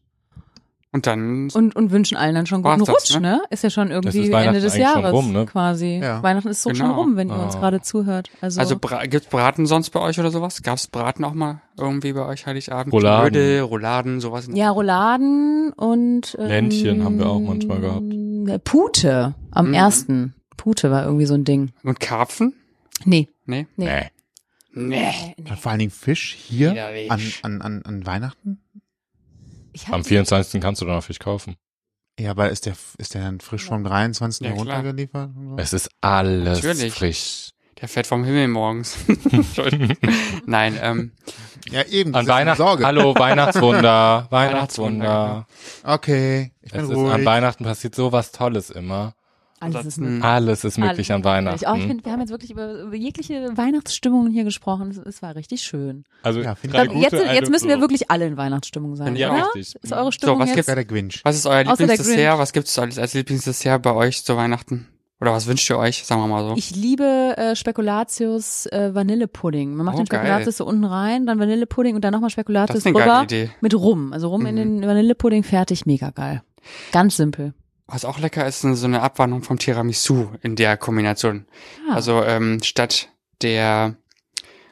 Speaker 1: Und dann
Speaker 2: und, und wünschen allen dann schon guten
Speaker 1: War's das,
Speaker 2: Rutsch, ne? Ist ja schon irgendwie
Speaker 3: ist Weihnachten
Speaker 2: Ende des
Speaker 3: eigentlich schon
Speaker 2: Jahres
Speaker 3: rum, ne?
Speaker 2: quasi.
Speaker 4: Ja.
Speaker 2: Weihnachten ist so schon
Speaker 1: Genau.
Speaker 2: rum, wenn ihr uns
Speaker 3: Ah.
Speaker 2: gerade zuhört. Also,
Speaker 1: Also bra gibt's Braten sonst bei euch oder sowas? Gab's Braten auch mal irgendwie bei euch Heiligabend?
Speaker 3: Rouladen.
Speaker 1: Knödel, Rouladen, sowas. in-
Speaker 2: ja, Rouladen und ähm,
Speaker 3: Ländchen haben wir auch manchmal
Speaker 2: gehabt. Pute am
Speaker 1: Mhm.
Speaker 2: ersten. Pute war irgendwie so ein Ding.
Speaker 1: Und Karpfen?
Speaker 2: Nee.
Speaker 1: Nee.
Speaker 2: Nee.
Speaker 3: nee.
Speaker 1: Äh, Nee.
Speaker 4: Vor allen Dingen Fisch hier
Speaker 1: Widerlich.
Speaker 4: an, an, an, an Weihnachten?
Speaker 2: Ich
Speaker 3: Am
Speaker 2: hab
Speaker 3: 24. kannst du dann noch Fisch kaufen.
Speaker 4: Ja, aber ist der, ist der dann frisch vom 23.
Speaker 1: Ja, klar.
Speaker 4: runtergeliefert? und so?
Speaker 3: Es ist alles
Speaker 1: Natürlich.
Speaker 3: frisch.
Speaker 1: Der fährt vom Himmel morgens. *laughs* Nein, ähm,
Speaker 4: Ja, eben. das
Speaker 3: An
Speaker 4: ist eine
Speaker 3: Weihnachten. *laughs*
Speaker 4: Sorge.
Speaker 3: Hallo, Weihnachtswunder, Weihnachtswunder. genau.
Speaker 4: Okay, ich bin
Speaker 3: Es ist, an
Speaker 4: ruhig.
Speaker 3: Weihnachten passiert sowas Tolles immer.
Speaker 2: alles ist
Speaker 1: Ansonsten-
Speaker 3: Alles ist möglich an
Speaker 2: Ich, oh, ich
Speaker 3: Weihnachten.
Speaker 2: finde, wir haben jetzt wirklich über, über jegliche Weihnachtsstimmungen hier gesprochen. Es, es war richtig schön.
Speaker 3: Also
Speaker 4: Ja, finde
Speaker 3: drei
Speaker 4: ich auch.
Speaker 3: gute,
Speaker 2: jetzt, jetzt
Speaker 3: eine
Speaker 2: müssen wir
Speaker 3: so.
Speaker 2: wirklich alle in Weihnachtsstimmung sein.
Speaker 3: Ja,
Speaker 2: oder?
Speaker 3: richtig.
Speaker 2: Ist eure Stimmung
Speaker 1: was
Speaker 2: jetzt?
Speaker 1: gibt's-
Speaker 4: Wer der Grinch.
Speaker 1: was ist euer
Speaker 2: Außer der
Speaker 1: Lieblingsdessert?
Speaker 2: Grinch.
Speaker 1: Was gibt's als, als Lieblingsdessert bei euch zu Weihnachten? Oder was wünscht ihr euch? Sagen wir mal so.
Speaker 2: Ich liebe äh, Spekulatius äh, Vanillepudding. Man macht
Speaker 1: Oh,
Speaker 2: den Spekulatius
Speaker 1: geil.
Speaker 2: so unten rein, dann Vanillepudding und dann nochmal
Speaker 1: das
Speaker 2: Spekulatius
Speaker 1: ist eine geile
Speaker 2: drüber
Speaker 1: Idee. Mhm.
Speaker 2: mit Rum. Also Rum in den Vanillepudding fertig, mega geil. Ganz simpel.
Speaker 1: Was auch lecker ist, sind so eine Abwandlung vom Tiramisu in der Kombination.
Speaker 2: Ja.
Speaker 1: Also ähm, statt der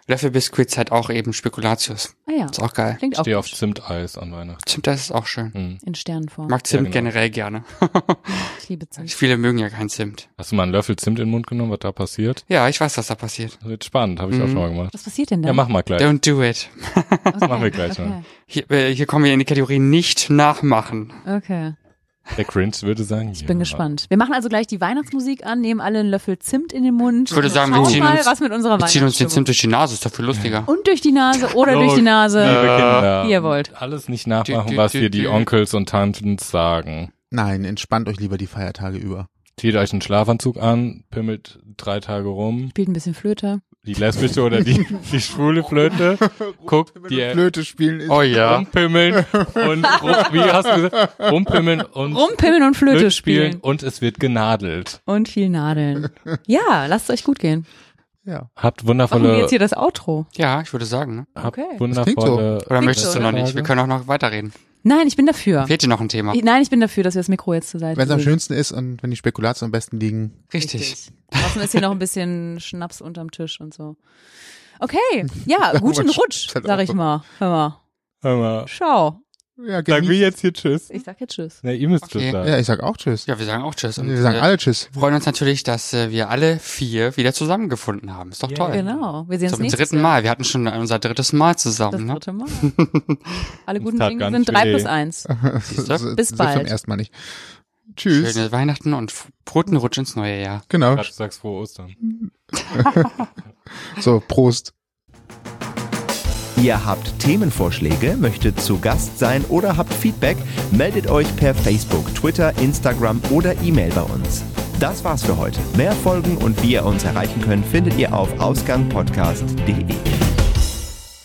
Speaker 1: Löffelbiskuits hat auch eben Spekulatius.
Speaker 2: Ah ja,
Speaker 1: Ist auch geil.
Speaker 2: klingt auch
Speaker 3: Stehe auf
Speaker 2: gut.
Speaker 3: Zimteis an Weihnachten.
Speaker 1: Zimt, das ist auch schön.
Speaker 3: Hm.
Speaker 2: in Sternform.
Speaker 1: Ich mag Zimt
Speaker 3: genau.
Speaker 1: generell gerne. *laughs*
Speaker 2: Ich liebe Zimt.
Speaker 1: Viele mögen ja keinen Zimt.
Speaker 3: Hast du mal einen Löffel Zimt in den Mund genommen, was da passiert?
Speaker 1: Ja, ich weiß, was da passiert.
Speaker 3: Das wird spannend, habe ich auch
Speaker 1: Mhm.
Speaker 3: schon mal gemacht.
Speaker 2: Was passiert denn da?
Speaker 3: Ja, mach mal gleich.
Speaker 1: Don't do it.
Speaker 2: okay.
Speaker 3: machen wir gleich mal.
Speaker 2: okay.
Speaker 1: Hier, äh, hier kommen wir in die Kategorie nicht nachmachen.
Speaker 2: Okay,
Speaker 3: Der Cringe würde sagen,
Speaker 2: ich bin gespannt. Wir machen also gleich die Weihnachtsmusik an, nehmen alle einen Löffel Zimt in den Mund.
Speaker 1: Ich würde sagen, wir
Speaker 2: Schauen
Speaker 1: ziehen
Speaker 2: mal,
Speaker 1: uns-
Speaker 2: was mit unserer
Speaker 1: Wir ziehen uns den
Speaker 2: Weihnachtsstimmung-
Speaker 1: Zimt durch die Nase, ist doch viel lustiger.
Speaker 2: Und durch die Nase oder durch die
Speaker 3: Liebe
Speaker 2: Nase.
Speaker 3: Kinder,
Speaker 2: Wie ihr wollt.
Speaker 3: alles nicht
Speaker 1: Dü,
Speaker 3: nachmachen,
Speaker 1: dü,
Speaker 3: was
Speaker 1: dü,
Speaker 3: hier die
Speaker 1: dü.
Speaker 3: Onkels und Tanten sagen.
Speaker 4: Nein, entspannt euch lieber die Feiertage über.
Speaker 3: Zieht euch einen Schlafanzug an, pimmelt drei Tage rum,
Speaker 2: Spielt ein bisschen Flöte.
Speaker 3: die lesbische oder die, die schwule Flöte, guckt die
Speaker 4: Flöte spielen ist
Speaker 1: Oh ja.
Speaker 3: rumpimmeln und rum, wie hast du gesagt, rumpimmeln und
Speaker 2: Rumpimmeln und Flöte spielen.
Speaker 3: und es wird genadelt.
Speaker 2: Und viel
Speaker 4: *laughs*
Speaker 2: Nadeln. Ja, lasst es euch gut gehen.
Speaker 4: ja.
Speaker 2: Machen
Speaker 3: Habt
Speaker 2: wir
Speaker 3: wundervolle,
Speaker 2: jetzt hier das Outro.
Speaker 1: Ja, ich würde sagen. Ne?
Speaker 3: habt
Speaker 2: Okay.
Speaker 3: wundervolle,
Speaker 1: Oder möchtest
Speaker 2: so,
Speaker 1: du noch
Speaker 3: ne?
Speaker 1: nicht? Wir können auch noch weiterreden.
Speaker 2: Nein, ich bin dafür.
Speaker 1: Fehlt dir noch ein Thema?
Speaker 2: Ich- Nein, ich bin dafür, dass wir das Mikro jetzt zur Seite
Speaker 4: Wenn es am
Speaker 2: legen.
Speaker 4: schönsten ist und wenn die Spekulatius am besten liegen.
Speaker 1: Richtig.
Speaker 2: Draußen ist hier noch ein bisschen Schnaps unterm Tisch und so. Okay,
Speaker 4: *laughs*
Speaker 2: ja, guten Rutsch,
Speaker 4: Halt
Speaker 2: sag
Speaker 4: auf.
Speaker 2: ich mal. Hör mal.
Speaker 3: Hör mal,
Speaker 2: Ciao.
Speaker 4: Ja,
Speaker 3: sagen wir jetzt hier Tschüss.
Speaker 2: Ich sag jetzt Tschüss.
Speaker 3: Ne, ihr müsst
Speaker 1: Okay.
Speaker 3: Tschüss sagen.
Speaker 4: ja, ich sag auch Tschüss.
Speaker 1: Ja, wir sagen auch Tschüss. Und,
Speaker 4: wir sagen
Speaker 1: äh,
Speaker 4: alle Tschüss.
Speaker 1: freuen uns natürlich, dass äh, wir alle vier wieder zusammengefunden haben. Ist doch
Speaker 3: Ja.
Speaker 1: toll.
Speaker 2: Genau. Wir sehen uns
Speaker 1: Zum
Speaker 2: nächstes
Speaker 1: dritten
Speaker 2: Jahr.
Speaker 1: Mal. Wir hatten schon unser drittes Mal
Speaker 2: Das
Speaker 1: zusammen. Ne?
Speaker 2: dritte Mal.
Speaker 1: *laughs*
Speaker 2: Alle guten
Speaker 3: tat
Speaker 2: Dinge
Speaker 3: ganz
Speaker 2: sind drei
Speaker 3: weh.
Speaker 2: plus eins.
Speaker 1: Siehst
Speaker 4: Das
Speaker 1: du?
Speaker 4: ist-
Speaker 2: Bis
Speaker 4: das ist
Speaker 2: bald.
Speaker 4: Beim ersten Mal nicht. Tschüss.
Speaker 1: Schöne Weihnachten und f- roten Rutsch ins neue Jahr.
Speaker 4: Genau.
Speaker 3: Du sagst frohe Ostern.
Speaker 4: So, Prost.
Speaker 5: Ihr habt Themenvorschläge, möchtet zu Gast sein oder habt Feedback, meldet euch per Facebook, Twitter, Instagram oder E-Mail bei uns. Das war's für heute. Mehr Folgen und wie ihr uns erreichen könnt, findet ihr auf ausgangpodcast.de.